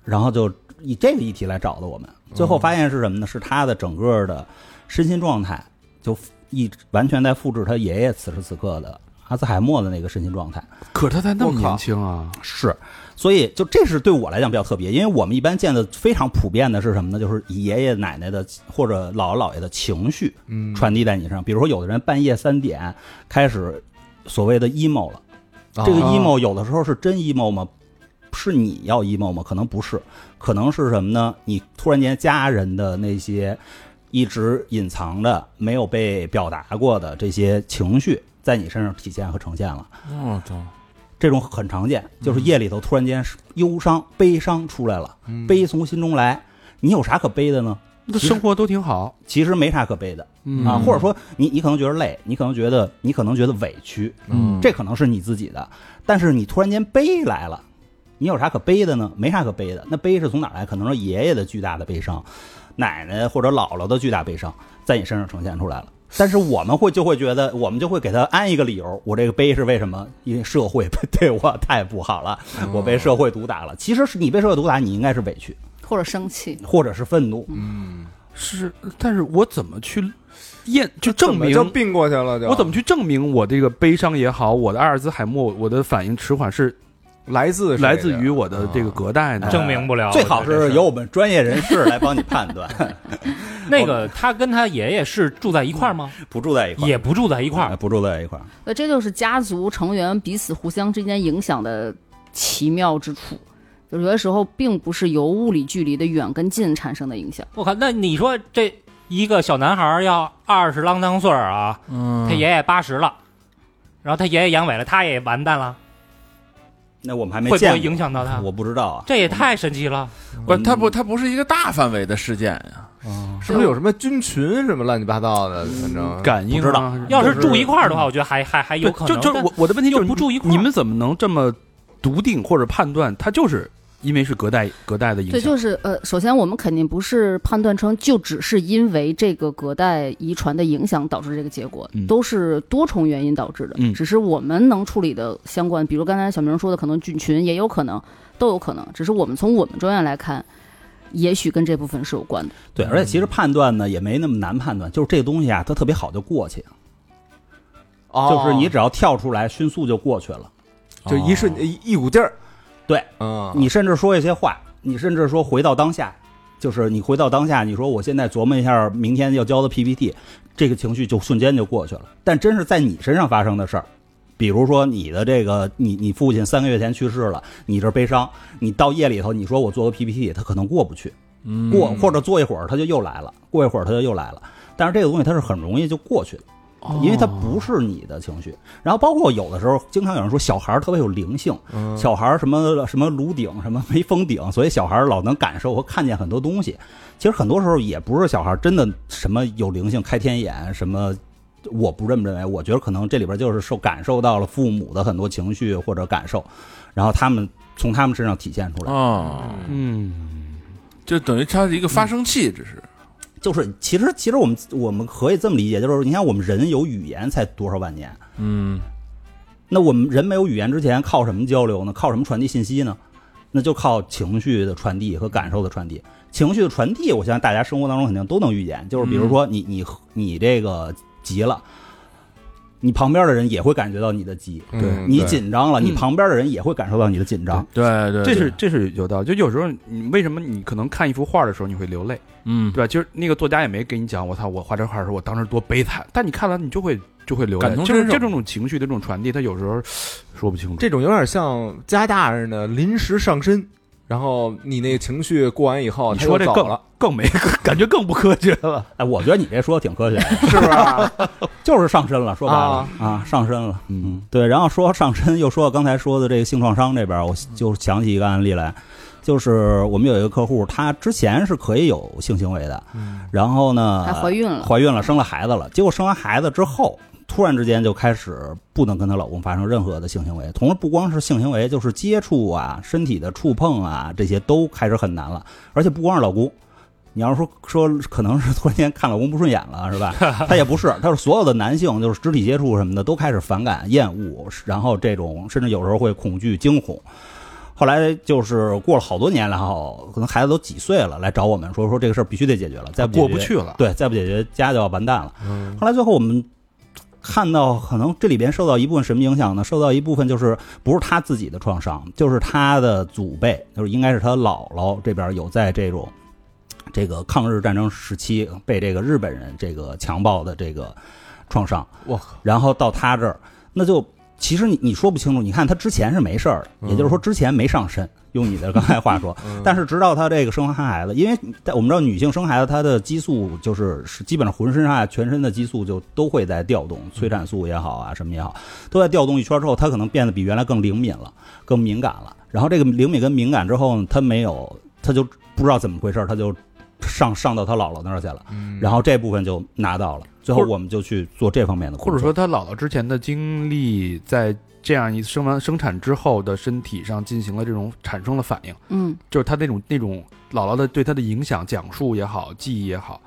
Speaker 7: 然后就以这个议题来找的我们。最后发现是什么呢？是他的整个的身心状态就一直完全在复制他爷爷此时此刻的阿兹海默的那个身心状态。
Speaker 3: 可是他才那
Speaker 2: 我
Speaker 3: 么
Speaker 2: 靠
Speaker 3: 年轻啊，
Speaker 7: 是，所以就这是对我来讲比较特别，因为我们一般见的非常普遍的是什么呢？就是爷爷奶奶的或者姥姥姥爷的情绪
Speaker 2: 嗯
Speaker 7: 传递在你身上。比如说，有的人半夜三点开始所谓的 emo 了，
Speaker 2: 嗯
Speaker 7: 这
Speaker 2: 啊
Speaker 7: 个 emo 有的时候是真 emo 吗？是你要 emo 吗？可能不是，可能是什么呢？你突然间家人的那些一直隐藏的、没有被表达过的这些情绪，在你身上体现和呈现了。
Speaker 4: 我操，
Speaker 7: 这种很常见，就是夜里头突然间是忧伤、悲伤出来了，
Speaker 2: 嗯
Speaker 7: 悲从心中来。你有啥可悲的呢？
Speaker 3: 那生活都挺好
Speaker 7: 其实没啥可悲的
Speaker 3: 嗯
Speaker 7: 啊，或者说你你可能觉得累，你可能觉得你可能觉得委屈，
Speaker 3: 嗯
Speaker 7: 这可能是你自己的，但是你突然间悲来了，你有啥可悲的呢？没啥可悲的。那悲是从哪儿来？可能是爷爷的巨大的悲伤，奶奶或者姥姥的巨大悲伤在你身上呈现出来了。但是我们会就会觉得，我们就会给他安一个理由，我这个悲是为什么？因为社会对我太不好了，
Speaker 5: 嗯
Speaker 7: 我被社会毒打了。其实是你被社会毒打，你应该是委屈，
Speaker 6: 或者生气，
Speaker 7: 或者是愤怒。
Speaker 5: 嗯
Speaker 3: 是，但是我怎么去验就证明
Speaker 2: 就并过去了就，
Speaker 3: 我怎么去证明我这个悲伤也好，我的阿尔兹海默，我的反应迟缓是
Speaker 2: 来自
Speaker 3: 来自于我的这个隔代
Speaker 4: 哎
Speaker 3: 呢？
Speaker 5: 啊证明不了，
Speaker 7: 最好
Speaker 5: 我觉得这
Speaker 7: 是
Speaker 5: 事儿
Speaker 7: 由我们专业人士来帮你判断，
Speaker 5: 那个他跟他爷爷是住在一块儿吗？
Speaker 7: 不住在一块儿，
Speaker 5: 也不住在一块
Speaker 7: 哎
Speaker 5: 儿，
Speaker 7: 不住在一块儿。
Speaker 6: 呃，这就是家族成员彼此互相之间影响的奇妙之处。就是有的时候并不是由物理距离的远跟近产生的影响，
Speaker 5: 我靠，那你说这一个小男孩儿要二十啷当岁儿啊，
Speaker 4: 嗯
Speaker 5: 他爷爷八十了，然后他爷爷阳痿了，他也完蛋了，
Speaker 7: 那我们还没
Speaker 5: 会不
Speaker 7: 见
Speaker 5: 会
Speaker 7: 过
Speaker 5: 影响到他？
Speaker 7: 我不知道啊，
Speaker 5: 这也太神奇了！
Speaker 4: 不，它不，它不是一个大范围的事件呀。
Speaker 2: 是不是有什么菌群什么乱七八糟的，反正
Speaker 3: 感应、啊、
Speaker 7: 不知道
Speaker 5: 要是住一块儿的话，我觉得还还还有可能。
Speaker 3: 就就是
Speaker 5: 但
Speaker 3: 我我的问题就是
Speaker 5: 又不住一块儿
Speaker 3: 你们怎么能这么笃定或者判断它就是因为是隔代隔代的影响？
Speaker 6: 对，就是呃，首先我们肯定不是判断成就只是因为这个隔代遗传的影响导致这个结果，
Speaker 3: 嗯
Speaker 6: 都是多重原因导致的。
Speaker 3: 嗯
Speaker 6: 只是我们能处理的相关，比如刚才小明说的，可能菌群也有可能，都有可能。只是我们从我们专业来看，也许跟这部分是有关的。
Speaker 7: 对，
Speaker 5: 嗯
Speaker 7: 而且其实判断呢也没那么难判断，就是这个东西啊，它特别好就过去，
Speaker 2: 哦
Speaker 7: 就是你只要跳出来，迅速就过去了。
Speaker 2: 就一瞬一一股劲儿，
Speaker 7: 对，
Speaker 2: 哦嗯，
Speaker 7: 你甚至说一些话，你甚至说回到当下，就是你回到当下，你说我现在琢磨一下明天要交的 PPT，这个情绪就瞬间就过去了。但真是在你身上发生的事儿，比如说你的这个你你父亲三个月前去世了，你这悲伤，你到夜里头你说我做个 PPT，他可能过不去，过或者坐一会儿他就又来了，过一会儿他就又来了。但是这个东西它是很容易就过去的。因为它不是你的情绪。然后包括有的时候，经常有人说小孩儿特别有灵性，
Speaker 2: 嗯
Speaker 7: 小孩儿什么什么颅顶什么没封顶，所以小孩儿老能感受和看见很多东西。其实很多时候也不是小孩儿真的什么有灵性、开天眼什么。我不这么认为，我觉得可能这里边就是受感受到了父母的很多情绪或者感受，然后他们从他们身上体现出来。
Speaker 4: 哦，
Speaker 3: 嗯，
Speaker 4: 就等于它是一个发生器，只是
Speaker 7: 就是其实其实我们我们可以这么理解，就是你看我们人有语言才多少万年，
Speaker 4: 嗯，
Speaker 7: 那我们人没有语言之前，靠什么交流呢？靠什么传递信息呢？那就靠情绪的传递和感受的传递。情绪的传递，我相信大家生活当中肯定都能遇见，就是比如说你、你你这个急了，你旁边的人也会感觉到你的急，
Speaker 2: 对
Speaker 7: 你紧张了，
Speaker 3: 嗯
Speaker 7: 你旁边的人也会感受到你的紧张。
Speaker 4: 对对，
Speaker 3: 这是这是有道理。就有时候你为什么你可能看一幅画的时候你会流泪，
Speaker 4: 嗯
Speaker 3: 对吧？就是那个作家也没跟你讲，我操，我画这画的时候我当时多悲惨，但你看完你就会就会流泪
Speaker 4: 感，同
Speaker 3: 就是
Speaker 4: 身受
Speaker 3: 这种情绪的这种传递，它有时候 [sniffs] 说不清楚。
Speaker 2: 这种有点像加大人的临时上身，然后你那个情绪过完以后，
Speaker 3: 你
Speaker 2: 他
Speaker 3: 说这
Speaker 2: 就走
Speaker 1: [laughs]
Speaker 3: 更
Speaker 2: 了，
Speaker 3: 更没 [laughs] 感觉更不科学了。
Speaker 7: 哎，我觉得你这说的挺科学的，
Speaker 2: 是不 [laughs] 是？
Speaker 7: 就是上身了，说白了啊，上身了。
Speaker 3: 嗯，
Speaker 7: 对，然后说上身，又说到刚才说的这个性创伤这边儿，我就想起一个案例来，就是我们有一个客户，她之前是可以有性行为的，然后
Speaker 3: 啊
Speaker 7: 呢，
Speaker 6: 还怀孕了
Speaker 7: 怀孕了，生了孩子了，结果生完孩子之后，突然之间就开始不能跟她老公发生任何的性行为，同时不光是性行为，就是接触啊、身体的触碰啊，这些都开始很难了，而且不光是老公。你要是说说可能是突然间看老公不顺眼了是吧？他也不是，他是所有的男性就是肢体接触什么的都开始反感、厌恶，然后这种甚至有时候会恐惧、惊恐。后来就是过了好多年，然后可能孩子都几岁了，来找我们说说这个事儿必须得解决了，再
Speaker 3: 过不
Speaker 7: 解决
Speaker 3: 去了。
Speaker 7: 对，再不解决家就要完蛋了。后来最后我们看到，可能这里边受到一部分什么影响呢？受到一部分就是不是他自己的创伤，就是他的祖辈，就是应该是他姥姥这边有在这种这个抗日战争时期被这个日本人这个强暴的这个创伤。
Speaker 2: 我靠，
Speaker 7: 然后到他这儿，那就其实你你说不清楚。你看他之前是没事儿的，也就是说之前没上身，用你的刚才话说。但是直到他这个生完孩子，因为我们知道女性生孩子，她的激素就是是基本上浑身上下全身的激素就都会在调动，催产素也好啊，什么也好，都在调动一圈之后，她可能变得比原来更灵敏了，更敏感了。然后这个灵敏跟敏感之后呢，她没有，她就不知道怎么回事儿，她就上上到她姥姥那儿去了，
Speaker 5: 嗯
Speaker 7: 然后这部分就拿到了。最后
Speaker 3: 或者
Speaker 7: 我们就去做这方面的工
Speaker 3: 或
Speaker 7: 作，
Speaker 3: 者说他姥姥之前的经历，在这样一生完生产之后的身体上进行了这种产生了反应，
Speaker 6: 嗯，
Speaker 3: 就是他那种那种姥姥的对他的影响、讲述也好、记忆也好，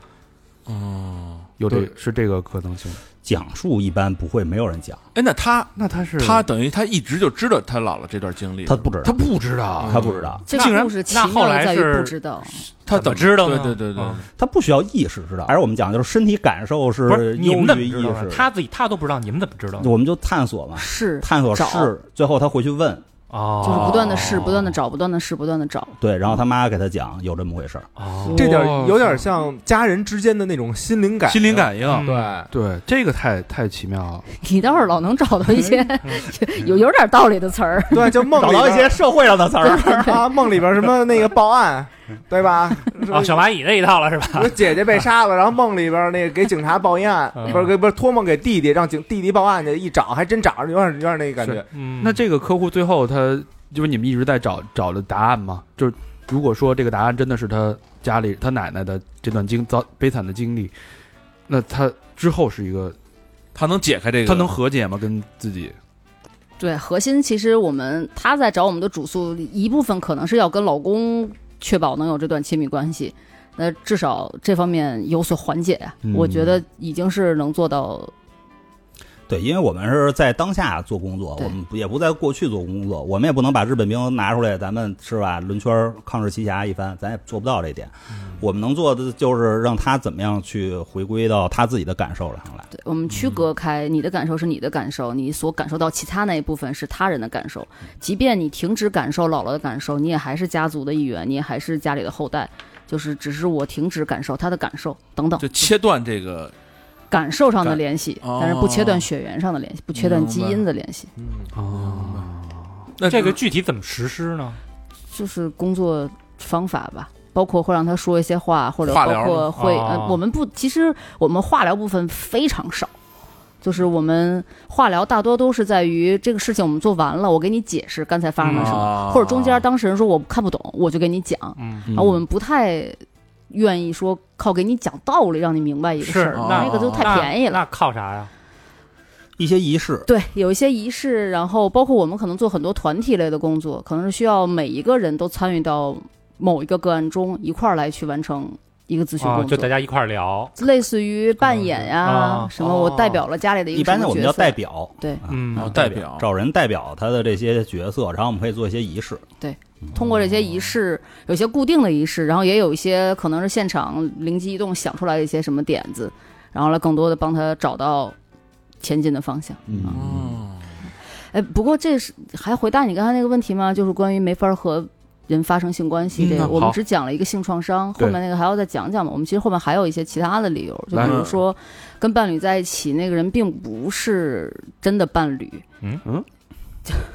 Speaker 4: 哦，
Speaker 3: 有这
Speaker 4: 对
Speaker 3: 是这个可能性。
Speaker 7: 讲述一般不会没有人讲，
Speaker 4: 哎，那他
Speaker 3: 那他是
Speaker 4: 他等于他一直就知道他姥姥这段经历，
Speaker 7: 他不知
Speaker 3: 他
Speaker 7: 道，
Speaker 3: 不知
Speaker 2: 嗯
Speaker 3: 道，
Speaker 7: 啊他不知道，
Speaker 6: 这
Speaker 5: 竟
Speaker 6: 个
Speaker 5: 然
Speaker 6: 故事奇
Speaker 5: 那后
Speaker 6: 妙
Speaker 5: 来
Speaker 6: 的在于
Speaker 5: 是
Speaker 6: 不知道，
Speaker 4: 他
Speaker 5: 怎么
Speaker 4: 等
Speaker 5: 知道呢？
Speaker 4: 对对对对
Speaker 5: 嗯，
Speaker 7: 他不需要意识知道。而我们讲就是身体感受是
Speaker 5: 不是你
Speaker 7: 优
Speaker 5: 们怎
Speaker 7: 于
Speaker 5: 么
Speaker 7: 意
Speaker 5: 知道呢
Speaker 7: 识，
Speaker 5: 他自己他都不知道，你们怎么知道呢？
Speaker 7: 我们就探索嘛，
Speaker 6: 是
Speaker 7: 探索
Speaker 6: 找
Speaker 7: 是最后他回去问，
Speaker 5: 哦，
Speaker 3: 啊
Speaker 6: 就是不断的试，不断的找，不断的试，不断的找。
Speaker 7: 对，然后他妈给他讲有这么回事儿，
Speaker 5: 哦，
Speaker 2: 这点儿有点像家人之间的那种心灵感，
Speaker 4: 心灵，感应，
Speaker 5: 嗯
Speaker 2: 对，
Speaker 3: 对这个太太奇妙了。
Speaker 6: 你倒是老能找到一些
Speaker 5: 嗯
Speaker 6: [laughs] 有有点道理的词儿，
Speaker 2: 对，就
Speaker 5: 哦
Speaker 2: 梦
Speaker 7: 找
Speaker 2: 里
Speaker 7: 到一
Speaker 2: 边
Speaker 7: 些社会上的词儿。
Speaker 2: 啊，梦里边什么那个报案，对吧？
Speaker 5: 哦，小蚂蚁那一套了是
Speaker 2: [laughs]
Speaker 5: 吧？
Speaker 2: 说姐姐被杀了，然后梦里边那个给警察报一 [laughs] 案，
Speaker 5: 嗯
Speaker 2: 不是给不是托梦给弟弟，让警弟弟报案去，一找还真找着，有点有点那个感觉。
Speaker 5: 嗯，
Speaker 3: 那这个客户最后他就是你们一直在找找的答案吗？就是如果说这个答案真的是他家里他奶奶的这段经遭悲惨的经历， [laughs] 那他之后是一个
Speaker 4: 他能解开这个，
Speaker 3: 他能和解吗？跟自己
Speaker 6: 对，核心其实我们她在找我们的主诉，一部分可能是要跟老公确保能有这段亲密关系，那至少这方面有所缓解呀、
Speaker 3: 嗯
Speaker 6: 我觉得已经是能做到，
Speaker 7: 对，因为我们是在当下做工作，
Speaker 6: 对
Speaker 7: 我们不也不在过去做工作，我们也不能把日本兵拿出来，咱们是吧？轮圈儿抗日奇侠一番，咱也做不到这一点。
Speaker 6: 嗯
Speaker 7: 我们能做的就是让他怎么样去回归到他自己的感受上来。
Speaker 6: 对我们区隔开、你的感受是你的感受，你所感受到其他那一部分是他人的感受，
Speaker 4: 嗯
Speaker 6: 即便你停止感受姥姥的感受，你也还是家族的一员，你也还是家里的后代，就是只是我停止感受她的感受等等
Speaker 4: 就，切断这个，
Speaker 6: 感受上的联系，
Speaker 4: 感
Speaker 6: 但是不切断
Speaker 4: 哦
Speaker 6: 血缘上的联系，不切断
Speaker 4: 明
Speaker 6: 基
Speaker 4: 白
Speaker 6: 因的联系。
Speaker 2: 嗯
Speaker 4: 那
Speaker 5: 这个具体怎么实施呢？
Speaker 6: 就是工作方法吧，包括会让他说一些话，或者
Speaker 4: 化
Speaker 6: 包
Speaker 4: 疗
Speaker 6: 括会，
Speaker 5: 哦
Speaker 6: 呃，我们不，其实我们化疗部分非常少，就是我们化疗大多都是在于这个事情我们做完了，我给你解释刚才发生了什么，
Speaker 4: 啊
Speaker 6: 或者中间当事人说我看不懂，我就给你讲，
Speaker 5: 嗯，
Speaker 6: 然后啊我们不太愿意说靠给你讲道理让你明白一个事儿，
Speaker 5: 是啊
Speaker 6: 那个就太
Speaker 5: 那
Speaker 6: 便宜了。
Speaker 5: 那靠啥呀？
Speaker 7: 一些仪式，
Speaker 6: 对，有一些仪式，然后包括我们可能做很多团体类的工作，可能是需要每一个人都参与到某一个个案中，一块儿来去完成一个咨询
Speaker 5: 啊，
Speaker 6: 工
Speaker 5: 就
Speaker 6: 作，
Speaker 5: 大家一块儿聊，
Speaker 6: 类似于扮演呀、
Speaker 5: 啊
Speaker 6: 什么我代表了家里的一
Speaker 7: 啊一
Speaker 6: 个
Speaker 7: 般
Speaker 6: 什
Speaker 7: 的
Speaker 6: 么
Speaker 7: 我们
Speaker 6: 角
Speaker 7: 叫
Speaker 6: 色，
Speaker 7: 代表，
Speaker 6: 对，
Speaker 5: 嗯
Speaker 4: 哦，
Speaker 7: 代
Speaker 4: 代表
Speaker 7: 找人代表他的这些角色，然后我们可以做一些仪式。
Speaker 6: 通过这些
Speaker 7: 嗯
Speaker 6: 仪式，有一些固定的仪式，然后也有一些可能是现场灵机一动想出来的一些什么点子，然后来更多的帮他找到前进的方向。
Speaker 7: 嗯，
Speaker 4: 哦，
Speaker 6: 哎，不过这是还回答你刚才那个问题吗？就是关于没法和人发生性关系这个，
Speaker 3: 嗯
Speaker 6: 我们
Speaker 3: 好
Speaker 6: 只讲了一个性创伤，后
Speaker 3: 对
Speaker 6: 面那个还要再讲讲嘛。我们其实后面还有一些其他的理由，就
Speaker 3: 来
Speaker 6: 比如说跟伴侣在一起，那个人并不是真的伴侣，
Speaker 5: 嗯
Speaker 3: 嗯，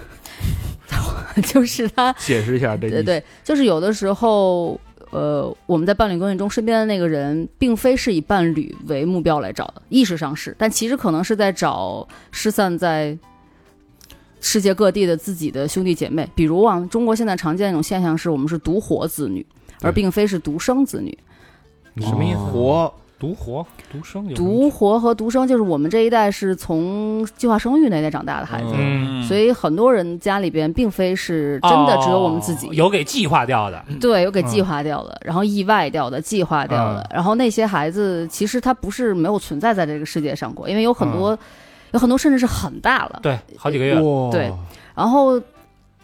Speaker 6: [laughs] 就是他
Speaker 3: 解释一下这
Speaker 6: 对对，就是有的时候，呃，我们在伴侣关系中，身边的那个人并非是以伴侣为目标来找的，意识上是，但其实可能是在找失散在世界各地的自己的兄弟姐妹。比如啊，中国现在常见的一种现象是我们是独活子女，而并非是独生子女。
Speaker 5: 你什么意思？
Speaker 2: 活
Speaker 5: 独活、独生有什么
Speaker 6: 独活和独生就是我们这一代是从计划生育那代长大的孩子。
Speaker 5: 嗯
Speaker 6: 所以很多人家里边并非是真的只有我们自己，
Speaker 5: 哦有给计划掉的，
Speaker 6: 对，有给
Speaker 5: 嗯
Speaker 6: 计划掉的，然后意外掉的，计划掉的，然后那些孩子其实他不是没有存在在这个世界上过，因为有很多，有很多甚至是很大了，
Speaker 5: 嗯对，好几个月，
Speaker 2: 哇
Speaker 6: 对然后。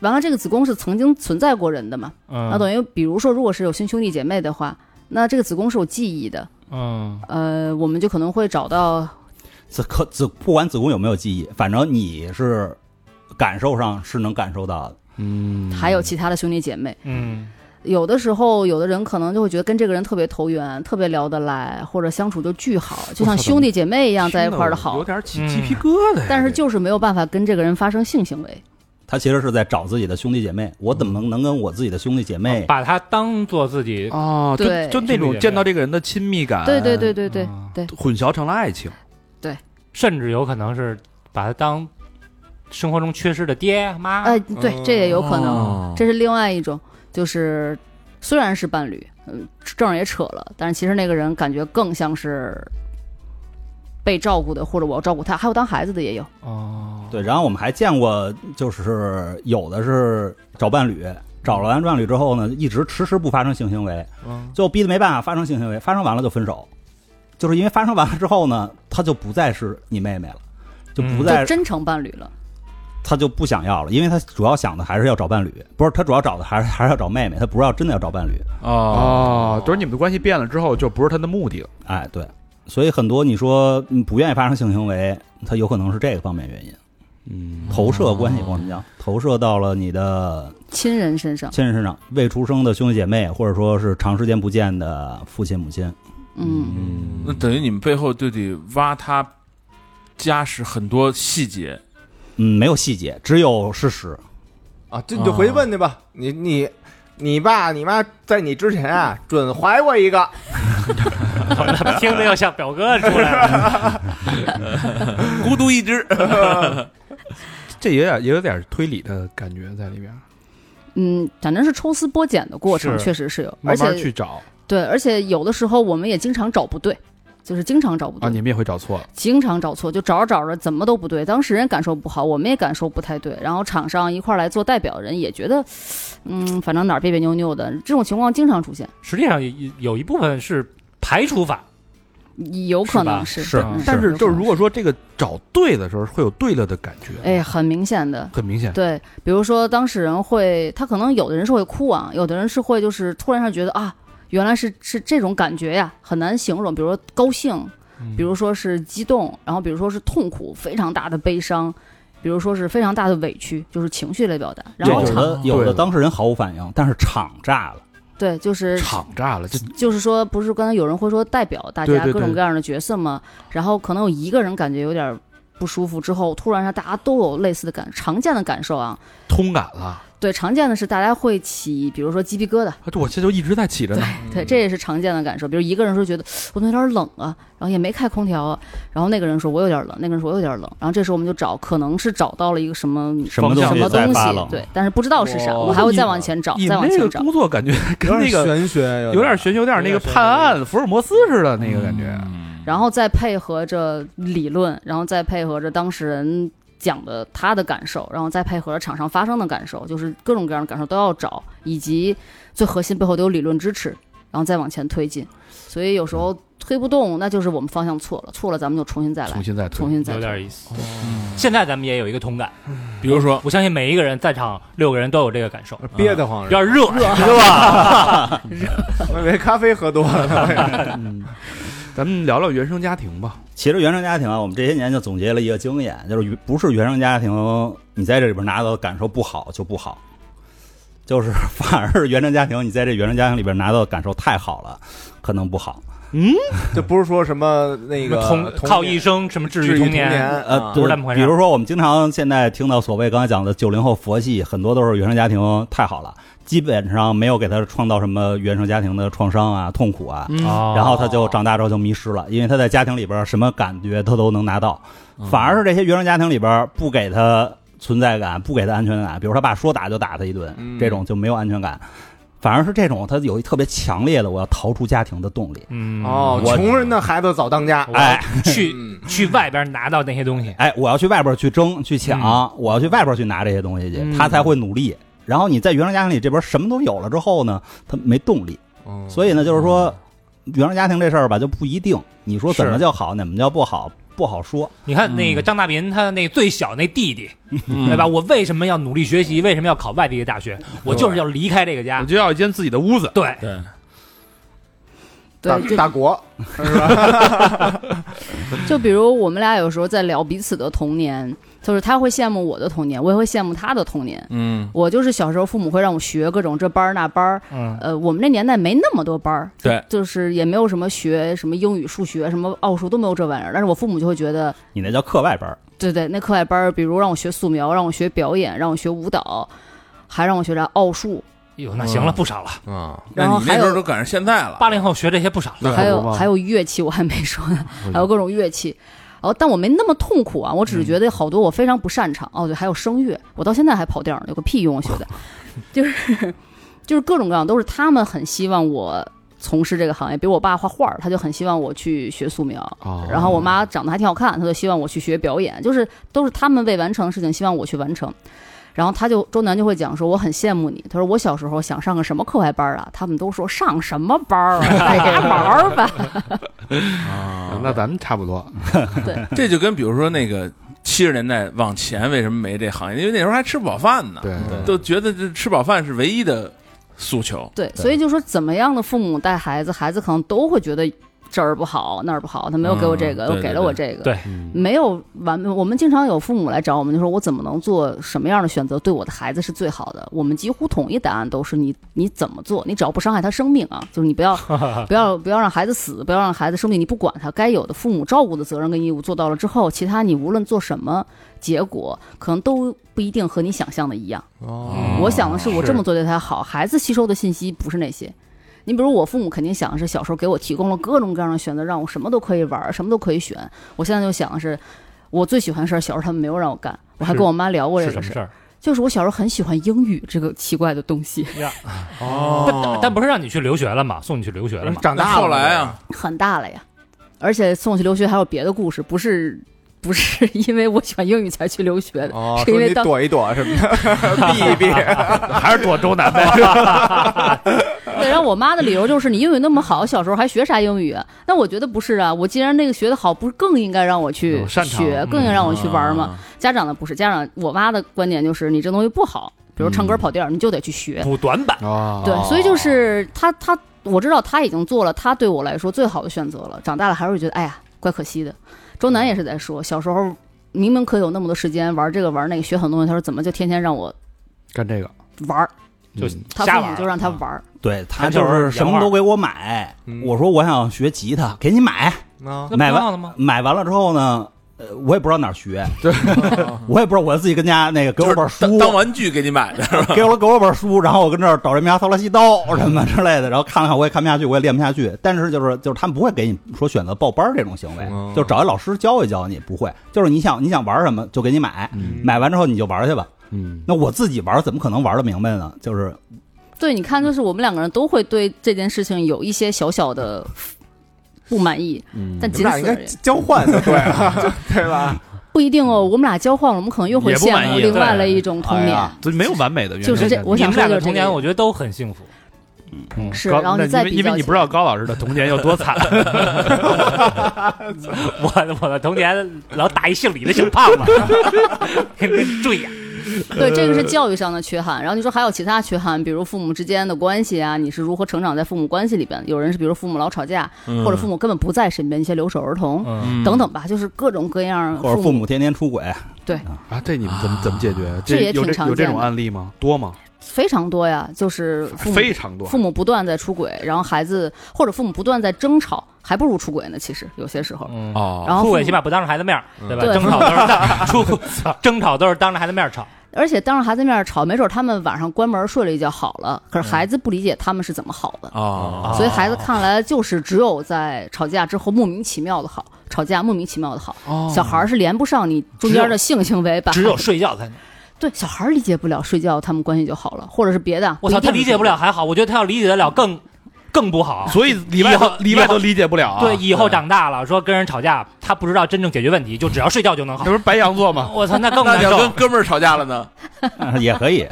Speaker 6: 完了，这个子宫是曾经存在过人的嘛？那
Speaker 5: 嗯
Speaker 6: 等于，比如说，如果是有亲兄弟姐妹的话，那这个子宫是有记忆的。
Speaker 5: 嗯，
Speaker 6: 呃，我们就可能会找到，
Speaker 7: 子可子不管子宫有没有记忆，反正你是感受上是能感受到的。
Speaker 3: 嗯，
Speaker 6: 还有其他的兄弟姐妹。
Speaker 5: 嗯
Speaker 6: 有的时候，有的人可能就会觉得跟这个人特别投缘，特别聊得来，或者相处就巨好，就像兄弟姐妹一样在一块儿的好
Speaker 3: 有。点起
Speaker 5: 嗯
Speaker 3: 鸡皮疙瘩呀。
Speaker 6: 但是
Speaker 3: 这
Speaker 6: 就是没有办法跟这个人发生性行为。
Speaker 7: 他其实是在找自己的兄弟姐妹，我怎么
Speaker 6: 嗯
Speaker 7: 能跟我自己的兄弟姐
Speaker 6: 哦
Speaker 7: 妹？
Speaker 5: 把它当做自己，
Speaker 3: 哦，就
Speaker 6: 对
Speaker 3: 就那种见到这个人的亲密感，
Speaker 6: 对对对，对对
Speaker 5: 嗯
Speaker 6: 对，
Speaker 3: 混淆成了爱情。
Speaker 5: 甚至有可能是把它当生活中缺失的爹妈，
Speaker 6: 呃，对，这也有可能，
Speaker 4: 哦
Speaker 6: 这是另外一种，就是虽然是伴侣，嗯，证儿也扯了，但是其实那个人感觉更像是被照顾的，或者我要照顾他，还有当孩子的也有，
Speaker 5: 哦， [laughs]
Speaker 7: 对，然后我们还见过，就是有的是找伴侣，找了完伴侣之后呢，一直迟迟不发生性行为，
Speaker 5: 嗯
Speaker 7: 最后逼得没办法发生性行为，发生完了就分手，就是因为发生完了之后呢，他就不再是你妹妹了，就
Speaker 5: 嗯
Speaker 7: 不再、
Speaker 6: 就真成伴侣了。
Speaker 7: 他就不想要了，因为他主要想的还是要找伴侣，不是他主要找的还是还是要找妹妹，他不是要真的要找伴侣。
Speaker 3: 哦，就是你们的关系变了之后，就不是他的目的了。
Speaker 7: 哎，对，所以很多你说你不愿意发生性行为，他有可能是这个方面原因，
Speaker 3: 嗯，
Speaker 7: 投射关系我们讲投射到了你的
Speaker 6: 亲人身上，
Speaker 7: 亲人身上，未出生的兄弟姐妹，或者说是长时间不见的父亲母亲。
Speaker 6: 嗯，
Speaker 4: 那等于你们背后就得挖他家史很多细节，
Speaker 7: 嗯，没有细节，只有事实。
Speaker 2: 啊，这你就回去问去吧。你你你爸你妈在你之前啊，准怀过一个，
Speaker 5: 听着又像表哥出来了， [laughs]
Speaker 4: 孤独一只。
Speaker 3: 这也有点也有点推理的感觉在里边，
Speaker 6: 嗯，反正是抽丝剥茧的过程，
Speaker 5: 是
Speaker 6: 确实是有，而
Speaker 3: 慢慢
Speaker 6: 且
Speaker 3: 去找
Speaker 6: 对，而且有的时候我们也经常找不对，就是经常找不
Speaker 3: 啊，
Speaker 6: 对。
Speaker 3: 你们也会找错。
Speaker 6: 经常找错，就找着找着怎么都不对。当事人感受不好，我们也感受不太对。然后场上一块儿来做代表的人也觉得，嗯，反正哪儿别别扭扭的，这种情况经常出现，
Speaker 5: 实际上有有一部分是排除法，
Speaker 6: 有可能
Speaker 5: 是
Speaker 6: 是。
Speaker 7: 是
Speaker 6: 嗯
Speaker 3: 但是
Speaker 6: 有可
Speaker 3: 就
Speaker 6: 能
Speaker 3: 是如果说这个找对的时候，会有对了的感觉，
Speaker 6: 哎，很明显的，
Speaker 3: 很
Speaker 4: 哎
Speaker 3: 明显。
Speaker 6: 对，比如说当事人会，他可能有的人是会哭啊，有的人是会就是突然上觉得啊，原来是是这种感觉呀，很难形容。比如说高兴，比如说是激动，然后比如说是痛苦，非常大的悲伤。比如说是非常大的委屈，就是情绪类表达，然后
Speaker 7: 有
Speaker 6: 场
Speaker 7: 的有的当事人毫无反应，但是场炸了。
Speaker 6: 对就是嗯
Speaker 3: 场炸了，这
Speaker 6: 就是说，不是刚才有人会说代表大
Speaker 3: 对
Speaker 6: 家
Speaker 3: 对对
Speaker 6: 各种各样的角色嘛，然后可能有一个人感觉有点不舒服，之后突然让大家都有类似的感，常见的感受啊。
Speaker 3: 通感了。
Speaker 6: 对，常见的是大家会起，比如说鸡皮疙瘩，
Speaker 3: 啊这我这就一直在起着呢。
Speaker 6: 对，这也是常见的感受。比如一个人说觉得我有点冷啊，然后也没开空调啊，然后那个人说我有点冷，那个人说我有点冷，然后这时候我们就找，可能是找到了一个什么
Speaker 7: 什
Speaker 6: 什
Speaker 7: 么东
Speaker 6: 么
Speaker 7: 西在
Speaker 6: 东
Speaker 7: 发冷
Speaker 6: 西，？对，但是不知道是啥，
Speaker 2: 哇
Speaker 6: 我还会再往前找，
Speaker 3: 你
Speaker 6: 再
Speaker 3: 们
Speaker 6: 往
Speaker 3: 这个
Speaker 6: 前找。
Speaker 3: 工作感觉
Speaker 2: 嗯
Speaker 3: 跟那个
Speaker 2: 玄学，
Speaker 3: 有点玄学，有点那个判
Speaker 5: 有
Speaker 3: 案福尔摩斯似的那个感觉。
Speaker 6: 然后再配合着理论，然后再配合着当事人讲的他的感受，然后再配合着场上发生的感受，就是各种各样的感受都要找，以及最核心背后都有理论支持，然后再往前推进。所以有时候推不动，那就是我们方向错了，错了咱们就重新再
Speaker 3: 重
Speaker 6: 来，
Speaker 3: 新再推
Speaker 6: 嗯重新再
Speaker 5: 有
Speaker 6: 来。
Speaker 5: 点意思。现在咱们也有一个同感，
Speaker 4: 比如说，
Speaker 5: 我相信每一个人在场六个人都有这个感受，
Speaker 2: 憋得慌
Speaker 5: 有，点热，
Speaker 2: [laughs]
Speaker 6: 嗯
Speaker 2: 我以为咖啡喝多了。
Speaker 3: 咱们聊聊原生家庭吧。
Speaker 7: [laughs] 其实原生家庭啊，我们这些年就总结了一个经验，就是不是原生家庭，你在这里边拿到的感受不好就不好，就是 [laughs] 反而是原生家庭，你在这原生家庭里边拿到的感受太好了，可能不好。
Speaker 2: 就不是说什么那个
Speaker 5: 童
Speaker 2: 童
Speaker 5: 靠
Speaker 2: 年
Speaker 5: 一生什么治
Speaker 2: 治愈
Speaker 5: 童
Speaker 2: 年，
Speaker 7: 呃，
Speaker 2: 啊
Speaker 5: 不
Speaker 7: 对
Speaker 5: 是那么回事
Speaker 7: 比如说我们经常现在听到所谓刚才讲的九零后佛系，很多都是原生家庭太好了，基本上没有给他创造什么原生家庭的创伤啊、痛苦啊，
Speaker 5: 哦
Speaker 7: 然后他就长大之后就迷失了，因为他在家庭里边什么感觉他都能拿到，
Speaker 5: 嗯
Speaker 7: 反而是这些原生家庭里边不给他存在感，不给他安全感，比如他爸说打就打他一顿，
Speaker 2: 嗯
Speaker 7: 这种就没有安全感，反而是这种他有一特别强烈的我要逃出家庭的动力。
Speaker 5: 嗯
Speaker 2: 哦，
Speaker 7: 我
Speaker 2: 穷人的孩子早当家，
Speaker 7: 哎，
Speaker 5: 去
Speaker 2: 嗯
Speaker 5: 去外边拿到那些东西，
Speaker 7: 哎，我要去外边去争去抢，我要去外边去拿这些东西去，他才会努力。然后你在原生家庭里这边什么都有了之后呢，他没动力。
Speaker 2: 嗯哦
Speaker 7: 所以呢，就是说，原生家庭这事儿吧，就不一定。你说怎么
Speaker 5: 是
Speaker 7: 叫好，怎么叫不好，不好说。
Speaker 5: 你看那个张大民，他那最小那弟弟，对吧？我为什么要努力学习？为什么要考外地的大学？我就是要离开这个
Speaker 3: 我
Speaker 5: 家。
Speaker 3: 就要一间自己的屋子，
Speaker 5: 对，哎
Speaker 4: 对，
Speaker 2: 大
Speaker 6: 对，就
Speaker 2: 大国
Speaker 6: 就比如我们俩有时候在聊彼此的童年，就是他会羡慕我的童年，我也会羡慕他的童年。
Speaker 4: 嗯，
Speaker 6: 我就是小时候父母会让我学各种这班儿那班儿，
Speaker 5: 嗯，
Speaker 6: 呃，我们那年代没那么多班儿，
Speaker 4: 对，
Speaker 6: 就是也没有什么学什么英语、数学、什么奥数都没有这玩意儿。但是我父母就会觉得，
Speaker 7: 你那叫课外班儿，
Speaker 6: 对对，那课外班儿，比如让我学素描，让我学表演，让我学舞蹈，还让我学点奥数，
Speaker 5: 哟，那行了，不少了。
Speaker 2: 啊，
Speaker 4: 嗯那
Speaker 6: 然后
Speaker 4: 你那
Speaker 6: 还
Speaker 4: 时候
Speaker 6: 有
Speaker 4: 都赶上现在了，
Speaker 5: 八零后学这些不少了。
Speaker 6: 还
Speaker 3: 可不
Speaker 6: 有
Speaker 3: 嘛
Speaker 6: 还有乐器，我还没说呢，还有各种乐器。然后，但我没那么痛苦啊，我只是觉得好多我非常不擅长。哦，对，还有声乐，我到现在还跑调呢，有个屁用！我学的，就是就是各种各样，都是他们很希望我从事这个行业。比如我爸画画儿，他就很希望我去学素描，
Speaker 3: 哦
Speaker 6: 然后我妈长得还挺好看，她就希望我去学表演，就是都是他们未完成的事情，希望我去完成。然后他就周南就会讲说，我很羡慕你。他说我小时候想上个什么课外班啊，他们都说上什么班儿啊，在家玩儿吧。
Speaker 3: 啊那咱们差不
Speaker 6: 嗯
Speaker 3: 多。
Speaker 4: 这就跟比如说那个七十年代往前为什么没这行业，因为那时候还吃不饱饭呢，
Speaker 3: 对对
Speaker 4: 都觉得这吃饱饭是唯一的诉求。
Speaker 6: 对，所以就说怎么样的父母带孩子，孩子可能都会觉得这儿不好那儿不好，他没有给我这个，
Speaker 4: 嗯对
Speaker 6: 又给了我这个，
Speaker 5: 对
Speaker 3: 嗯
Speaker 6: 没有完。我们经常有父母来找我们，就说我怎么能做什么样的选择对我的孩子是最好的？我们几乎统一答案都是你你怎么做，你只要不伤害他生命啊，就是你不要不要不要让孩子死，不要让孩子生病，你不管他，该有的父母照顾的责任跟义务做到了之后，其他你无论做什么，结果可能都不一定和你想象的一样。
Speaker 2: 哦
Speaker 6: 我想的是，我
Speaker 3: 是
Speaker 6: 这么做对他好，孩子吸收的信息不是那些。你比如我父母肯定想的是，小时候给我提供了各种各样的选择，让我什么都可以玩儿，什么都可以选。我现在就想的是，我最喜欢的事儿，小时候他们没有让我干。我还
Speaker 5: 是
Speaker 6: 跟我妈聊过这
Speaker 5: 是
Speaker 6: 个
Speaker 5: 什么
Speaker 6: 事
Speaker 5: 事
Speaker 6: 儿，
Speaker 5: 儿？
Speaker 6: 就是我小时候很喜欢英语这个奇怪的东西。
Speaker 5: 但但但不是让你去留学了嘛，送你去留学了嘛？
Speaker 2: 长
Speaker 4: 那
Speaker 2: 大了
Speaker 4: 后来，啊，
Speaker 6: 很大了呀，而且送我去留学还有别的故事，不是不是因为我喜欢英语才去留学的，
Speaker 2: 哦，
Speaker 6: 是因
Speaker 2: 说
Speaker 6: 为
Speaker 2: 你
Speaker 6: 当
Speaker 2: 躲一躲什么 [laughs] 的，避一避，
Speaker 5: 还是躲周南呗？
Speaker 6: [laughs] 对，然后我妈的理由就是你英语那么好，小时候还学啥英语啊？那我觉得不是啊，我既然那个学的好，不是更应该让我去
Speaker 3: 有擅长嗯
Speaker 6: 学，更应该让我去玩吗？
Speaker 4: 啊？
Speaker 6: 家长的不是，家长我妈的观点就是你这东西不好，比如唱歌
Speaker 3: 嗯
Speaker 6: 跑调，你就得去学。
Speaker 5: [laughs] 补短板，
Speaker 3: 啊，
Speaker 6: 对，所以就是他他我知道他已经做了他对我来说最好的选择了，长大了还是会觉得哎呀怪可惜的。周南也是在说，小时候明明可以有那么多时间玩这个玩那个，学很多东西，他说怎么就天天让我
Speaker 3: 干这个
Speaker 6: 玩儿？
Speaker 5: 就
Speaker 3: 嗯
Speaker 6: 他
Speaker 5: 瞎
Speaker 6: 父
Speaker 5: 玩
Speaker 6: 母
Speaker 5: 儿
Speaker 6: 就让他玩儿，
Speaker 7: 对他
Speaker 5: 他
Speaker 7: 就
Speaker 5: 就是是
Speaker 7: 什么
Speaker 5: 洋
Speaker 7: 都
Speaker 5: 画
Speaker 7: 给我买。
Speaker 2: 嗯
Speaker 7: 我说我想学吉他，给你买。
Speaker 5: [laughs] 那
Speaker 2: 啊
Speaker 5: 不
Speaker 7: 买
Speaker 5: 挺
Speaker 7: 完
Speaker 5: 好的吗？
Speaker 7: 买完了之后呢，呃，我也不知道哪儿学， [laughs] 我也不知道我自己跟家那个给
Speaker 4: 就
Speaker 7: 我
Speaker 4: 是
Speaker 7: 本书，
Speaker 4: 当当玩具给你买的，
Speaker 7: [laughs] 给我给我本书，然后我跟这儿倒人家操了西刀什么之类的，然后看了看我也看不下去，我也练不下去。但是就是就是他们不会给你说选择报班儿这种行为，
Speaker 2: 嗯
Speaker 7: 就是找一老师教一教你，不会，就是你想你想玩什么就给你买，买完之后你就玩去吧。
Speaker 3: 嗯，
Speaker 7: 那我自己玩怎么可能玩得明白呢？就是
Speaker 6: 对，你看，就是我们两个人都会对这件事情有一些小小的不满意，
Speaker 3: 嗯
Speaker 6: 但
Speaker 2: 嗯你
Speaker 6: 仅此
Speaker 2: 们俩
Speaker 6: 而
Speaker 2: 应该
Speaker 6: 已，
Speaker 2: 交换
Speaker 7: [laughs]
Speaker 2: 才对啊，对 [laughs] 吧？
Speaker 6: 不一定哦。我们俩交换了，我们可能又会
Speaker 3: 也不
Speaker 6: 羡
Speaker 3: 满
Speaker 6: 慕
Speaker 3: 意
Speaker 6: 另
Speaker 3: 对
Speaker 6: 外的一种童
Speaker 7: 哎
Speaker 6: 年。
Speaker 7: 呀
Speaker 3: 就没有完美的原
Speaker 6: 就
Speaker 3: 生
Speaker 6: 是这
Speaker 3: 家庭
Speaker 6: 我
Speaker 5: 你
Speaker 6: 想
Speaker 5: 们
Speaker 6: 说
Speaker 5: 俩
Speaker 6: 的
Speaker 5: 的
Speaker 6: 就是这
Speaker 5: 童
Speaker 6: 个
Speaker 5: 年，我觉得都很幸福。
Speaker 3: 嗯
Speaker 6: 是
Speaker 3: 高
Speaker 6: 然后
Speaker 3: 那
Speaker 6: 你再
Speaker 3: 因为
Speaker 6: 比
Speaker 3: 因为
Speaker 6: 较
Speaker 3: 你
Speaker 6: 起
Speaker 3: 不知道高老师的童年有多 [laughs] 惨，
Speaker 5: 我的我的童年老打一姓李的小胖子，跟跟坠呀，
Speaker 6: 对，这个是教育上的缺憾。然后你说还有其他缺憾，比如父母之间的关系啊，你是如何成长在父母关系里边？有人是比如父母老吵架，或者父母根本不在身边，一些留守儿童、
Speaker 5: 嗯，
Speaker 6: 等等吧，就是各种各样
Speaker 7: 或者父母天天出轨， [laughs]
Speaker 3: 啊，这你们怎么怎么解决？
Speaker 6: 这也
Speaker 3: 有
Speaker 6: 挺
Speaker 3: 这
Speaker 6: 常
Speaker 3: 有这
Speaker 6: 见
Speaker 3: 种
Speaker 6: 的
Speaker 3: 案例吗？多吗？
Speaker 6: 非常多呀，就是父母
Speaker 3: 非常多。
Speaker 6: 父母不断在出轨，然后孩子或者父母不断在争吵，还不如出轨呢。其实有些时候，
Speaker 5: 嗯
Speaker 4: 哦，
Speaker 6: 然后
Speaker 5: 出
Speaker 6: 父
Speaker 5: 轨
Speaker 6: 母
Speaker 5: 起码不当着孩子面儿，对吧？
Speaker 6: 对
Speaker 5: 争吵都是
Speaker 6: [laughs]
Speaker 5: 当出争吵都是当着孩子面儿吵，
Speaker 6: 而且当着孩子面吵，没准他们晚上关门睡了一觉好了，可是孩子不理解他们是怎么好
Speaker 3: 啊
Speaker 6: 的，
Speaker 4: 哦，
Speaker 5: 啊
Speaker 6: 所以孩子看来就是只有在吵架之后莫名其妙的好，吵架莫名其妙的好，小孩儿是连不上你中间的性行为
Speaker 5: 哦
Speaker 6: 吧？
Speaker 5: 只有睡觉才能。
Speaker 6: 对小孩儿理解不了睡觉，他们关系就好了，或者是别的。啊
Speaker 5: 我操，
Speaker 6: 一定
Speaker 5: 他
Speaker 6: 是
Speaker 5: 理解不了还好，我觉得他要理解得了更更不好。
Speaker 3: 所以里外
Speaker 5: 以后
Speaker 3: 都里外
Speaker 5: 以后
Speaker 3: 都理解不了啊。
Speaker 5: 对，以后长大了说跟人吵架，他不知道真正解决问题，就只要睡觉就能 [laughs] 好
Speaker 3: 那。不是白羊座吗？
Speaker 5: 我操，那更
Speaker 4: 那
Speaker 5: 难
Speaker 4: 你要跟
Speaker 5: 受。
Speaker 4: 哥们儿吵架了呢？
Speaker 7: 也可 [laughs] 以。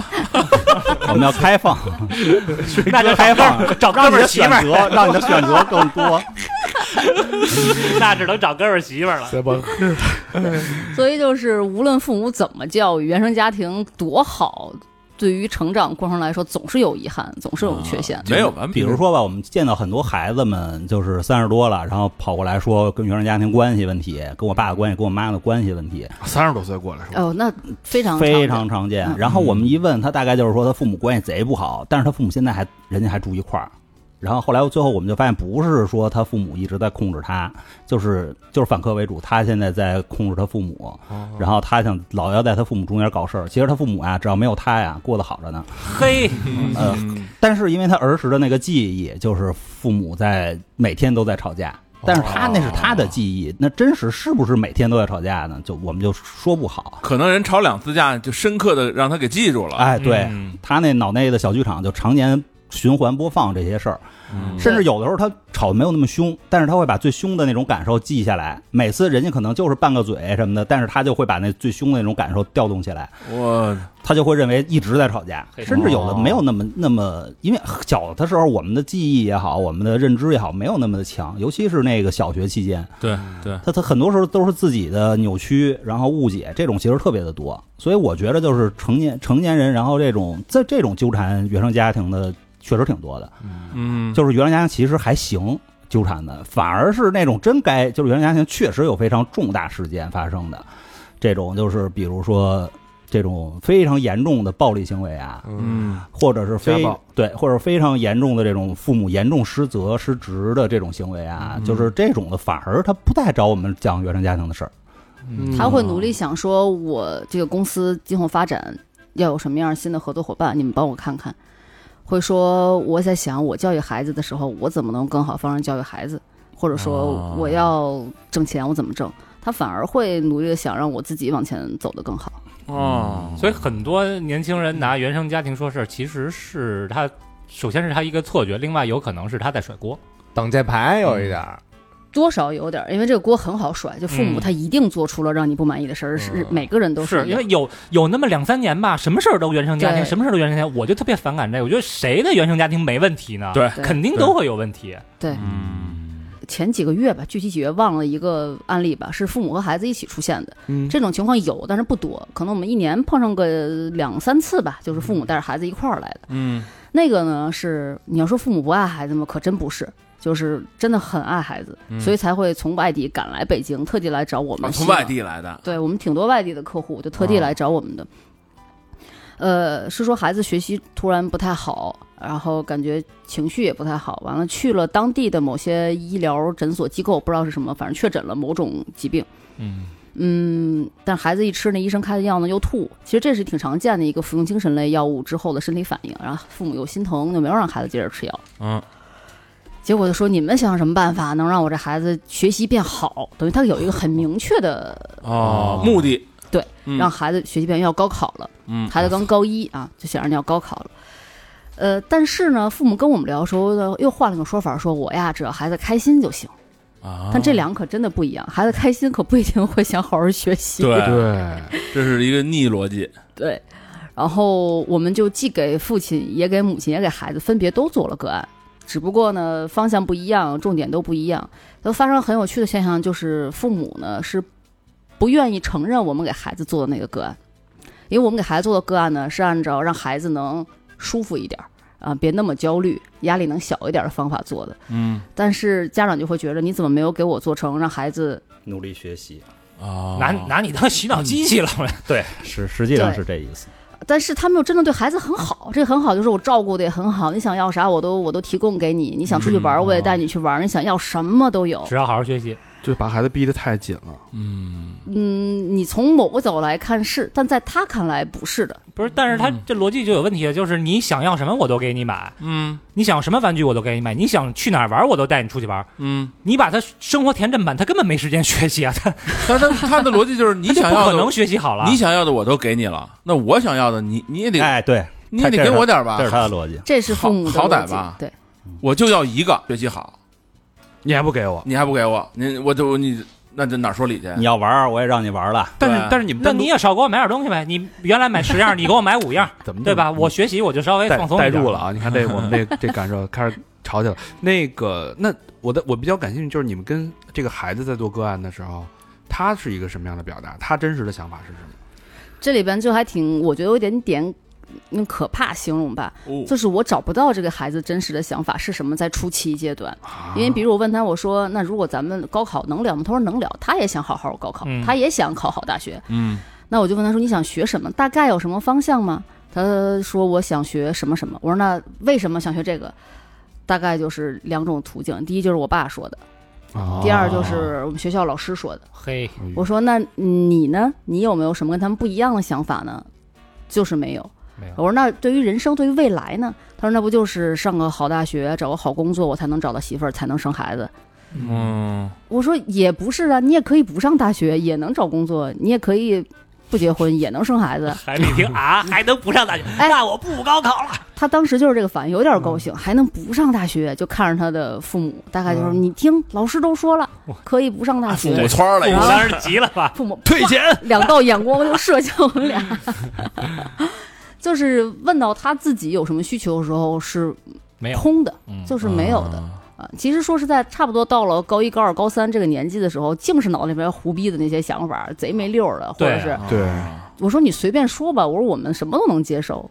Speaker 7: 我们要开放，
Speaker 5: 那就
Speaker 7: 开放，
Speaker 5: 找哥
Speaker 7: 让你
Speaker 5: 们儿
Speaker 7: 的
Speaker 5: 媳妇
Speaker 7: 选
Speaker 5: 儿，
Speaker 7: 择，让你的选择更多。
Speaker 5: 那只能找哥们儿媳妇儿了。
Speaker 6: 所以就是，无论父母怎么教育，原生家庭多好，对于成长过程来说，总是有遗憾，总是有缺陷。
Speaker 4: 没有完，
Speaker 7: 比如说吧，我们见到很多孩子们就是三十多了，然后跑过来说跟原生家庭关系问题，跟我爸的关系，跟我妈的关系问题，
Speaker 3: 三十多岁过来说，
Speaker 6: 哦，那非常
Speaker 7: 非
Speaker 6: 常
Speaker 7: 常常见。然后我们一问他，大概就是说他父母关系贼不好，但是他父母现在还人家还住一块儿。然后后来最后我们就发现，不是说他父母一直在控制他，就是就是反客为主，他现在在控制他父母，
Speaker 4: 哦
Speaker 7: 然后他想老要在他父母中间搞事儿。其实他父母啊，只要没有他呀，过得好着呢。
Speaker 5: 嘿，
Speaker 4: 嗯
Speaker 7: 呃，但是因为他儿时的那个记忆，就是父母在每天都在吵架，但是他那是他的记忆，那真实是不是每天都在吵架呢？就我们就说不好。
Speaker 4: 可能人吵两次架，就深刻的让他给记住了。
Speaker 7: 哎，对
Speaker 4: 嗯
Speaker 7: 他那脑内的小剧场就常年循环播放这些事儿，
Speaker 3: 嗯
Speaker 7: 甚至有的时候他吵得没有那么凶，但是他会把最凶的那种感受记下来。每次人家可能就是拌个嘴什么的，但是他就会把那最凶的那种感受调动起来，
Speaker 4: 我
Speaker 7: 他就会认为一直在吵架，
Speaker 5: 嘿
Speaker 7: 甚至有的
Speaker 3: 哦
Speaker 7: 没有那么那么，因为小的时候我们的记忆也好，我们的认知也好，没有那么的强，尤其是那个小学期间，
Speaker 4: 对对，
Speaker 7: 他他很多时候都是自己的扭曲，然后误解，这种其实特别的多。所以我觉得就是成年成年人，然后这种这这种纠缠原生家庭的确实挺多的，
Speaker 4: 嗯，
Speaker 7: 就是原生家庭其实还行。纠缠的，反而是那种真该，就是原生家庭确实有非常重大事件发生的，这种就是比如说这种非常严重的暴力行为啊，
Speaker 4: 嗯
Speaker 7: 或者是非
Speaker 3: 家暴
Speaker 7: 对，或者非常严重的这种父母严重失责失职的这种行为啊，就是这种的，反而他不再找我们讲原生家庭的事儿。
Speaker 6: 他会努力想说，我这个公司今后发展要有什么样新的合作伙伴，你们帮我看看。会说我在想，我教育孩子的时候，我怎么能更好方式教育孩子，或者说
Speaker 4: 哦
Speaker 6: 我要挣钱，我怎么挣？他反而会努力的想让我自己往前走得更好。
Speaker 4: 哦，
Speaker 5: [laughs] 所以很多年轻人拿原生家庭说事儿，其实是他首先是他一个错觉，另外有可能是他在甩锅。
Speaker 2: 挡箭牌有一点儿，
Speaker 6: 多少有点儿，因为这个锅很好甩，就父母
Speaker 5: 嗯
Speaker 6: 他一定做出了让你不满意的事儿，是
Speaker 2: 嗯
Speaker 6: 每个人都
Speaker 5: 是因
Speaker 6: 有
Speaker 5: 为有有那么两三年吧，什么事儿都原生家庭，
Speaker 6: 对
Speaker 5: 什么事儿都原生家庭，我就特别反感这个。我觉得谁的原生家庭没问题呢？
Speaker 4: 对
Speaker 6: 对
Speaker 5: 肯定都会有问题。
Speaker 6: 对
Speaker 4: 嗯
Speaker 6: 前几个月吧，具体几个月忘了一个案例吧，是父母和孩子一起出现的。
Speaker 3: 嗯
Speaker 6: 这种情况有，但是不多，可能我们一年碰上个两三次吧，就是父母带着孩子一块儿来的。
Speaker 4: 嗯
Speaker 6: 那个呢是你要说父母不爱孩子吗？可真不是，就是真的很爱孩子，
Speaker 4: 嗯
Speaker 6: 所以才会从外地赶来北京，特地来找我们、
Speaker 4: 啊
Speaker 3: 嗯
Speaker 4: 从外地来的，
Speaker 6: 对我们挺多外地的客户，就特地来找我们的。呃，是说孩子学习突然不太好，然后感觉情绪也不太好，完了去了当地的某些医疗诊所机构，不知道是什么，反正确诊了某种疾病。
Speaker 5: 嗯
Speaker 6: 嗯，但孩子一吃那医生开的药呢，又吐。其实这是挺常见的一个服用精神类药物之后的身体反应，然后父母又心疼，就没有让孩子接着吃药。
Speaker 4: 嗯，
Speaker 6: 结果就说你们想什么办法能让我这孩子学习变好？等于他有一个很明确的
Speaker 4: 哦，目的
Speaker 6: 对，
Speaker 4: 嗯
Speaker 6: 让孩子学习变要高考了。
Speaker 4: 嗯
Speaker 6: 孩子刚高一啊，就想着你要高考了。呃，但是呢，父母跟我们聊的时候呢，又换了个说法，说我呀，只要孩子开心就行。
Speaker 4: 啊，
Speaker 6: 但这两个可真的不一样，孩子开心可不一定会想好好学习。
Speaker 4: 对，
Speaker 3: 对，
Speaker 4: 这是一个逆逻辑，
Speaker 6: 对然后我们就既给父亲，也给母亲，也给孩子，分别都做了个案，只不过呢方向不一样，重点都不一样。都发生很有趣的现象，就是父母呢是不愿意承认我们给孩子做的那个个案，因为我们给孩子做的个案呢，是按照让孩子能舒服一点儿啊，别那么焦虑，压力能小一点的方法做的。
Speaker 3: 嗯
Speaker 6: 但是家长就会觉得，你怎么没有给我做成让孩子
Speaker 7: 努力学习，
Speaker 3: 啊，
Speaker 5: 拿拿你当洗脑机器了， [laughs] 我
Speaker 7: 对，是实际上
Speaker 6: 对
Speaker 7: 是这意思。
Speaker 6: 但是他们又真的对孩子很好，这很好，就是我照顾的也很好。你想要啥，我都我都提供给你。你想出去玩，
Speaker 3: 嗯
Speaker 6: 我也带你去玩。你想要什么都有。
Speaker 5: 只要好好学习，
Speaker 4: 就是把孩子逼得太紧了。
Speaker 3: 嗯，
Speaker 6: 嗯，你从某个角度来看是，但在他看来不是的。
Speaker 5: 不是？但是他这逻辑就有问题了，就是你想要什么我都给你买，
Speaker 3: 嗯
Speaker 5: 你想要什么玩具我都给你买，你想去哪儿玩我都带你出去玩。
Speaker 3: 嗯，
Speaker 5: 你把他生活填这么满，他根本没时间学习啊，他
Speaker 3: 但他他的逻辑就是你
Speaker 5: 他就
Speaker 3: 想
Speaker 5: 不
Speaker 3: 要
Speaker 5: 可
Speaker 3: 的
Speaker 5: 能，学习好了。
Speaker 3: 你想要的我都给你了，那我想要的你你也得、
Speaker 7: 哎，对，
Speaker 3: 你也得
Speaker 7: 这
Speaker 3: 给
Speaker 7: 是
Speaker 3: 我点儿吧
Speaker 7: 这，是他的逻辑。
Speaker 6: 这是父母的
Speaker 3: 好好歹
Speaker 6: 逻辑
Speaker 3: 吧
Speaker 6: 对，
Speaker 3: 我就要一个学习好，
Speaker 4: 你还不给我？
Speaker 3: 你还不给我，你我就你那这哪儿说理去？
Speaker 7: 你要玩儿，我也让你玩儿了。
Speaker 4: 但是
Speaker 3: 对
Speaker 4: 但是你们
Speaker 5: 啊那
Speaker 4: 单独
Speaker 5: 你也少给我买点东西呗，你原来买十样，你给我买五样，
Speaker 4: 怎么
Speaker 5: 对吧？我学习我就稍微
Speaker 4: 带
Speaker 5: 哎放松
Speaker 4: 带
Speaker 5: 一点
Speaker 4: 入了。啊！你看这我们这这感受开始吵起来了。那个那我的我比较感兴趣就是你们跟这个孩子在做个案的时候，他是一个什么样的表达？他真实的想法是什么？
Speaker 6: 这里边就还挺，我觉得有一点点用可怕形容吧，
Speaker 3: 哦
Speaker 6: 就是我找不到这个孩子真实的想法是什么，在初期阶段。
Speaker 4: 啊
Speaker 6: 因为比如我问他，我说那如果咱们高考能聊吗？他说能聊，他也想好好高考，
Speaker 5: 嗯
Speaker 6: 他也想考好大学。
Speaker 3: 嗯
Speaker 6: 那我就问他说你想学什么？大概有什么方向吗？他说我想学什么什么。我说那为什么想学这个？大概就是两种途径，第一就是我爸说的，第二就是我们学校老师说的。
Speaker 5: 嘿，
Speaker 6: 我说那你呢？你有没有什么跟他们不一样的想法呢？就是没有。
Speaker 5: 没有
Speaker 6: 我说那对于人生，对于未来呢？他说那不就是上个好大学，找个好工作，我才能找到媳妇儿，才能生孩子。
Speaker 3: 嗯，
Speaker 6: 我说也不是啊，你也可以不上大学，也能找工作，你也可以不结婚，也能生孩子。
Speaker 5: 还没听 [laughs] 啊，还能不上大学？
Speaker 6: 哎
Speaker 5: 那我不高考了。
Speaker 6: 他当时就是这个反应，有点高
Speaker 5: 嗯
Speaker 6: 兴，还能不上大学，就看着他的父母，大概就是、
Speaker 5: 嗯
Speaker 6: 你听，老师都说了，可以不上大
Speaker 3: 父母
Speaker 6: 学。
Speaker 3: 圈儿了已
Speaker 5: 我
Speaker 3: 经，
Speaker 5: 当时急了吧？
Speaker 6: 父母
Speaker 5: 退钱。
Speaker 6: [laughs] 两道眼光就射向我们俩，就是问到他自己有什么需求的时候是
Speaker 5: 没有
Speaker 6: 空的，
Speaker 5: 嗯
Speaker 6: 就是没有的。啊，其实说实在，差不多到了高一、高二、高三这个年纪的时候，净是脑里边胡逼的那些想法，贼没溜儿的，或者
Speaker 5: 对
Speaker 6: 是
Speaker 3: 啊
Speaker 4: 对
Speaker 6: 我说你随便说吧，我说我们什么都能接受。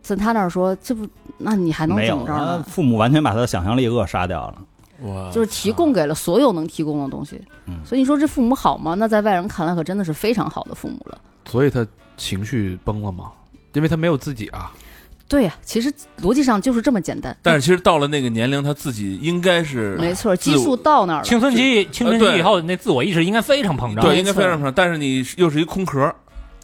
Speaker 6: 在他那儿说，这不，那你还能
Speaker 7: 没
Speaker 6: 怎
Speaker 7: 有
Speaker 6: 么，着
Speaker 7: 他
Speaker 6: 呢？
Speaker 7: 父母完全把他的想象力扼杀掉了。
Speaker 3: 我
Speaker 6: 就是提供给了所有能提供的东西。
Speaker 7: 嗯
Speaker 6: 所以你说这父母好吗？那在外人看来可真的是非常好的父母了。
Speaker 4: 所以他情绪崩了吗？因为他没有自己啊，
Speaker 6: 对呀、其实逻辑上就是这么简单。
Speaker 3: 但是其实到了那个年龄，他自己应该是
Speaker 6: 没错，
Speaker 3: 自
Speaker 6: 激素到那儿
Speaker 5: [laughs]
Speaker 6: 了。
Speaker 5: 青春期，青春
Speaker 3: 对
Speaker 5: 期以后那自我意识应该非常膨胀。
Speaker 3: 对，
Speaker 6: 没
Speaker 3: 应该
Speaker 6: 错
Speaker 3: 非常上，但是你又是一空壳，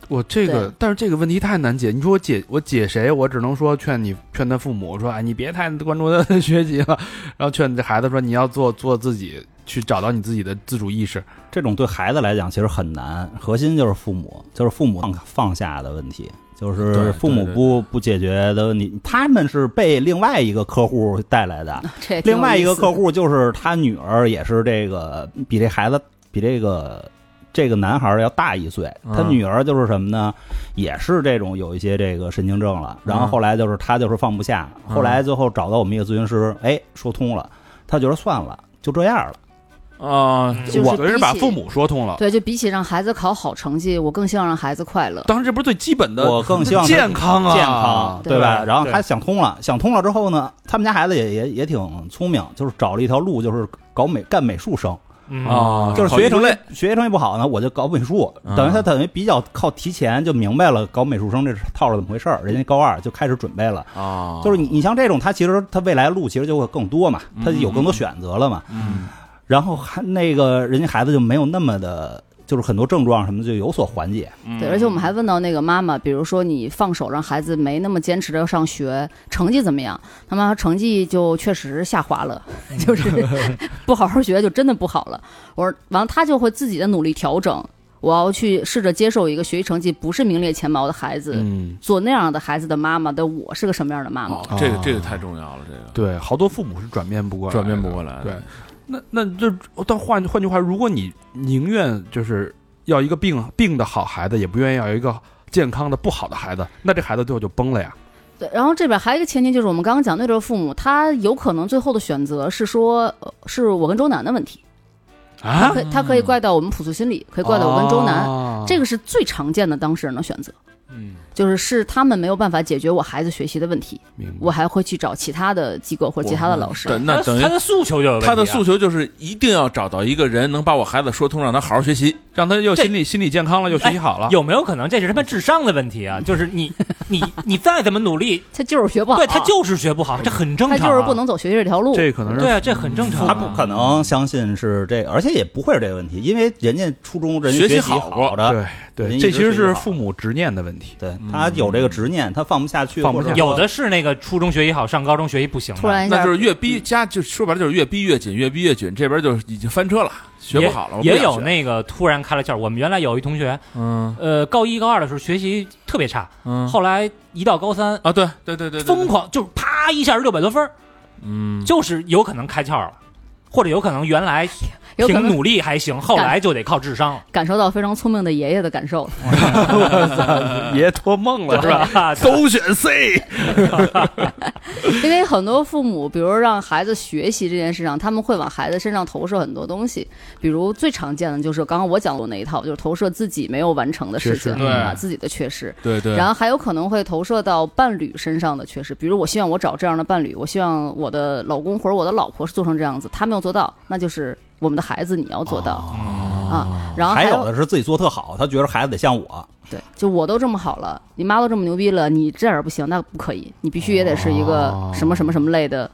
Speaker 4: 我这个
Speaker 6: 对，
Speaker 4: 但是这个问题太难解。你说我解我解谁？我只能说劝你劝他父母说，哎，你别太关注他的 [laughs] 学习了，然后劝你这孩子说，你要做做自己，去找到你自己的自主意识。
Speaker 7: 这种对孩子来讲其实很难，核心就是父母，就是父母放放下的问题，就是
Speaker 3: 对
Speaker 7: 父母
Speaker 3: 对对
Speaker 7: 不不解决的问题。他们是被另外一个客户带来的，
Speaker 3: 哎
Speaker 6: 这也挺有
Speaker 7: 另外一个
Speaker 6: 意思
Speaker 7: 客户就是他女儿，也是这个比这孩子比这个这个男孩儿要大一岁。他
Speaker 3: 嗯
Speaker 7: 女儿就是什么呢？也是这种有一些这个神经症了。然后
Speaker 3: 嗯
Speaker 7: 后来就是他就是放不下，
Speaker 3: 嗯
Speaker 7: 后来最后找到我们一个咨询师，哎，说通了，他觉得算了，就这样了。
Speaker 3: 啊，
Speaker 6: 就是
Speaker 4: 我的是把
Speaker 6: 比起
Speaker 4: 父母说通了，
Speaker 6: 对，就比起让孩子考好成绩，我更希望让孩子快乐。
Speaker 4: 当然这不是最基本的
Speaker 7: 我更希望他
Speaker 4: 健康啊，
Speaker 7: 健康，
Speaker 6: 对
Speaker 7: 对吧？然后
Speaker 5: 对
Speaker 7: 他想通了，想通了之后呢，他们家孩子也也也挺聪明，就是找了一条路，就是搞美干美术生，
Speaker 5: 嗯
Speaker 3: 啊，
Speaker 7: 就是
Speaker 3: 考
Speaker 7: 学习
Speaker 3: 艺术
Speaker 7: 成绩
Speaker 3: 类，
Speaker 7: 学习成绩不好呢，我就搞美术，
Speaker 3: 嗯
Speaker 7: 等于他等于比较靠提前就明白了搞美术生这套是怎么回事儿，人家高二就开始准备了。
Speaker 3: 啊，
Speaker 7: 就是你，你像这种，他其实他未来路其实就会更多嘛，他有更多选择了嘛。
Speaker 3: 嗯
Speaker 7: 然后还那个人家孩子就没有那么的，就是很多症状什么就有所缓解。
Speaker 3: 嗯
Speaker 6: 对，而且我们还问到那个妈妈，比如说你放手让孩子没那么坚持的上学，成绩怎么样？他妈说成绩就确实下滑了，就是不好好学就真的不好了。我说完了，他就会自己的努力调整。我要去试着接受一个学习成绩不是名列前茅的孩子，
Speaker 4: 嗯，
Speaker 6: 做那样的孩子的妈妈的我是个什么样的妈妈？
Speaker 3: 哦这个这个太重要了，这个
Speaker 4: 对，好多父母是转变不过来，
Speaker 3: 转变不过来，
Speaker 4: 对，那那这，但换换句话，如果你宁愿就是要一个病病的好孩子，也不愿意要一个健康的不好的孩子，那这孩子最后就崩了呀。
Speaker 6: 对，然后这边还有一个前提就是我们刚刚讲那对父母，他有可能最后的选择是说，呃是我跟周楠的问题他
Speaker 4: 啊，
Speaker 6: 可以他可以怪到我们朴素心理，可以怪到我跟周楠。
Speaker 4: 哦
Speaker 6: 这个是最常见的当事人的选择。
Speaker 4: 嗯，
Speaker 6: 就是是他们没有办法解决我孩子学习的问题，
Speaker 3: 明白
Speaker 6: 我还会去找其他的机构或者其他的老师。
Speaker 4: 对，那等于
Speaker 5: 他的诉求就有问题啊
Speaker 4: 他的诉求就是一定要找到一个人能把我孩子说通，让他好好学习。
Speaker 3: 让他又心理心理健康了，又学
Speaker 4: 哎
Speaker 3: 习好了。
Speaker 5: 有没有可能这是他妈智商的问题 [laughs] 啊？就是你你你再怎么努力，
Speaker 6: 他就是学不好，
Speaker 5: 对他就是学不好，这很正
Speaker 6: 他
Speaker 5: 常啊。
Speaker 6: 就是不能走学习这条路。
Speaker 3: 这可能
Speaker 5: 对
Speaker 3: 是
Speaker 5: 啊，这很正常啊。
Speaker 7: 他不可能相信是这个，而且也不会是这个问题，因为人家初中人家
Speaker 4: 学习
Speaker 7: 习
Speaker 4: 好过
Speaker 7: 好的，
Speaker 3: 对
Speaker 7: 人
Speaker 3: 对，
Speaker 7: 一直
Speaker 3: 这其实
Speaker 7: 学习
Speaker 3: 是
Speaker 7: 好
Speaker 3: 父母执念的问题。
Speaker 7: 对他有这个执念，他放不下去，
Speaker 3: 放不
Speaker 7: 或者
Speaker 3: 下
Speaker 5: 有的是那个初中学习好，上高中学习不行的，啊
Speaker 6: 突然一
Speaker 4: 那
Speaker 6: 下
Speaker 4: 就，是越逼家，就说白了就是越逼越紧，越逼越紧，这边就已经翻车了，学不好了，我不
Speaker 5: 也
Speaker 4: 想
Speaker 5: 也有
Speaker 4: 学
Speaker 5: 那个突然开了窍。我们原来有一同学，
Speaker 4: 嗯
Speaker 5: 呃，高一高二的时候学习特别差，
Speaker 4: 嗯
Speaker 5: 后来一到高三，
Speaker 4: 啊，对对对对，对
Speaker 5: 疯，狂就是啪一下六百多分儿，
Speaker 4: 嗯，
Speaker 5: 就是有可能开窍了，或者有可能原来
Speaker 6: 有可
Speaker 5: 凭
Speaker 6: 能
Speaker 5: 努力还行，后来就得靠智商了，
Speaker 6: 感受到非常聪明的爷爷的
Speaker 3: [laughs]
Speaker 6: 感受。
Speaker 3: 爷爷托梦了是吧？
Speaker 5: 吧？
Speaker 3: 都选 C，
Speaker 6: [laughs] 因为很多父母，比如让孩子学习这件事上，他们会往孩子身上投射很多东西，比如最常见的就是刚刚我讲过那一套，就是投射自己没有完成的事情
Speaker 3: 缺
Speaker 4: 失
Speaker 6: 啊，
Speaker 4: 对
Speaker 6: 自己的缺失。
Speaker 4: 对对，
Speaker 6: 然后还有可能会投射到伴侣身上的缺失，比如我希望我找这样的伴侣，我希望我的老公或者我的老婆是做成这样子，他没有做到，那就是我们的孩子你要做到、啊。然后
Speaker 7: 还
Speaker 6: 有
Speaker 7: 有的是自己做特好，他觉得孩子得像我，
Speaker 6: 对，就我都这么好了，你妈都这么牛逼了，你这样不行，那不可以，你必须也得是一个
Speaker 3: 哦
Speaker 6: 什么什么什么类的。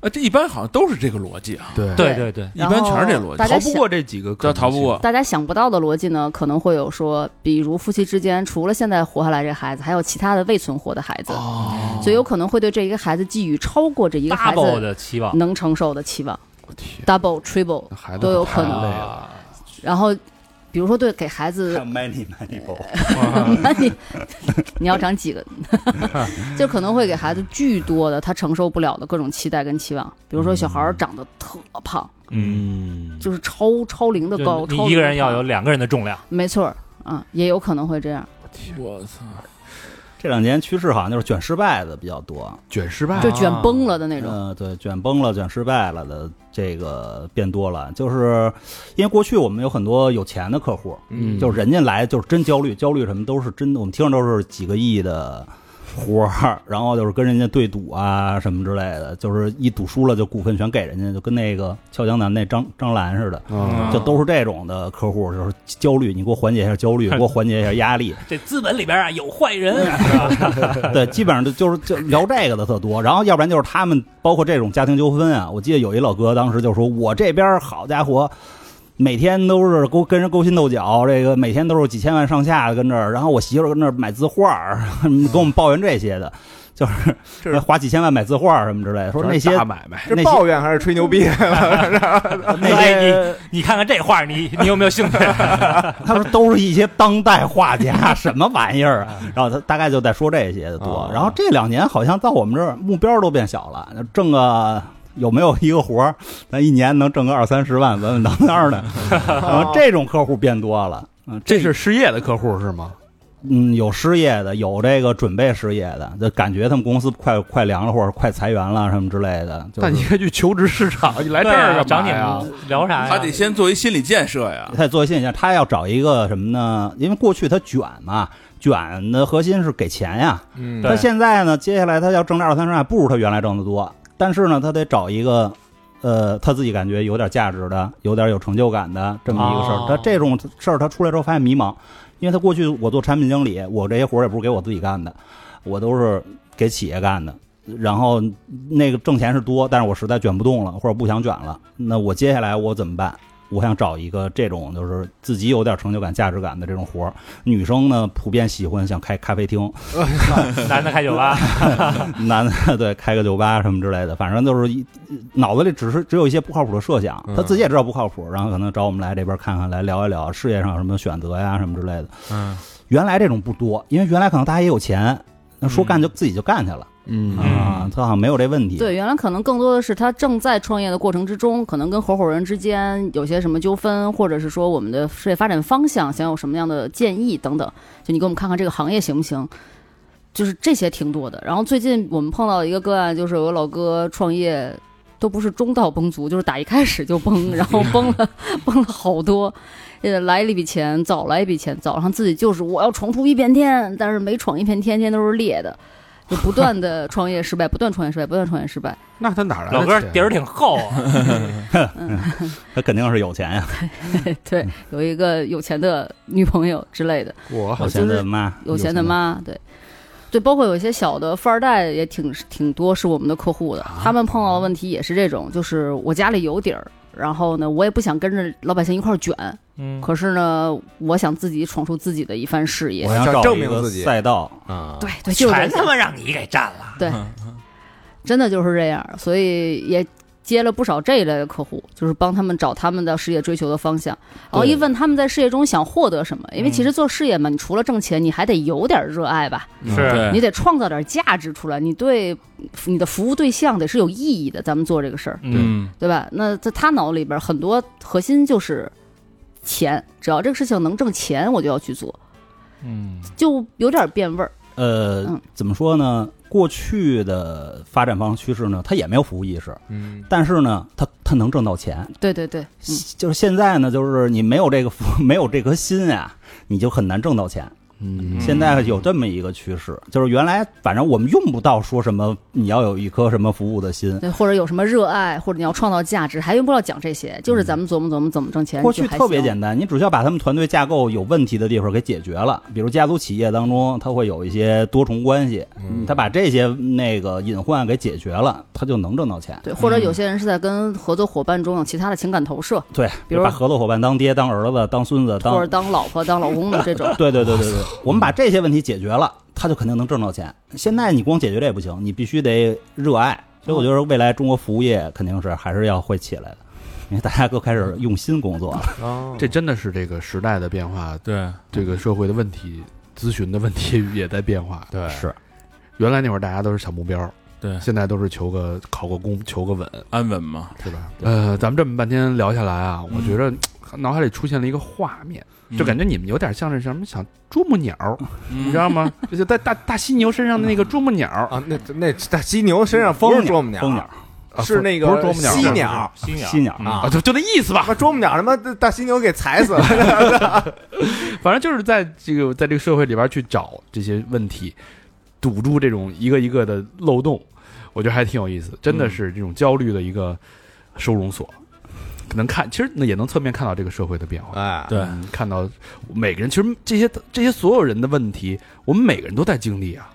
Speaker 4: 啊，这一般好像都是这个逻辑啊，
Speaker 3: 对
Speaker 5: 对对
Speaker 6: 对
Speaker 5: 对，
Speaker 4: 一般全是这逻
Speaker 6: 大
Speaker 4: 辑，
Speaker 6: 家
Speaker 3: 逃
Speaker 6: 想
Speaker 3: 不过这几个可
Speaker 4: 这
Speaker 3: 能性，
Speaker 4: 逃不过，
Speaker 6: 大家想不到的逻辑呢，可能会有说，比如夫妻之间除了现在活下来这个孩子，还有其他的未存活的孩子，
Speaker 3: 哦
Speaker 6: 所以有可能会对这一个孩子寄予超过这一个孩
Speaker 5: double
Speaker 6: 子
Speaker 5: 的期望
Speaker 6: 能承受的期望
Speaker 3: 我天，
Speaker 6: ，double triple
Speaker 3: 那孩子
Speaker 6: 都有
Speaker 3: 太
Speaker 6: 可能
Speaker 3: 累了。
Speaker 6: 然后，比如说对给孩子，
Speaker 7: many many people，
Speaker 5: 啊
Speaker 6: [laughs] 那你你要长
Speaker 5: [laughs]
Speaker 6: 几个，就可能会给孩子巨多的他承受不了的各种期待跟期望。比如说小
Speaker 5: 嗯
Speaker 6: 孩儿长得特胖，
Speaker 3: 嗯，
Speaker 6: 就是超超龄的
Speaker 5: 就
Speaker 6: 高，超
Speaker 5: 你
Speaker 6: 龄
Speaker 5: 一个
Speaker 6: 的
Speaker 5: 人要
Speaker 6: 胖
Speaker 5: 有，两个人的重量。
Speaker 6: 没错儿，啊，也有可能会这样。
Speaker 4: 我操，
Speaker 7: 这两年趋势好像就是卷失败的比较多，
Speaker 3: 卷失败，
Speaker 6: 就
Speaker 5: 啊
Speaker 6: 卷崩了的那种，
Speaker 7: 呃，对，卷崩了、卷失败了的这个变多了，就是因为过去我们有很多有钱的客户，
Speaker 3: 嗯
Speaker 7: 就是人家来就是真焦虑，焦虑什么都是真的，我们听着都是几个亿的活儿，然后就是跟人家对赌啊什么之类的，就是一赌输了就股份全给人家，就跟那个《俏江南》那张张兰似的。
Speaker 2: 嗯
Speaker 3: 啊
Speaker 5: 嗯
Speaker 7: 就都是这种的客户，就是焦虑，你给我缓解一下焦虑，给我缓解一下压力。
Speaker 5: 这资本里边啊有坏人，是吧？ [laughs]
Speaker 7: [laughs] 对，基本上就就是就聊这个的特多，然后要不然就是他们包括这种家庭纠纷啊。我记得有一老哥当时就说：“我这边好家伙，每天都是勾跟人勾心斗角，这个每天都是几千万上下的跟这儿，然后我媳妇儿跟这儿买字画儿， [laughs] 跟我们抱怨这些的，就是
Speaker 2: 这是
Speaker 7: [laughs] 花几千万买字画儿什么之类的，说那些
Speaker 3: 大买卖，
Speaker 2: 这
Speaker 7: 那些
Speaker 2: 抱嗯怨还是吹牛逼？
Speaker 7: 那些，
Speaker 5: 你你看看这画，你你有没有兴趣？
Speaker 3: [laughs]
Speaker 7: 他说都是一些当代画家，什么玩意儿啊？
Speaker 3: 嗯
Speaker 7: 然后他大概就在说这些的多
Speaker 2: 哦。
Speaker 7: 然后这两年好像到我们这儿目标都变小了，挣个有没有一个活儿，咱一年能挣个二三十万，稳稳当当的。然后这种客户变多了。嗯，
Speaker 3: 哦这是失业的客户是吗？
Speaker 7: 嗯，有失业的，有这个准备失业的，就感觉他们公司快快凉了，或者快裁员了什么之类的。就
Speaker 3: 那你
Speaker 7: 是
Speaker 3: 该去求职市场，你来这
Speaker 5: 对啊
Speaker 3: 儿干
Speaker 5: 找
Speaker 3: 嘛
Speaker 5: 你
Speaker 3: 呀？
Speaker 5: 们聊啥呀？
Speaker 4: 他得先做一心理建设呀，
Speaker 7: 再做现象，他要找一个什么呢？因为过去他卷嘛，卷的核心是给钱呀，
Speaker 2: 嗯
Speaker 5: 对
Speaker 7: 他现在呢，接下来他要挣这二三十万，不如他原来挣得多，但是呢，他得找一个，呃，他自己感觉有点价值的，有点有成就感的这么一个事儿。
Speaker 5: 哦
Speaker 7: 他这种事儿他出来之后发现迷茫，因为他过去我做产品经理，我这些活儿也不是给我自己干的，我都是给企业干的。然后那个挣钱是多，但是我实在卷不动了，或者不想卷了，那我接下来我怎么办？我想找一个这种就是自己有点成就感、价值感的这种活儿。女生呢，普遍喜欢想开咖啡厅，
Speaker 5: 男的开酒吧，
Speaker 7: [laughs] 男的对开个酒吧什么之类的，反正就是一脑子里只是只有一些不靠谱的设
Speaker 2: 嗯
Speaker 7: 想，他自己也知道不靠谱，然后可能找我们来这边看看，来聊一聊事业上有什么选择呀什么之类的。
Speaker 4: 嗯，
Speaker 7: 原来这种不多，因为原来可能大家也有钱，那说干就自己就干去了、
Speaker 3: 嗯
Speaker 7: 啊，他好像没有这问题。
Speaker 6: 对，原来可能更多的是他正在创业的过程之中，可能跟合伙人之间有些什么纠纷，或者是说我们的事业发展方向想有什么样的建议等等。就你给我们看看这个行业行不行？就是这些挺多的。然后最近我们碰到一个个案，就是有个老哥创业都不是中道崩卒，就是打一开始就崩，然后崩了 [laughs] 崩了好多，呃，来了一笔钱，早来一笔钱，早上自己就是我要闯出一片天，但是每闯一片天，天都是裂的，就不断的创业失败，不断创业失败，不断创业失败。 [laughs]
Speaker 4: 那他哪来的
Speaker 5: 老哥
Speaker 4: 钱
Speaker 5: 底儿挺厚啊，
Speaker 7: 他肯定是有钱呀，
Speaker 6: 对，有一个有钱的女朋友之类的，
Speaker 4: 我
Speaker 7: 有钱的妈，
Speaker 6: 有钱的，妈，对。对，包括有一些小的富二代也挺挺多是我们的客户的，他们碰到的问题也是这种，就是我家里有底儿，然后呢，我也不想跟着老百姓一块儿卷，
Speaker 5: 嗯，
Speaker 6: 可是呢，我想自己闯出自己的一番事业
Speaker 7: 我。要
Speaker 2: 想
Speaker 7: 找
Speaker 2: 证
Speaker 7: 一
Speaker 2: 明
Speaker 7: 个
Speaker 2: 自己
Speaker 7: 赛道，
Speaker 2: 啊，
Speaker 6: 对对，就是这样
Speaker 5: 妈让你给占了，
Speaker 6: 真的就是这样，所以也接了不少这一类的客户，就是帮他们找他们的事业追求的方向。然后一问他们在事业中想获得什么，因为
Speaker 5: 嗯
Speaker 6: 其实做事业嘛，你除了挣钱，你还得有点热爱吧，
Speaker 5: 是
Speaker 3: 对
Speaker 6: 你得创造点价值出来，你对你的服务对象得是有意义的。咱们做这个事儿，
Speaker 5: 嗯，
Speaker 6: 对吧？那在他脑里边很多核心就是钱，只要这个事情能挣钱，我就要去做，
Speaker 5: 嗯，
Speaker 6: 就有点变味儿。
Speaker 7: 呃
Speaker 6: 嗯，
Speaker 7: 怎么说呢？过去的发展方向趋势呢，它也没有服务意识，
Speaker 2: 嗯，
Speaker 7: 但是呢，它它能挣到钱。
Speaker 6: 对对对，嗯。
Speaker 7: 就是现在呢，就是你没有这个服 [laughs] 没有这颗心啊，你就很难挣到钱。
Speaker 4: 嗯，
Speaker 7: 现在有这么一个趋势，就是原来反正我们用不到说什么你要有一颗什么服务的心。
Speaker 6: 对，或者有什么热爱，或者你要创造价值，还用不着讲这些，就是咱们琢磨琢磨怎么挣钱。
Speaker 7: 过去
Speaker 6: 就还
Speaker 7: 特别
Speaker 6: 行
Speaker 7: 简单，你只需要把他们团队架构有问题的地方给解决了，比如家族企业当中，它会有一些多重关系，
Speaker 2: 嗯
Speaker 7: 他把这些那个隐患给解决了，他就能挣到钱。
Speaker 6: 对，或者有些人是在跟合作伙伴中有其他的情感投射，
Speaker 7: 对，
Speaker 6: 比如
Speaker 7: 把合作伙伴当爹、当儿子、当孙子、当。
Speaker 6: 或者当老婆、当老公的这种
Speaker 7: [laughs] 对对对对对，我们把这些问题解决了，他就肯定能挣到钱。现在你光解决这也不行，你必须得热爱。所以我觉得未来中国服务业肯定是还是要会起来的，因为大家都开始用心工作
Speaker 2: [laughs]
Speaker 7: 了。
Speaker 2: 哦
Speaker 4: 这真的是这个时代的变化，
Speaker 3: 对，
Speaker 4: 这个社会的问题，咨询的问题也在变化。
Speaker 3: [laughs] 对
Speaker 7: 是
Speaker 4: 原来那会儿大家都是小目标，
Speaker 3: 对
Speaker 4: 现在都是求个考个公，求个稳，
Speaker 3: 安稳嘛，
Speaker 4: 是吧？呃，咱们这么半天聊下来啊，我
Speaker 3: 嗯
Speaker 4: 觉得嘖脑海里出现了一个画面，就感
Speaker 3: 觉
Speaker 4: 觉你们有点像是什么想啄木鸟，
Speaker 3: [laughs]
Speaker 4: 你
Speaker 3: 你
Speaker 4: 知道吗？就是在大大犀牛身上的那个啄木鸟啊，
Speaker 2: 啊，那那大犀牛身上不是啄木鸟，啊
Speaker 7: 蜂鸟、
Speaker 2: 是那
Speaker 4: 啊不
Speaker 2: 个
Speaker 4: 是啄木鸟，
Speaker 2: 犀
Speaker 4: 是
Speaker 2: 鸟
Speaker 5: 犀鸟，
Speaker 7: 犀鸟
Speaker 5: 嗯
Speaker 2: 啊
Speaker 4: 啊，，就就那意思吧
Speaker 2: 他。妈啄木鸟他妈大犀牛给踩死了，
Speaker 4: [laughs] 反正就是在这个在这个社会里边去找这些问题，堵住这种一个一个的漏洞，我觉得还挺有意思，真的是这种焦虑的一个收容所，能看其实那也能侧面看到这个社会的变化。
Speaker 2: 哎，
Speaker 3: 对
Speaker 4: 嗯，看到每个人，其实这些这些所有人的问题，我们每个人都在经历啊，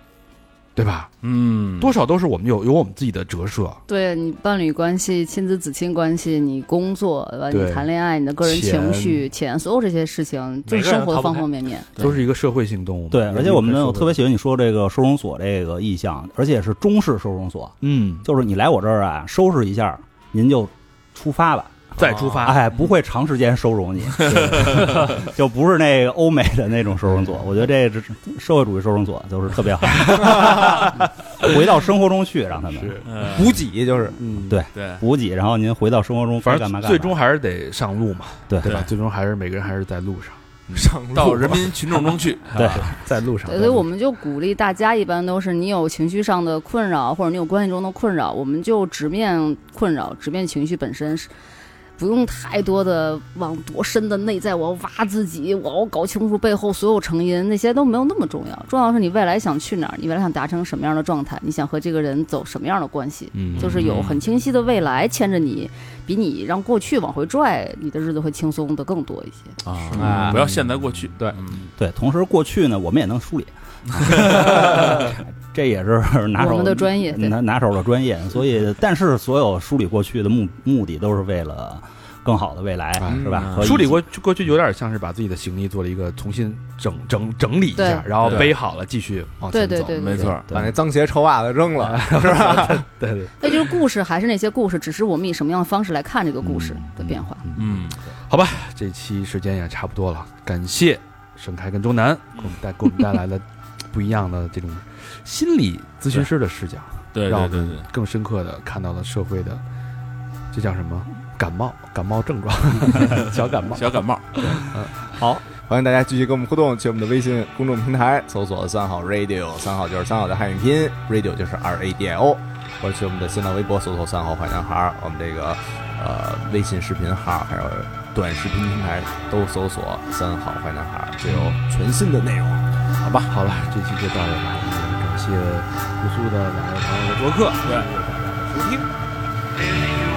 Speaker 4: 对吧？
Speaker 3: 嗯
Speaker 4: 多少都是我们有有我们自己的折射，
Speaker 6: 对你伴侣关系、亲子子亲关系，你工作对吧？
Speaker 4: 对
Speaker 6: 你谈恋爱，你的个人情
Speaker 4: 钱
Speaker 6: 绪、钱，所有这些事情，就
Speaker 5: 每
Speaker 6: 是
Speaker 5: 个人
Speaker 6: 生活
Speaker 5: 逃不
Speaker 6: 的方
Speaker 5: 开
Speaker 6: 方面面。
Speaker 3: 对
Speaker 4: 都是一个社会性动物。
Speaker 7: 对，而且我们
Speaker 4: 呢，
Speaker 7: 我特别喜欢你说这个收容所这个意向，而且是中式收容所，
Speaker 4: 嗯，
Speaker 7: 就是你来我这儿啊，收拾一下，您就出发吧。
Speaker 4: 再出发，
Speaker 7: 哎，不会长时间收容
Speaker 4: [laughs]
Speaker 7: 你， [laughs] 就不是那个欧美的那种收容所。我觉得这是社会主义收容所就是特
Speaker 4: [laughs]
Speaker 7: 别好，回到生活中去，让他们
Speaker 4: 是
Speaker 3: 呃
Speaker 2: 补给就是
Speaker 4: 嗯，
Speaker 7: 对
Speaker 3: 对
Speaker 7: 补给，然后您回到生活中该
Speaker 4: 反
Speaker 7: 干嘛干
Speaker 4: 正
Speaker 7: 嘛。
Speaker 4: 最终还是得上路嘛，
Speaker 7: 对
Speaker 4: 对吧？最终还是每个人还是在路上，
Speaker 2: 上路
Speaker 3: 到人民群众中去，
Speaker 7: 对
Speaker 4: 在路上。
Speaker 6: 对，所以我们就鼓励大家，一般都是你有情绪上的困扰，或者你有关系中的困扰，我们就直面困扰，直面情绪本身是。不用太多的往多深的内在，我要挖自己，我要搞清楚背后所有成因，那些都没有那么重要。重要的是你未来想去哪儿，你未来想达成什么样的状态，你想和这个人走什么样的关系，
Speaker 4: 嗯，
Speaker 6: 就是有很清晰的未来牵着你，比你让过去往回拽，你的日子会轻松的更多一些。
Speaker 3: 啊
Speaker 2: 啊
Speaker 3: 不要陷在过去，
Speaker 4: 对
Speaker 3: 嗯
Speaker 7: 对，同时过去呢，我们也能
Speaker 4: [laughs]
Speaker 7: 梳理，这也是拿手
Speaker 6: 我们的专业对
Speaker 7: 拿拿手的专业。所以，但是所有梳理过去的目目的都是为了更好的未来，
Speaker 4: 哎
Speaker 7: 是吧？
Speaker 2: 嗯
Speaker 7: 和
Speaker 4: 梳理
Speaker 7: 一起
Speaker 4: 过去过去有点像是把自己的行李做了一个重新整整整理一下，
Speaker 6: 对
Speaker 4: 然后
Speaker 3: 对
Speaker 4: 背好了继续往前走。
Speaker 6: 对对对
Speaker 3: 没错儿，
Speaker 2: 把那脏鞋臭袜子扔了，是吧？
Speaker 4: 对对
Speaker 6: 那就是故事还是那些故事，只是我们以什么样的方式来看这个故事的变化。
Speaker 3: 嗯，
Speaker 4: 这期时间也差不多了，感谢盛开跟周南给我们带给我们带来了不一样的这种心理咨询师的视角，
Speaker 3: 对
Speaker 4: 让我
Speaker 3: 对对
Speaker 4: 们
Speaker 3: 对，
Speaker 4: 更深刻的看到了社会的这叫什么感冒感冒症状，小感冒。
Speaker 3: 小感冒，
Speaker 7: 好，
Speaker 2: 欢迎大家继续跟我们互动，去我们的微信公众平台搜索“三好 radio”，三好就是三好的汉语拼音，radio 就是 R A D I O，或者去我们的新浪微博搜索“三好坏男孩”，我们这个呃微信视频号还有短视频平台都搜索“三好坏男孩”，就有全新的内容。
Speaker 3: 好吧，好了，这期就到这吧，也感谢露宿的两位朋友的做客，对，谢谢大家的收听。